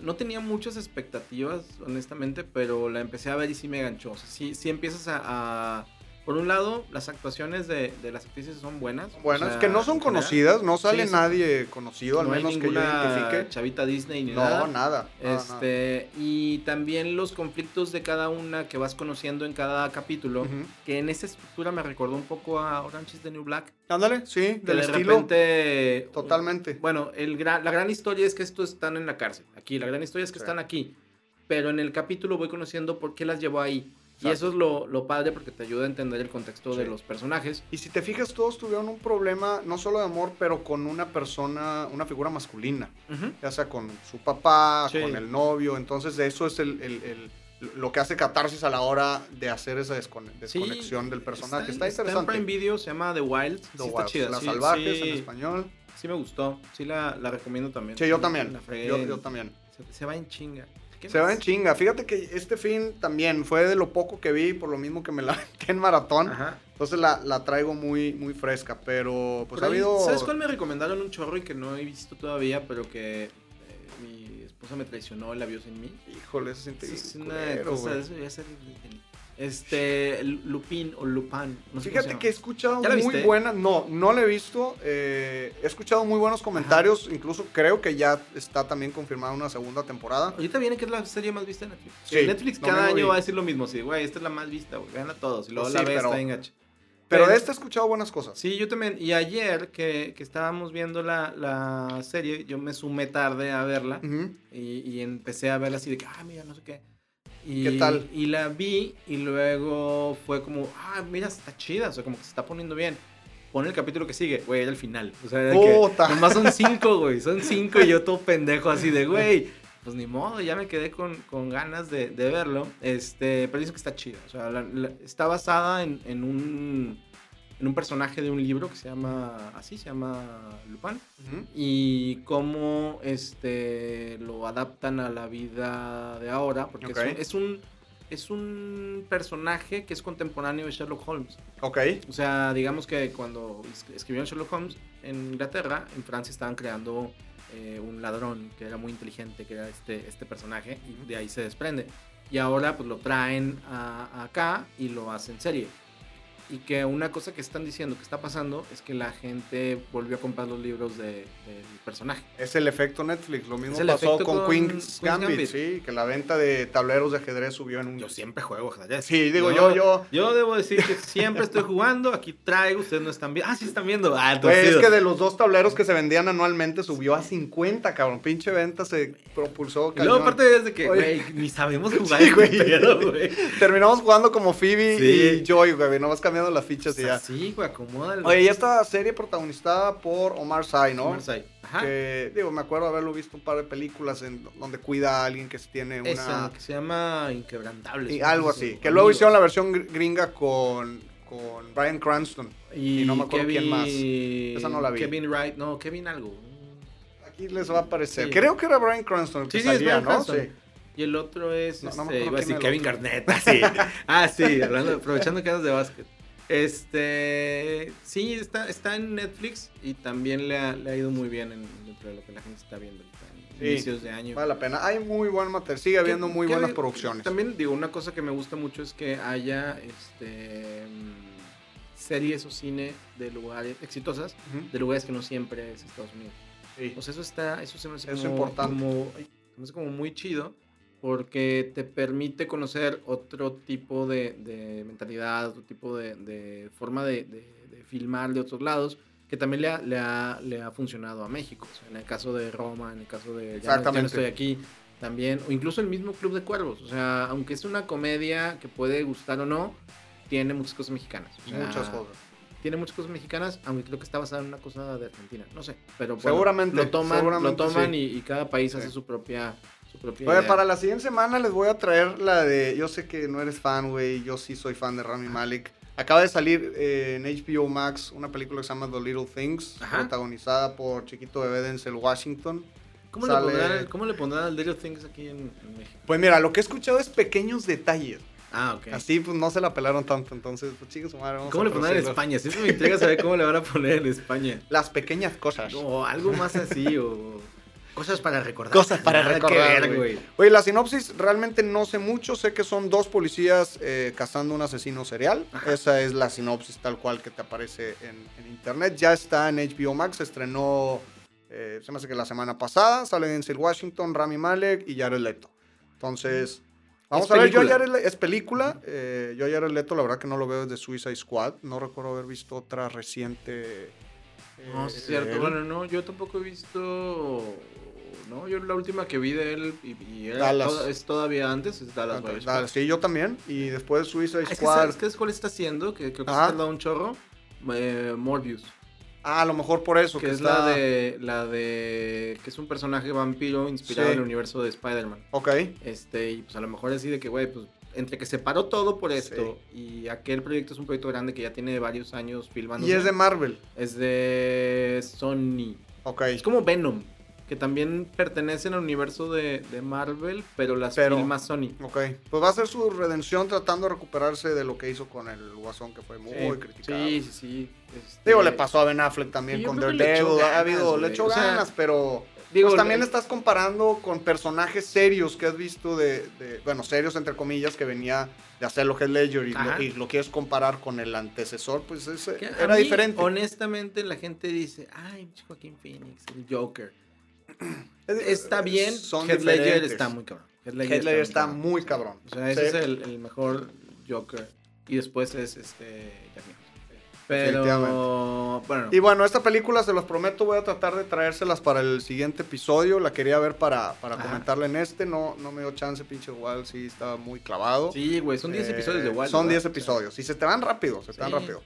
[SPEAKER 1] No tenía muchas expectativas, honestamente, pero la empecé a ver y sí me ganchó. O sea, sí, sí empiezas a. a- por un lado, las actuaciones de, de las actrices son buenas.
[SPEAKER 2] Buenas,
[SPEAKER 1] O sea,
[SPEAKER 2] que no son
[SPEAKER 1] en general.
[SPEAKER 2] conocidas, no sale
[SPEAKER 1] Sí, sí.
[SPEAKER 2] nadie conocido, al
[SPEAKER 1] No hay
[SPEAKER 2] menos que yo
[SPEAKER 1] ninguna
[SPEAKER 2] identifique.
[SPEAKER 1] Chavita Disney ni
[SPEAKER 2] No,
[SPEAKER 1] nada.
[SPEAKER 2] nada. nada, nada.
[SPEAKER 1] Este, y también los conflictos de cada una que vas conociendo en cada capítulo,
[SPEAKER 2] Ujú.
[SPEAKER 1] que en esa estructura me recordó un poco a Orange is the New Black.
[SPEAKER 2] Ándale, sí,
[SPEAKER 1] Que
[SPEAKER 2] del
[SPEAKER 1] de
[SPEAKER 2] estilo.
[SPEAKER 1] repente.
[SPEAKER 2] Totalmente.
[SPEAKER 1] Bueno, el gran- la gran historia es que estos están en la cárcel. Aquí, la gran historia es que
[SPEAKER 2] Sí.
[SPEAKER 1] están aquí. Pero en el capítulo voy conociendo por qué las llevó ahí. Y
[SPEAKER 2] Exacto.
[SPEAKER 1] eso es lo, lo padre porque te ayuda a entender el contexto de
[SPEAKER 2] Sí.
[SPEAKER 1] los personajes.
[SPEAKER 2] Y si te fijas, todos tuvieron un problema, no solo de amor, pero con una persona, una figura masculina. Ya sea con su papá,
[SPEAKER 1] Sí.
[SPEAKER 2] con el novio. Entonces, eso es el, el- el- lo que hace catarsis a la hora de hacer esa descone-
[SPEAKER 1] Sí,
[SPEAKER 2] desconexión del personaje.
[SPEAKER 1] en-
[SPEAKER 2] Está,
[SPEAKER 1] en
[SPEAKER 2] interesante.
[SPEAKER 1] Prime Video, se llama The Wild.
[SPEAKER 2] The
[SPEAKER 1] sí está
[SPEAKER 2] Wild,
[SPEAKER 1] chida,
[SPEAKER 2] Las
[SPEAKER 1] sí,
[SPEAKER 2] salvajes
[SPEAKER 1] sí.
[SPEAKER 2] en español.
[SPEAKER 1] Sí me gustó, sí la, la recomiendo también.
[SPEAKER 2] Sí, yo también.
[SPEAKER 1] La fregué
[SPEAKER 2] Yo,
[SPEAKER 1] en-
[SPEAKER 2] yo también.
[SPEAKER 1] Se, se va en chinga. ¿Qué
[SPEAKER 2] Se va
[SPEAKER 1] más?
[SPEAKER 2] en chinga. Fíjate que este fin también fue de lo poco que vi, por lo mismo que me la aventé en maratón.
[SPEAKER 1] Ajá.
[SPEAKER 2] Entonces la, la traigo muy, muy fresca, pero pues
[SPEAKER 1] Por
[SPEAKER 2] ha
[SPEAKER 1] ahí,
[SPEAKER 2] habido...
[SPEAKER 1] ¿Sabes cuál me recomendaron un chorro y que no he visto todavía, pero que eh, mi esposa me traicionó y la vio sin mí?
[SPEAKER 2] Híjole, se siente
[SPEAKER 1] Eso
[SPEAKER 2] bien
[SPEAKER 1] es una
[SPEAKER 2] culero,
[SPEAKER 1] cosa,
[SPEAKER 2] güey.
[SPEAKER 1] eso ya se- Este, Lupin o Lupin. no sé cómo se
[SPEAKER 2] Fíjate
[SPEAKER 1] llama.
[SPEAKER 2] que he escuchado
[SPEAKER 1] ¿Ya la
[SPEAKER 2] muy
[SPEAKER 1] viste?
[SPEAKER 2] buenas, no, no la he visto, eh, he escuchado muy buenos comentarios, incluso creo que ya está también confirmada una segunda temporada.
[SPEAKER 1] Ahorita viene que es la serie más vista de Netflix.
[SPEAKER 2] Sí,
[SPEAKER 1] Eh, Netflix
[SPEAKER 2] no
[SPEAKER 1] cada
[SPEAKER 2] me lo
[SPEAKER 1] año
[SPEAKER 2] vi.
[SPEAKER 1] va a decir lo mismo. Sí, güey, esta es la más vista, güey. Vean a todos. Y luego
[SPEAKER 2] Pues
[SPEAKER 1] la
[SPEAKER 2] sí,
[SPEAKER 1] ves,
[SPEAKER 2] pero-
[SPEAKER 1] está enganche.
[SPEAKER 2] Pero de
[SPEAKER 1] Pero-
[SPEAKER 2] esta he escuchado buenas cosas.
[SPEAKER 1] Sí, yo también. Y ayer que, que estábamos viendo la, la serie, yo me sumé tarde a verla.
[SPEAKER 2] Ujú.
[SPEAKER 1] Y, y empecé a verla así de que, ah, mira, no sé qué. Y,
[SPEAKER 2] ¿Qué tal?
[SPEAKER 1] Y la vi y luego fue como, ah, mira, está chida, o sea, como que se está poniendo bien. Pon el capítulo que sigue, güey, era el final. O sea, de
[SPEAKER 2] Puta.
[SPEAKER 1] que nomás son cinco, güey, son cinco y yo todo pendejo así de, güey, pues ni modo, ya me quedé con, con ganas de, de verlo. Este, pero dicen que está chida, o sea, la- la- está basada en, en un en un personaje de un libro que se llama así, se llama Lupin
[SPEAKER 2] Ujú.
[SPEAKER 1] y cómo este lo adaptan a la vida de ahora porque es
[SPEAKER 2] Ok.
[SPEAKER 1] un- es, un es un personaje que es contemporáneo de Sherlock Holmes
[SPEAKER 2] Ok,
[SPEAKER 1] o sea digamos que cuando es- escribieron Sherlock Holmes en Inglaterra en Francia estaban creando eh, un ladrón que era muy inteligente que era este este personaje y de ahí se desprende y ahora pues lo traen a- a acá y lo hacen serie y que una cosa que están diciendo que está pasando es que la gente volvió a comprar los libros de- del personaje.
[SPEAKER 2] es el efecto Netflix, lo mismo
[SPEAKER 1] el
[SPEAKER 2] pasó
[SPEAKER 1] efecto
[SPEAKER 2] con,
[SPEAKER 1] con
[SPEAKER 2] Queen's
[SPEAKER 1] Queen's
[SPEAKER 2] Gambit,
[SPEAKER 1] Gambit.
[SPEAKER 2] sí, que la venta de tableros de ajedrez subió en un...
[SPEAKER 1] siempre juego ajedrez.
[SPEAKER 2] Sí, digo yo, yo...
[SPEAKER 1] Yo debo decir que siempre estoy jugando, aquí traigo, ustedes no están viendo. Ah, sí están viendo. Ah,
[SPEAKER 2] Güey,
[SPEAKER 1] entonces.
[SPEAKER 2] es que de los dos tableros que se vendían anualmente subió a 50, cabrón. Pinche venta se propulsó.
[SPEAKER 1] Y luego
[SPEAKER 2] cañón.
[SPEAKER 1] aparte es de que,
[SPEAKER 2] Oye.
[SPEAKER 1] güey, ni sabemos jugar
[SPEAKER 2] Sí,
[SPEAKER 1] este
[SPEAKER 2] güey.
[SPEAKER 1] pedo, güey.
[SPEAKER 2] Terminamos jugando como Phoebe
[SPEAKER 1] Sí.
[SPEAKER 2] y Joy, güey. Nomás cambiando las fichas y ya.
[SPEAKER 1] Sí, güey, acomódalo.
[SPEAKER 2] Oye, y esta serie protagonizada por Omar Sy, ¿no?
[SPEAKER 1] Marsai. Ajá.
[SPEAKER 2] Que, digo, me acuerdo haberlo visto un par de películas en donde cuida a alguien que tiene una...
[SPEAKER 1] Esa, que se llama Inquebrantable.
[SPEAKER 2] y algo así. Que luego hicieron la versión gr- gringa con, con Brian Cranston. y no me acuerdo quién más. Esa no la vi.
[SPEAKER 1] Kevin Wright, no, Kevin algo.
[SPEAKER 2] Aquí les va a aparecer.
[SPEAKER 1] Sí.
[SPEAKER 2] Creo que era Brian Cranston el que
[SPEAKER 1] Sí, sí, es
[SPEAKER 2] salía,
[SPEAKER 1] Bryan
[SPEAKER 2] ¿no?
[SPEAKER 1] Cranston.
[SPEAKER 2] Sí.
[SPEAKER 1] Y el otro es.
[SPEAKER 2] No, no me
[SPEAKER 1] este,
[SPEAKER 2] acuerdo
[SPEAKER 1] iba a decir
[SPEAKER 2] quién era el
[SPEAKER 1] Kevin Garnett. Ah, sí. Ah, sí, hablando- aprovechando que andas de básquet. Este. Sí, está, está en Netflix y también le ha, le ha ido muy bien en, dentro de lo que la gente está viendo ahorita, en
[SPEAKER 2] Sí.
[SPEAKER 1] inicios de año.
[SPEAKER 2] Vale la pena. Hay muy buen material. Sigue habiendo
[SPEAKER 1] Que-
[SPEAKER 2] muy
[SPEAKER 1] que
[SPEAKER 2] buenas
[SPEAKER 1] hay-
[SPEAKER 2] producciones.
[SPEAKER 1] También digo, una cosa que me gusta mucho es que haya este mm, series o cine de lugares exitosas,
[SPEAKER 2] Ujú.
[SPEAKER 1] de lugares que no siempre es Estados Unidos.
[SPEAKER 2] Sí.
[SPEAKER 1] O sea, eso está, eso se me hace
[SPEAKER 2] Eso
[SPEAKER 1] como,
[SPEAKER 2] importante.
[SPEAKER 1] como- ay, se me hace como muy chido porque te permite conocer otro tipo de, de mentalidad, otro tipo de, de forma de, de- de filmar de otros lados que también le ha, le ha- le ha funcionado a México. O sea, en el caso de Roma, en el caso de Ya no- Ya no
[SPEAKER 2] Exactamente.
[SPEAKER 1] estoy aquí también, o incluso el mismo Club de Cuervos. O sea, aunque es una comedia que puede gustar o no, tiene muchas cosas mexicanas. O sea,
[SPEAKER 2] Muchas cosas.
[SPEAKER 1] tiene muchas cosas mexicanas, aunque creo que está basada en una cosa de Argentina, no sé, pero bueno,
[SPEAKER 2] Seguramente,
[SPEAKER 1] lo toman,
[SPEAKER 2] seguramente
[SPEAKER 1] lo toman
[SPEAKER 2] sí.
[SPEAKER 1] y, y cada país
[SPEAKER 2] Sí.
[SPEAKER 1] hace su propia, su propia
[SPEAKER 2] Oye,
[SPEAKER 1] idea.
[SPEAKER 2] para la siguiente semana les voy a traer la de. Yo sé que no eres fan, güey. Yo sí soy fan de Rami Malek. Acaba de salir eh, en HBO Max una película que se llama The Little Things,
[SPEAKER 1] Ajá.
[SPEAKER 2] protagonizada por Chiquito Bebé Denzel Washington.
[SPEAKER 1] ¿Cómo,
[SPEAKER 2] Sale-
[SPEAKER 1] le pondrán, ¿Cómo le pondrán al Little Things aquí en, en México?
[SPEAKER 2] Pues mira, lo que he escuchado es pequeños detalles.
[SPEAKER 1] Ah, ok.
[SPEAKER 2] Así pues no se la pelaron tanto, entonces pues chicos, madre, vamos
[SPEAKER 1] ¿Cómo
[SPEAKER 2] a
[SPEAKER 1] le pondrán en
[SPEAKER 2] traducirlo.
[SPEAKER 1] España? Siempre me intriga saber cómo le van a poner en España.
[SPEAKER 2] Las pequeñas cosas.
[SPEAKER 1] O algo más así, o... Cosas para recordar.
[SPEAKER 2] Cosas para
[SPEAKER 1] Nada que
[SPEAKER 2] recordar,
[SPEAKER 1] ver,
[SPEAKER 2] güey.
[SPEAKER 1] güey.
[SPEAKER 2] Oye, la sinopsis realmente no sé mucho, sé que son dos policías eh, cazando un asesino serial. Esa es la sinopsis tal cual que te aparece en, en internet. Ya está en HBO Max, se estrenó, eh, se me hace que la semana pasada, sale Denzel Washington, Rami Malek y Jared Leto. Entonces, vamos
[SPEAKER 1] Es
[SPEAKER 2] a ver, yo a
[SPEAKER 1] película.
[SPEAKER 2] Jared Le- es película, eh, yo a Jared Leto la verdad que no lo veo desde Suicide Squad, no recuerdo haber visto otra reciente. eh,
[SPEAKER 1] No, sí es cierto.
[SPEAKER 2] de él.
[SPEAKER 1] Bueno, no, yo tampoco he visto. No, yo la última que vi de él y, y era
[SPEAKER 2] Dallas.
[SPEAKER 1] toda- es todavía antes, es Dallas by
[SPEAKER 2] Antes-
[SPEAKER 1] Squad.
[SPEAKER 2] dale, ah, sí, yo también. Y después Suicide
[SPEAKER 1] Ah, es que
[SPEAKER 2] Squad.
[SPEAKER 1] ¿Sabes qué es cuál está haciendo? Que creo que
[SPEAKER 2] Ajá.
[SPEAKER 1] está dando un chorro. Eh, Morbius.
[SPEAKER 2] Ah, a lo mejor por eso.
[SPEAKER 1] Que es
[SPEAKER 2] está-
[SPEAKER 1] la de. La de. que es un personaje vampiro inspirado
[SPEAKER 2] Sí.
[SPEAKER 1] en el universo de Spider-Man.
[SPEAKER 2] Ok.
[SPEAKER 1] Este, y pues a lo mejor así de que, güey, pues. Entre que se paró todo por esto y aquel proyecto es un proyecto grande que ya tiene varios años filmando.
[SPEAKER 2] Y es de Marvel.
[SPEAKER 1] es de Sony.
[SPEAKER 2] Ok.
[SPEAKER 1] Es como Venom, que también pertenecen al universo de, de Marvel, pero las
[SPEAKER 2] Pero-
[SPEAKER 1] filma Sony.
[SPEAKER 2] Ok. Pues va a ser su redención tratando de recuperarse de lo que hizo con el Guasón, que fue muy
[SPEAKER 1] sí,
[SPEAKER 2] criticado.
[SPEAKER 1] sí, sí, sí, este,
[SPEAKER 2] Digo, le pasó a Ben Affleck también
[SPEAKER 1] Sí, yo
[SPEAKER 2] con
[SPEAKER 1] creo que le echó
[SPEAKER 2] Daredevil. Ha
[SPEAKER 1] ganas,
[SPEAKER 2] habido, le
[SPEAKER 1] güey.
[SPEAKER 2] echó
[SPEAKER 1] O sea,
[SPEAKER 2] ganas, pero.
[SPEAKER 1] Digo,
[SPEAKER 2] pues también
[SPEAKER 1] le-
[SPEAKER 2] estás comparando con personajes serios que has visto de, de- bueno, serios entre comillas, que venía de hacer lo que es Ledger y lo,
[SPEAKER 1] Ajá.
[SPEAKER 2] y lo quieres comparar con el antecesor, pues ese
[SPEAKER 1] que a
[SPEAKER 2] era
[SPEAKER 1] mí,
[SPEAKER 2] diferente.
[SPEAKER 1] Honestamente, la gente dice, ay, Joaquín Phoenix, el Joker. Está bien, Heath Ledger
[SPEAKER 2] Eh, diferentes.
[SPEAKER 1] está muy cabrón. Heath Ledger
[SPEAKER 2] Heath Ledger está
[SPEAKER 1] cabrón.
[SPEAKER 2] muy cabrón.
[SPEAKER 1] O sea, ese
[SPEAKER 2] Sí.
[SPEAKER 1] es el, el mejor Joker. Y después es este. Jack Nicholson. Pero.
[SPEAKER 2] Definitivamente.
[SPEAKER 1] Bueno.
[SPEAKER 2] Y bueno, esta película, se los prometo, voy a tratar de traérselas para el siguiente episodio. La quería ver para, para
[SPEAKER 1] Ajá.
[SPEAKER 2] comentarla en este. No, no me dio chance, pinche igual sí estaba muy clavado.
[SPEAKER 1] Sí, güey, son 10
[SPEAKER 2] Eh,
[SPEAKER 1] episodios de Wild.
[SPEAKER 2] Son
[SPEAKER 1] ¿verdad?
[SPEAKER 2] 10
[SPEAKER 1] O sea,
[SPEAKER 2] episodios. Y se te van rápido, se te van
[SPEAKER 1] Sí.
[SPEAKER 2] rápido.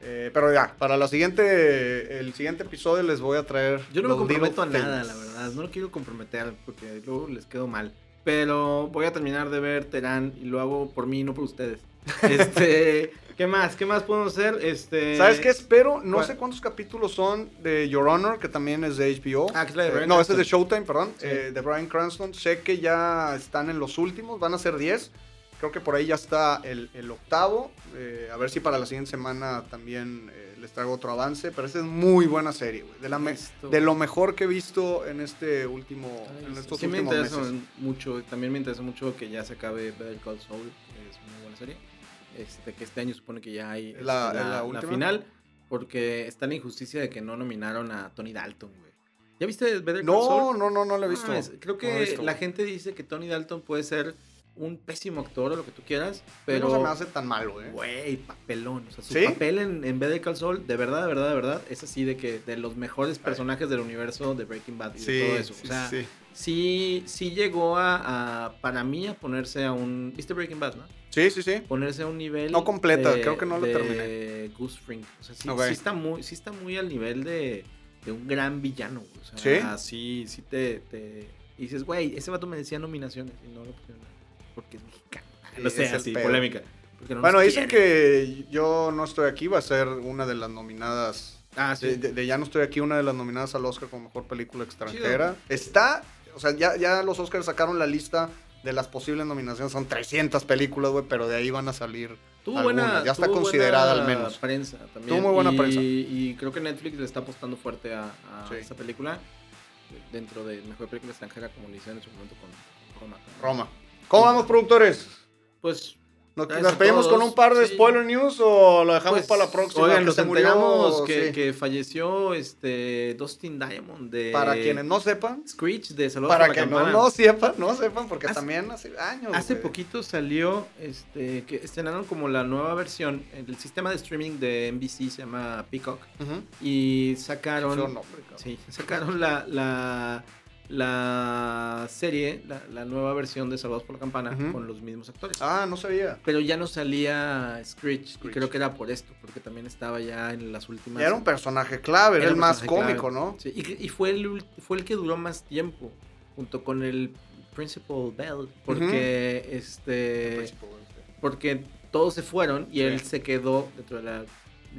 [SPEAKER 2] Eh, pero ya, para la siguiente, el siguiente episodio les voy a traer.
[SPEAKER 1] Yo no me
[SPEAKER 2] los
[SPEAKER 1] comprometo a
[SPEAKER 2] Little
[SPEAKER 1] nada, la
[SPEAKER 2] Things.
[SPEAKER 1] verdad. No lo quiero comprometer porque luego les quedo mal. Pero voy a terminar de ver Terán y lo hago por mí, no por ustedes. Este, ¿qué más? ¿Qué más podemos hacer? Este,
[SPEAKER 2] ¿Sabes qué espero? No
[SPEAKER 1] ¿cuál?
[SPEAKER 2] sé cuántos capítulos son de Your Honor, que también es de HBO.
[SPEAKER 1] Ah, que es la de
[SPEAKER 2] Eh,
[SPEAKER 1] Bryan
[SPEAKER 2] no, este es de
[SPEAKER 1] Cranston.
[SPEAKER 2] Showtime, perdón.
[SPEAKER 1] Sí.
[SPEAKER 2] eh, de Brian Cranston. Sé que ya están en los últimos, van a ser 10. Creo que por ahí ya está el, el octavo. eh, a ver si para la siguiente semana también eh, les traigo otro avance. Pero esta es muy buena serie, güey. De, la me-
[SPEAKER 1] Listo.
[SPEAKER 2] de lo mejor que he visto en este último.
[SPEAKER 1] Ay,
[SPEAKER 2] en
[SPEAKER 1] sí,
[SPEAKER 2] estos
[SPEAKER 1] sí me
[SPEAKER 2] últimos
[SPEAKER 1] interesa
[SPEAKER 2] meses.
[SPEAKER 1] mucho. También me interesa mucho que ya se acabe Better Call Saul, que es una buena serie. Este, que este año supone que ya hay
[SPEAKER 2] Es la-
[SPEAKER 1] este,
[SPEAKER 2] es la última.
[SPEAKER 1] final. Porque está la injusticia de que no nominaron a Tony Dalton, güey. ¿Ya viste Better Call Saul?
[SPEAKER 2] No, no, no, no lo he visto.
[SPEAKER 1] Mames, creo
[SPEAKER 2] No lo
[SPEAKER 1] que
[SPEAKER 2] he visto.
[SPEAKER 1] la gente dice que Tony Dalton puede ser un pésimo actor o lo que tú quieras,
[SPEAKER 2] pero
[SPEAKER 1] pero.
[SPEAKER 2] no se me hace tan malo, ¿eh?
[SPEAKER 1] Güey, papelón. O sea, su
[SPEAKER 2] ¿Sí?
[SPEAKER 1] papel en, en Better Call Saul, de verdad, de verdad, de verdad, es así de que de los mejores personajes del universo de Breaking Bad y de todo eso. O sea, sí,
[SPEAKER 2] sí.
[SPEAKER 1] sí, llegó a, a, para mí, a ponerse a un. ¿Viste Breaking Bad, no?
[SPEAKER 2] Sí, sí, sí.
[SPEAKER 1] Ponerse a un nivel.
[SPEAKER 2] No completa, creo que no lo
[SPEAKER 1] de
[SPEAKER 2] terminé.
[SPEAKER 1] Goose Fring. O sea, sí,
[SPEAKER 2] Ok.
[SPEAKER 1] sí está muy, sí está muy al nivel de, de un gran villano. güey. O
[SPEAKER 2] ¿Sí?
[SPEAKER 1] sea, sí, sí te, te- Y dices, güey, ese vato merecía nominaciones. Y no lo pusieron porque es mexicano.
[SPEAKER 2] Sí,
[SPEAKER 1] no sé,
[SPEAKER 2] es el
[SPEAKER 1] así,
[SPEAKER 2] pedo.
[SPEAKER 1] polémica. Porque no
[SPEAKER 2] Bueno,
[SPEAKER 1] nos
[SPEAKER 2] dicen
[SPEAKER 1] quieren.
[SPEAKER 2] que yo no estoy aquí, va a ser una de las nominadas
[SPEAKER 1] Ah, sí.
[SPEAKER 2] de, de- de Ya no estoy aquí, una de las nominadas al Oscar como mejor película extranjera. Está, o sea, ya, ya los Oscars sacaron la lista de las posibles nominaciones. Son 300 películas, güey, pero de ahí van a salir.
[SPEAKER 1] Tuvo
[SPEAKER 2] algunas,
[SPEAKER 1] buena.
[SPEAKER 2] ya está
[SPEAKER 1] tuvo
[SPEAKER 2] considerada
[SPEAKER 1] buena
[SPEAKER 2] al menos.
[SPEAKER 1] prensa también.
[SPEAKER 2] Tuvo muy buena
[SPEAKER 1] y,
[SPEAKER 2] prensa.
[SPEAKER 1] Y creo que Netflix le está apostando fuerte a, a
[SPEAKER 2] Sí.
[SPEAKER 1] esa película. Dentro de mejor película extranjera, como le hicieron en su momento con Roma.
[SPEAKER 2] Roma. ¿Cómo vamos, productores?
[SPEAKER 1] Pues
[SPEAKER 2] ¿Nos,
[SPEAKER 1] Gracias
[SPEAKER 2] nos
[SPEAKER 1] a
[SPEAKER 2] pedimos con
[SPEAKER 1] todos,
[SPEAKER 2] un par de
[SPEAKER 1] sí.
[SPEAKER 2] spoiler news o lo dejamos
[SPEAKER 1] Pues,
[SPEAKER 2] para la próxima?
[SPEAKER 1] Oigan,
[SPEAKER 2] que
[SPEAKER 1] nos
[SPEAKER 2] se murió,
[SPEAKER 1] enteramos que,
[SPEAKER 2] sí.
[SPEAKER 1] que falleció este Dustin Diamond de
[SPEAKER 2] Para quienes no sepan,
[SPEAKER 1] Screech de Saludos
[SPEAKER 2] para
[SPEAKER 1] por la
[SPEAKER 2] que no,
[SPEAKER 1] Campana.
[SPEAKER 2] no sepan, no sepan, porque
[SPEAKER 1] Hace-
[SPEAKER 2] también hace años.
[SPEAKER 1] Hace
[SPEAKER 2] güey.
[SPEAKER 1] poquito salió este que estrenaron como la nueva versión el sistema de streaming de NBC se llama Peacock
[SPEAKER 2] Ujú.
[SPEAKER 1] y sacaron
[SPEAKER 2] Feo nombre, cabrón.
[SPEAKER 1] sí, sacaron la la la serie, la, la nueva versión de Salvados por la Campana
[SPEAKER 2] Ujú.
[SPEAKER 1] con los mismos actores.
[SPEAKER 2] Ah, no sabía.
[SPEAKER 1] Pero ya no salía Screech, y
[SPEAKER 2] Screech.
[SPEAKER 1] creo que era por esto, porque también estaba ya en las últimas
[SPEAKER 2] Ya era un personaje clave, era,
[SPEAKER 1] Era
[SPEAKER 2] el
[SPEAKER 1] un
[SPEAKER 2] más
[SPEAKER 1] personaje
[SPEAKER 2] cómico,
[SPEAKER 1] clave.
[SPEAKER 2] ¿no?
[SPEAKER 1] Sí, y, y fue, el, ul- fue el que duró más tiempo, junto con el Principal Bell, porque este
[SPEAKER 2] Eh, Principal, sí.
[SPEAKER 1] porque todos se fueron y él
[SPEAKER 2] Sí.
[SPEAKER 1] se quedó dentro de la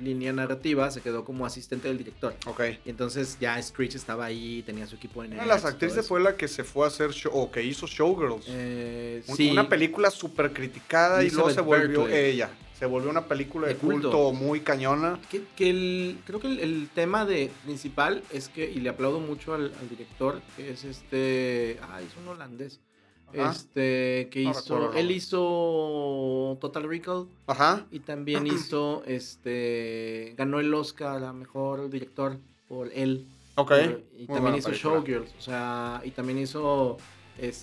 [SPEAKER 1] línea narrativa se quedó como asistente del director.
[SPEAKER 2] Ok.
[SPEAKER 1] Y entonces ya Screech estaba ahí, tenía su equipo en
[SPEAKER 2] Una de las actrices fue la que se fue a hacer show, o que hizo Showgirls.
[SPEAKER 1] Eh,
[SPEAKER 2] Un-
[SPEAKER 1] sí,
[SPEAKER 2] Una película súper criticada y luego se
[SPEAKER 1] Elizabeth
[SPEAKER 2] volvió
[SPEAKER 1] Berkley.
[SPEAKER 2] ella. Se volvió una película de,
[SPEAKER 1] De
[SPEAKER 2] culto.
[SPEAKER 1] culto.
[SPEAKER 2] muy cañona.
[SPEAKER 1] que, que el, creo que el, el tema de principal es que, y le aplaudo mucho al, al director, que es este, ah, es un holandés,
[SPEAKER 2] Ajá.
[SPEAKER 1] este, que
[SPEAKER 2] No
[SPEAKER 1] hizo,
[SPEAKER 2] recuerdo el
[SPEAKER 1] él
[SPEAKER 2] nombre.
[SPEAKER 1] hizo Total Recall
[SPEAKER 2] Ajá.
[SPEAKER 1] y también hizo, este, ganó el Oscar a mejor director por él.
[SPEAKER 2] Ok.
[SPEAKER 1] Y
[SPEAKER 2] Muy
[SPEAKER 1] también
[SPEAKER 2] buena
[SPEAKER 1] hizo
[SPEAKER 2] película.
[SPEAKER 1] Showgirls, o sea, y también hizo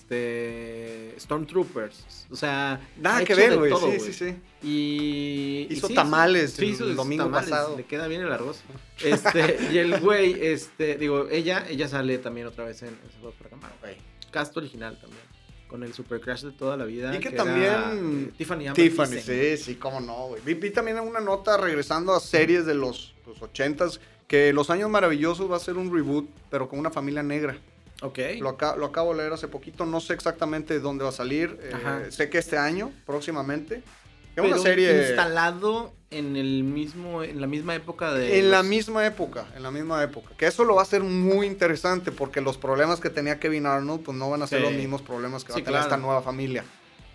[SPEAKER 1] este Stormtroopers, o sea,
[SPEAKER 2] Nada
[SPEAKER 1] ha
[SPEAKER 2] que
[SPEAKER 1] hecho
[SPEAKER 2] ver,
[SPEAKER 1] de
[SPEAKER 2] güey.
[SPEAKER 1] todo,
[SPEAKER 2] Sí, sí, sí.
[SPEAKER 1] Y y
[SPEAKER 2] Hizo tamales el
[SPEAKER 1] hizo
[SPEAKER 2] domingo pasado.
[SPEAKER 1] Le queda bien el arroz. Este, y el güey, este, digo, ella, ella sale también otra vez en, en Salvador por la Cámara. Cast original también, con el super crash de toda la vida.
[SPEAKER 2] Y que
[SPEAKER 1] era,
[SPEAKER 2] también
[SPEAKER 1] eh, Tiffany Amber
[SPEAKER 2] Tiffany,
[SPEAKER 1] Thyssen.
[SPEAKER 2] sí, sí, cómo no, güey. Vi, vi también una nota regresando a series de los, los 80s, que Los Años Maravillosos va a ser un reboot, pero con una familia negra.
[SPEAKER 1] Ok.
[SPEAKER 2] Lo, aca- lo acabo de leer hace poquito, no sé exactamente dónde va a salir. eh,
[SPEAKER 1] Ajá.
[SPEAKER 2] sé que este año, próximamente. Es una
[SPEAKER 1] Pero
[SPEAKER 2] serie
[SPEAKER 1] instalado en el mismo, en la misma época de.
[SPEAKER 2] en la
[SPEAKER 1] los-
[SPEAKER 2] misma época, en la misma época. Que eso lo va a hacer muy interesante, porque los problemas que tenía Kevin Arnold, pues no van a ser
[SPEAKER 1] Sí.
[SPEAKER 2] los mismos problemas que va
[SPEAKER 1] Sí,
[SPEAKER 2] a tener
[SPEAKER 1] claro.
[SPEAKER 2] esta nueva familia.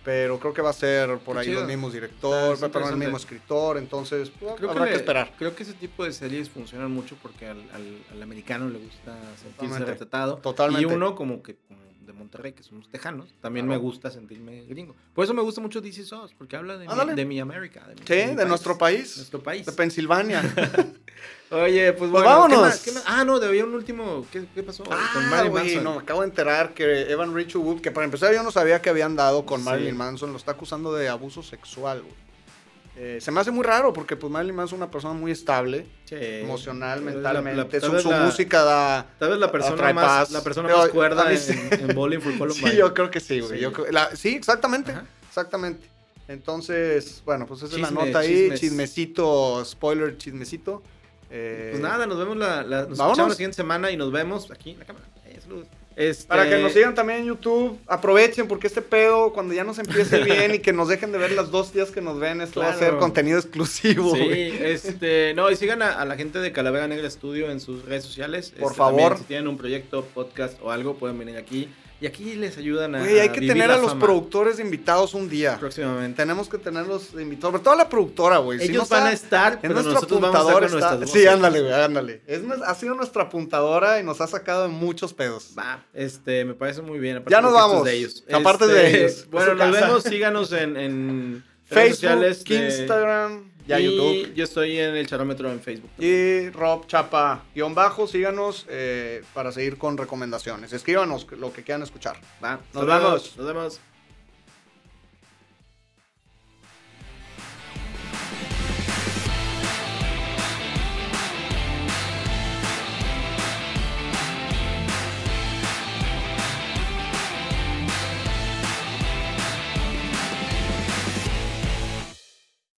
[SPEAKER 2] Pero creo que va a ser por
[SPEAKER 1] Qué
[SPEAKER 2] ahí
[SPEAKER 1] chido.
[SPEAKER 2] los mismos directores,
[SPEAKER 1] Está- está
[SPEAKER 2] perdón, el
[SPEAKER 1] interesante.
[SPEAKER 2] mismo escritor, entonces pues,
[SPEAKER 1] Creo
[SPEAKER 2] habrá que,
[SPEAKER 1] le-
[SPEAKER 2] esperar.
[SPEAKER 1] Creo que ese tipo de series funcionan mucho porque al, al- al americano le gusta sentirse
[SPEAKER 2] Totalmente.
[SPEAKER 1] retratado.
[SPEAKER 2] Totalmente.
[SPEAKER 1] Y uno como que como de Monterrey, que somos tejanos, también
[SPEAKER 2] Claro.
[SPEAKER 1] me gusta sentirme gringo. Por eso me gusta mucho DC SOS, porque habla de,
[SPEAKER 2] Ándale.
[SPEAKER 1] mi, de mi América. De mi-
[SPEAKER 2] Sí,
[SPEAKER 1] mi
[SPEAKER 2] de
[SPEAKER 1] país,
[SPEAKER 2] nuestro país,
[SPEAKER 1] Nuestro país.
[SPEAKER 2] de Pensilvania.
[SPEAKER 1] Oye, pues, bueno.
[SPEAKER 2] vámonos.
[SPEAKER 1] ¿qué más? ¿Qué más? Ah, no, había un último. ¿Qué, qué pasó?
[SPEAKER 2] ah,
[SPEAKER 1] Marilyn
[SPEAKER 2] güey,
[SPEAKER 1] Manson.
[SPEAKER 2] no, me acabo de enterar que Evan Rachel Wood, que para empezar yo no sabía que habían dado con
[SPEAKER 1] Sí.
[SPEAKER 2] Marilyn Manson, lo está acusando de abuso sexual, güey. Eh, se me hace muy raro porque pues Marilyn Manson es una persona muy estable,
[SPEAKER 1] Che,
[SPEAKER 2] emocional,
[SPEAKER 1] tal vez Eh, la-
[SPEAKER 2] mentalmente.
[SPEAKER 1] la- tal
[SPEAKER 2] su
[SPEAKER 1] vez
[SPEAKER 2] su
[SPEAKER 1] la-
[SPEAKER 2] música da.
[SPEAKER 1] Tal vez la
[SPEAKER 2] Trae
[SPEAKER 1] persona
[SPEAKER 2] paz.
[SPEAKER 1] más, la persona
[SPEAKER 2] Pero
[SPEAKER 1] más
[SPEAKER 2] a
[SPEAKER 1] cuerda
[SPEAKER 2] mí
[SPEAKER 1] en,
[SPEAKER 2] sí.
[SPEAKER 1] en Bowling for Columbine.
[SPEAKER 2] Sí, yo creo que sí, güey.
[SPEAKER 1] Sí.
[SPEAKER 2] yo creo- la- Sí, exactamente.
[SPEAKER 1] Ajá.
[SPEAKER 2] Exactamente. Entonces, bueno, pues esa es la
[SPEAKER 1] Chisme,
[SPEAKER 2] nota ahí.
[SPEAKER 1] chismes.
[SPEAKER 2] Chismecito, spoiler, chismecito. Eh,
[SPEAKER 1] Pues nada, nos vemos la, la- nos
[SPEAKER 2] vámonos.
[SPEAKER 1] escuchamos la siguiente semana y nos vemos aquí en la cámara. Eh, saludos. Este,
[SPEAKER 2] Para que nos sigan también en YouTube, aprovechen porque este pedo, cuando ya nos empiece bien y que nos dejen de ver las dos días que nos ven, esto va a ser
[SPEAKER 1] Claro.
[SPEAKER 2] contenido exclusivo.
[SPEAKER 1] Sí,
[SPEAKER 2] güey.
[SPEAKER 1] este, no, y sigan a, a la gente de Calavera Negra Studio en sus redes sociales.
[SPEAKER 2] Por
[SPEAKER 1] Este,
[SPEAKER 2] favor.
[SPEAKER 1] también, si tienen un proyecto, podcast o algo, pueden venir aquí. Y aquí les ayudan a.
[SPEAKER 2] Güey, hay
[SPEAKER 1] a
[SPEAKER 2] que
[SPEAKER 1] vivir
[SPEAKER 2] tener
[SPEAKER 1] la
[SPEAKER 2] a los
[SPEAKER 1] fama
[SPEAKER 2] productores invitados un día.
[SPEAKER 1] Próximamente.
[SPEAKER 2] Tenemos que tenerlos invitados, sobre todo a la productora, güey. Si
[SPEAKER 1] Ellos
[SPEAKER 2] no
[SPEAKER 1] van a
[SPEAKER 2] está-
[SPEAKER 1] estar,
[SPEAKER 2] En
[SPEAKER 1] pero
[SPEAKER 2] nuestro
[SPEAKER 1] nosotros vamos a estar
[SPEAKER 2] apuntador
[SPEAKER 1] con
[SPEAKER 2] está.
[SPEAKER 1] nuestras
[SPEAKER 2] Sí,
[SPEAKER 1] voces.
[SPEAKER 2] ándale, güey, ándale. Es, nues- ha sido nuestra apuntadora y nos ha sacado en muchos pedos.
[SPEAKER 1] Va, este, me parece muy bien. aparte
[SPEAKER 2] Ya nos
[SPEAKER 1] porque esto es
[SPEAKER 2] vamos,
[SPEAKER 1] de ellos.
[SPEAKER 2] aparte
[SPEAKER 1] Este,
[SPEAKER 2] de ellos,
[SPEAKER 1] Bueno,
[SPEAKER 2] es su
[SPEAKER 1] nos
[SPEAKER 2] casa.
[SPEAKER 1] vemos, síganos en, en redes sociales.
[SPEAKER 2] Facebook,
[SPEAKER 1] de-
[SPEAKER 2] Instagram, ya
[SPEAKER 1] y
[SPEAKER 2] YouTube.
[SPEAKER 1] Yo estoy en el charómetro en Facebook.
[SPEAKER 2] Y Rob Chapa, guión bajo, síganos eh, para seguir con recomendaciones. Escríbanos lo que quieran escuchar.
[SPEAKER 1] Va, nos
[SPEAKER 2] Saludos.
[SPEAKER 1] vemos. Nos vemos.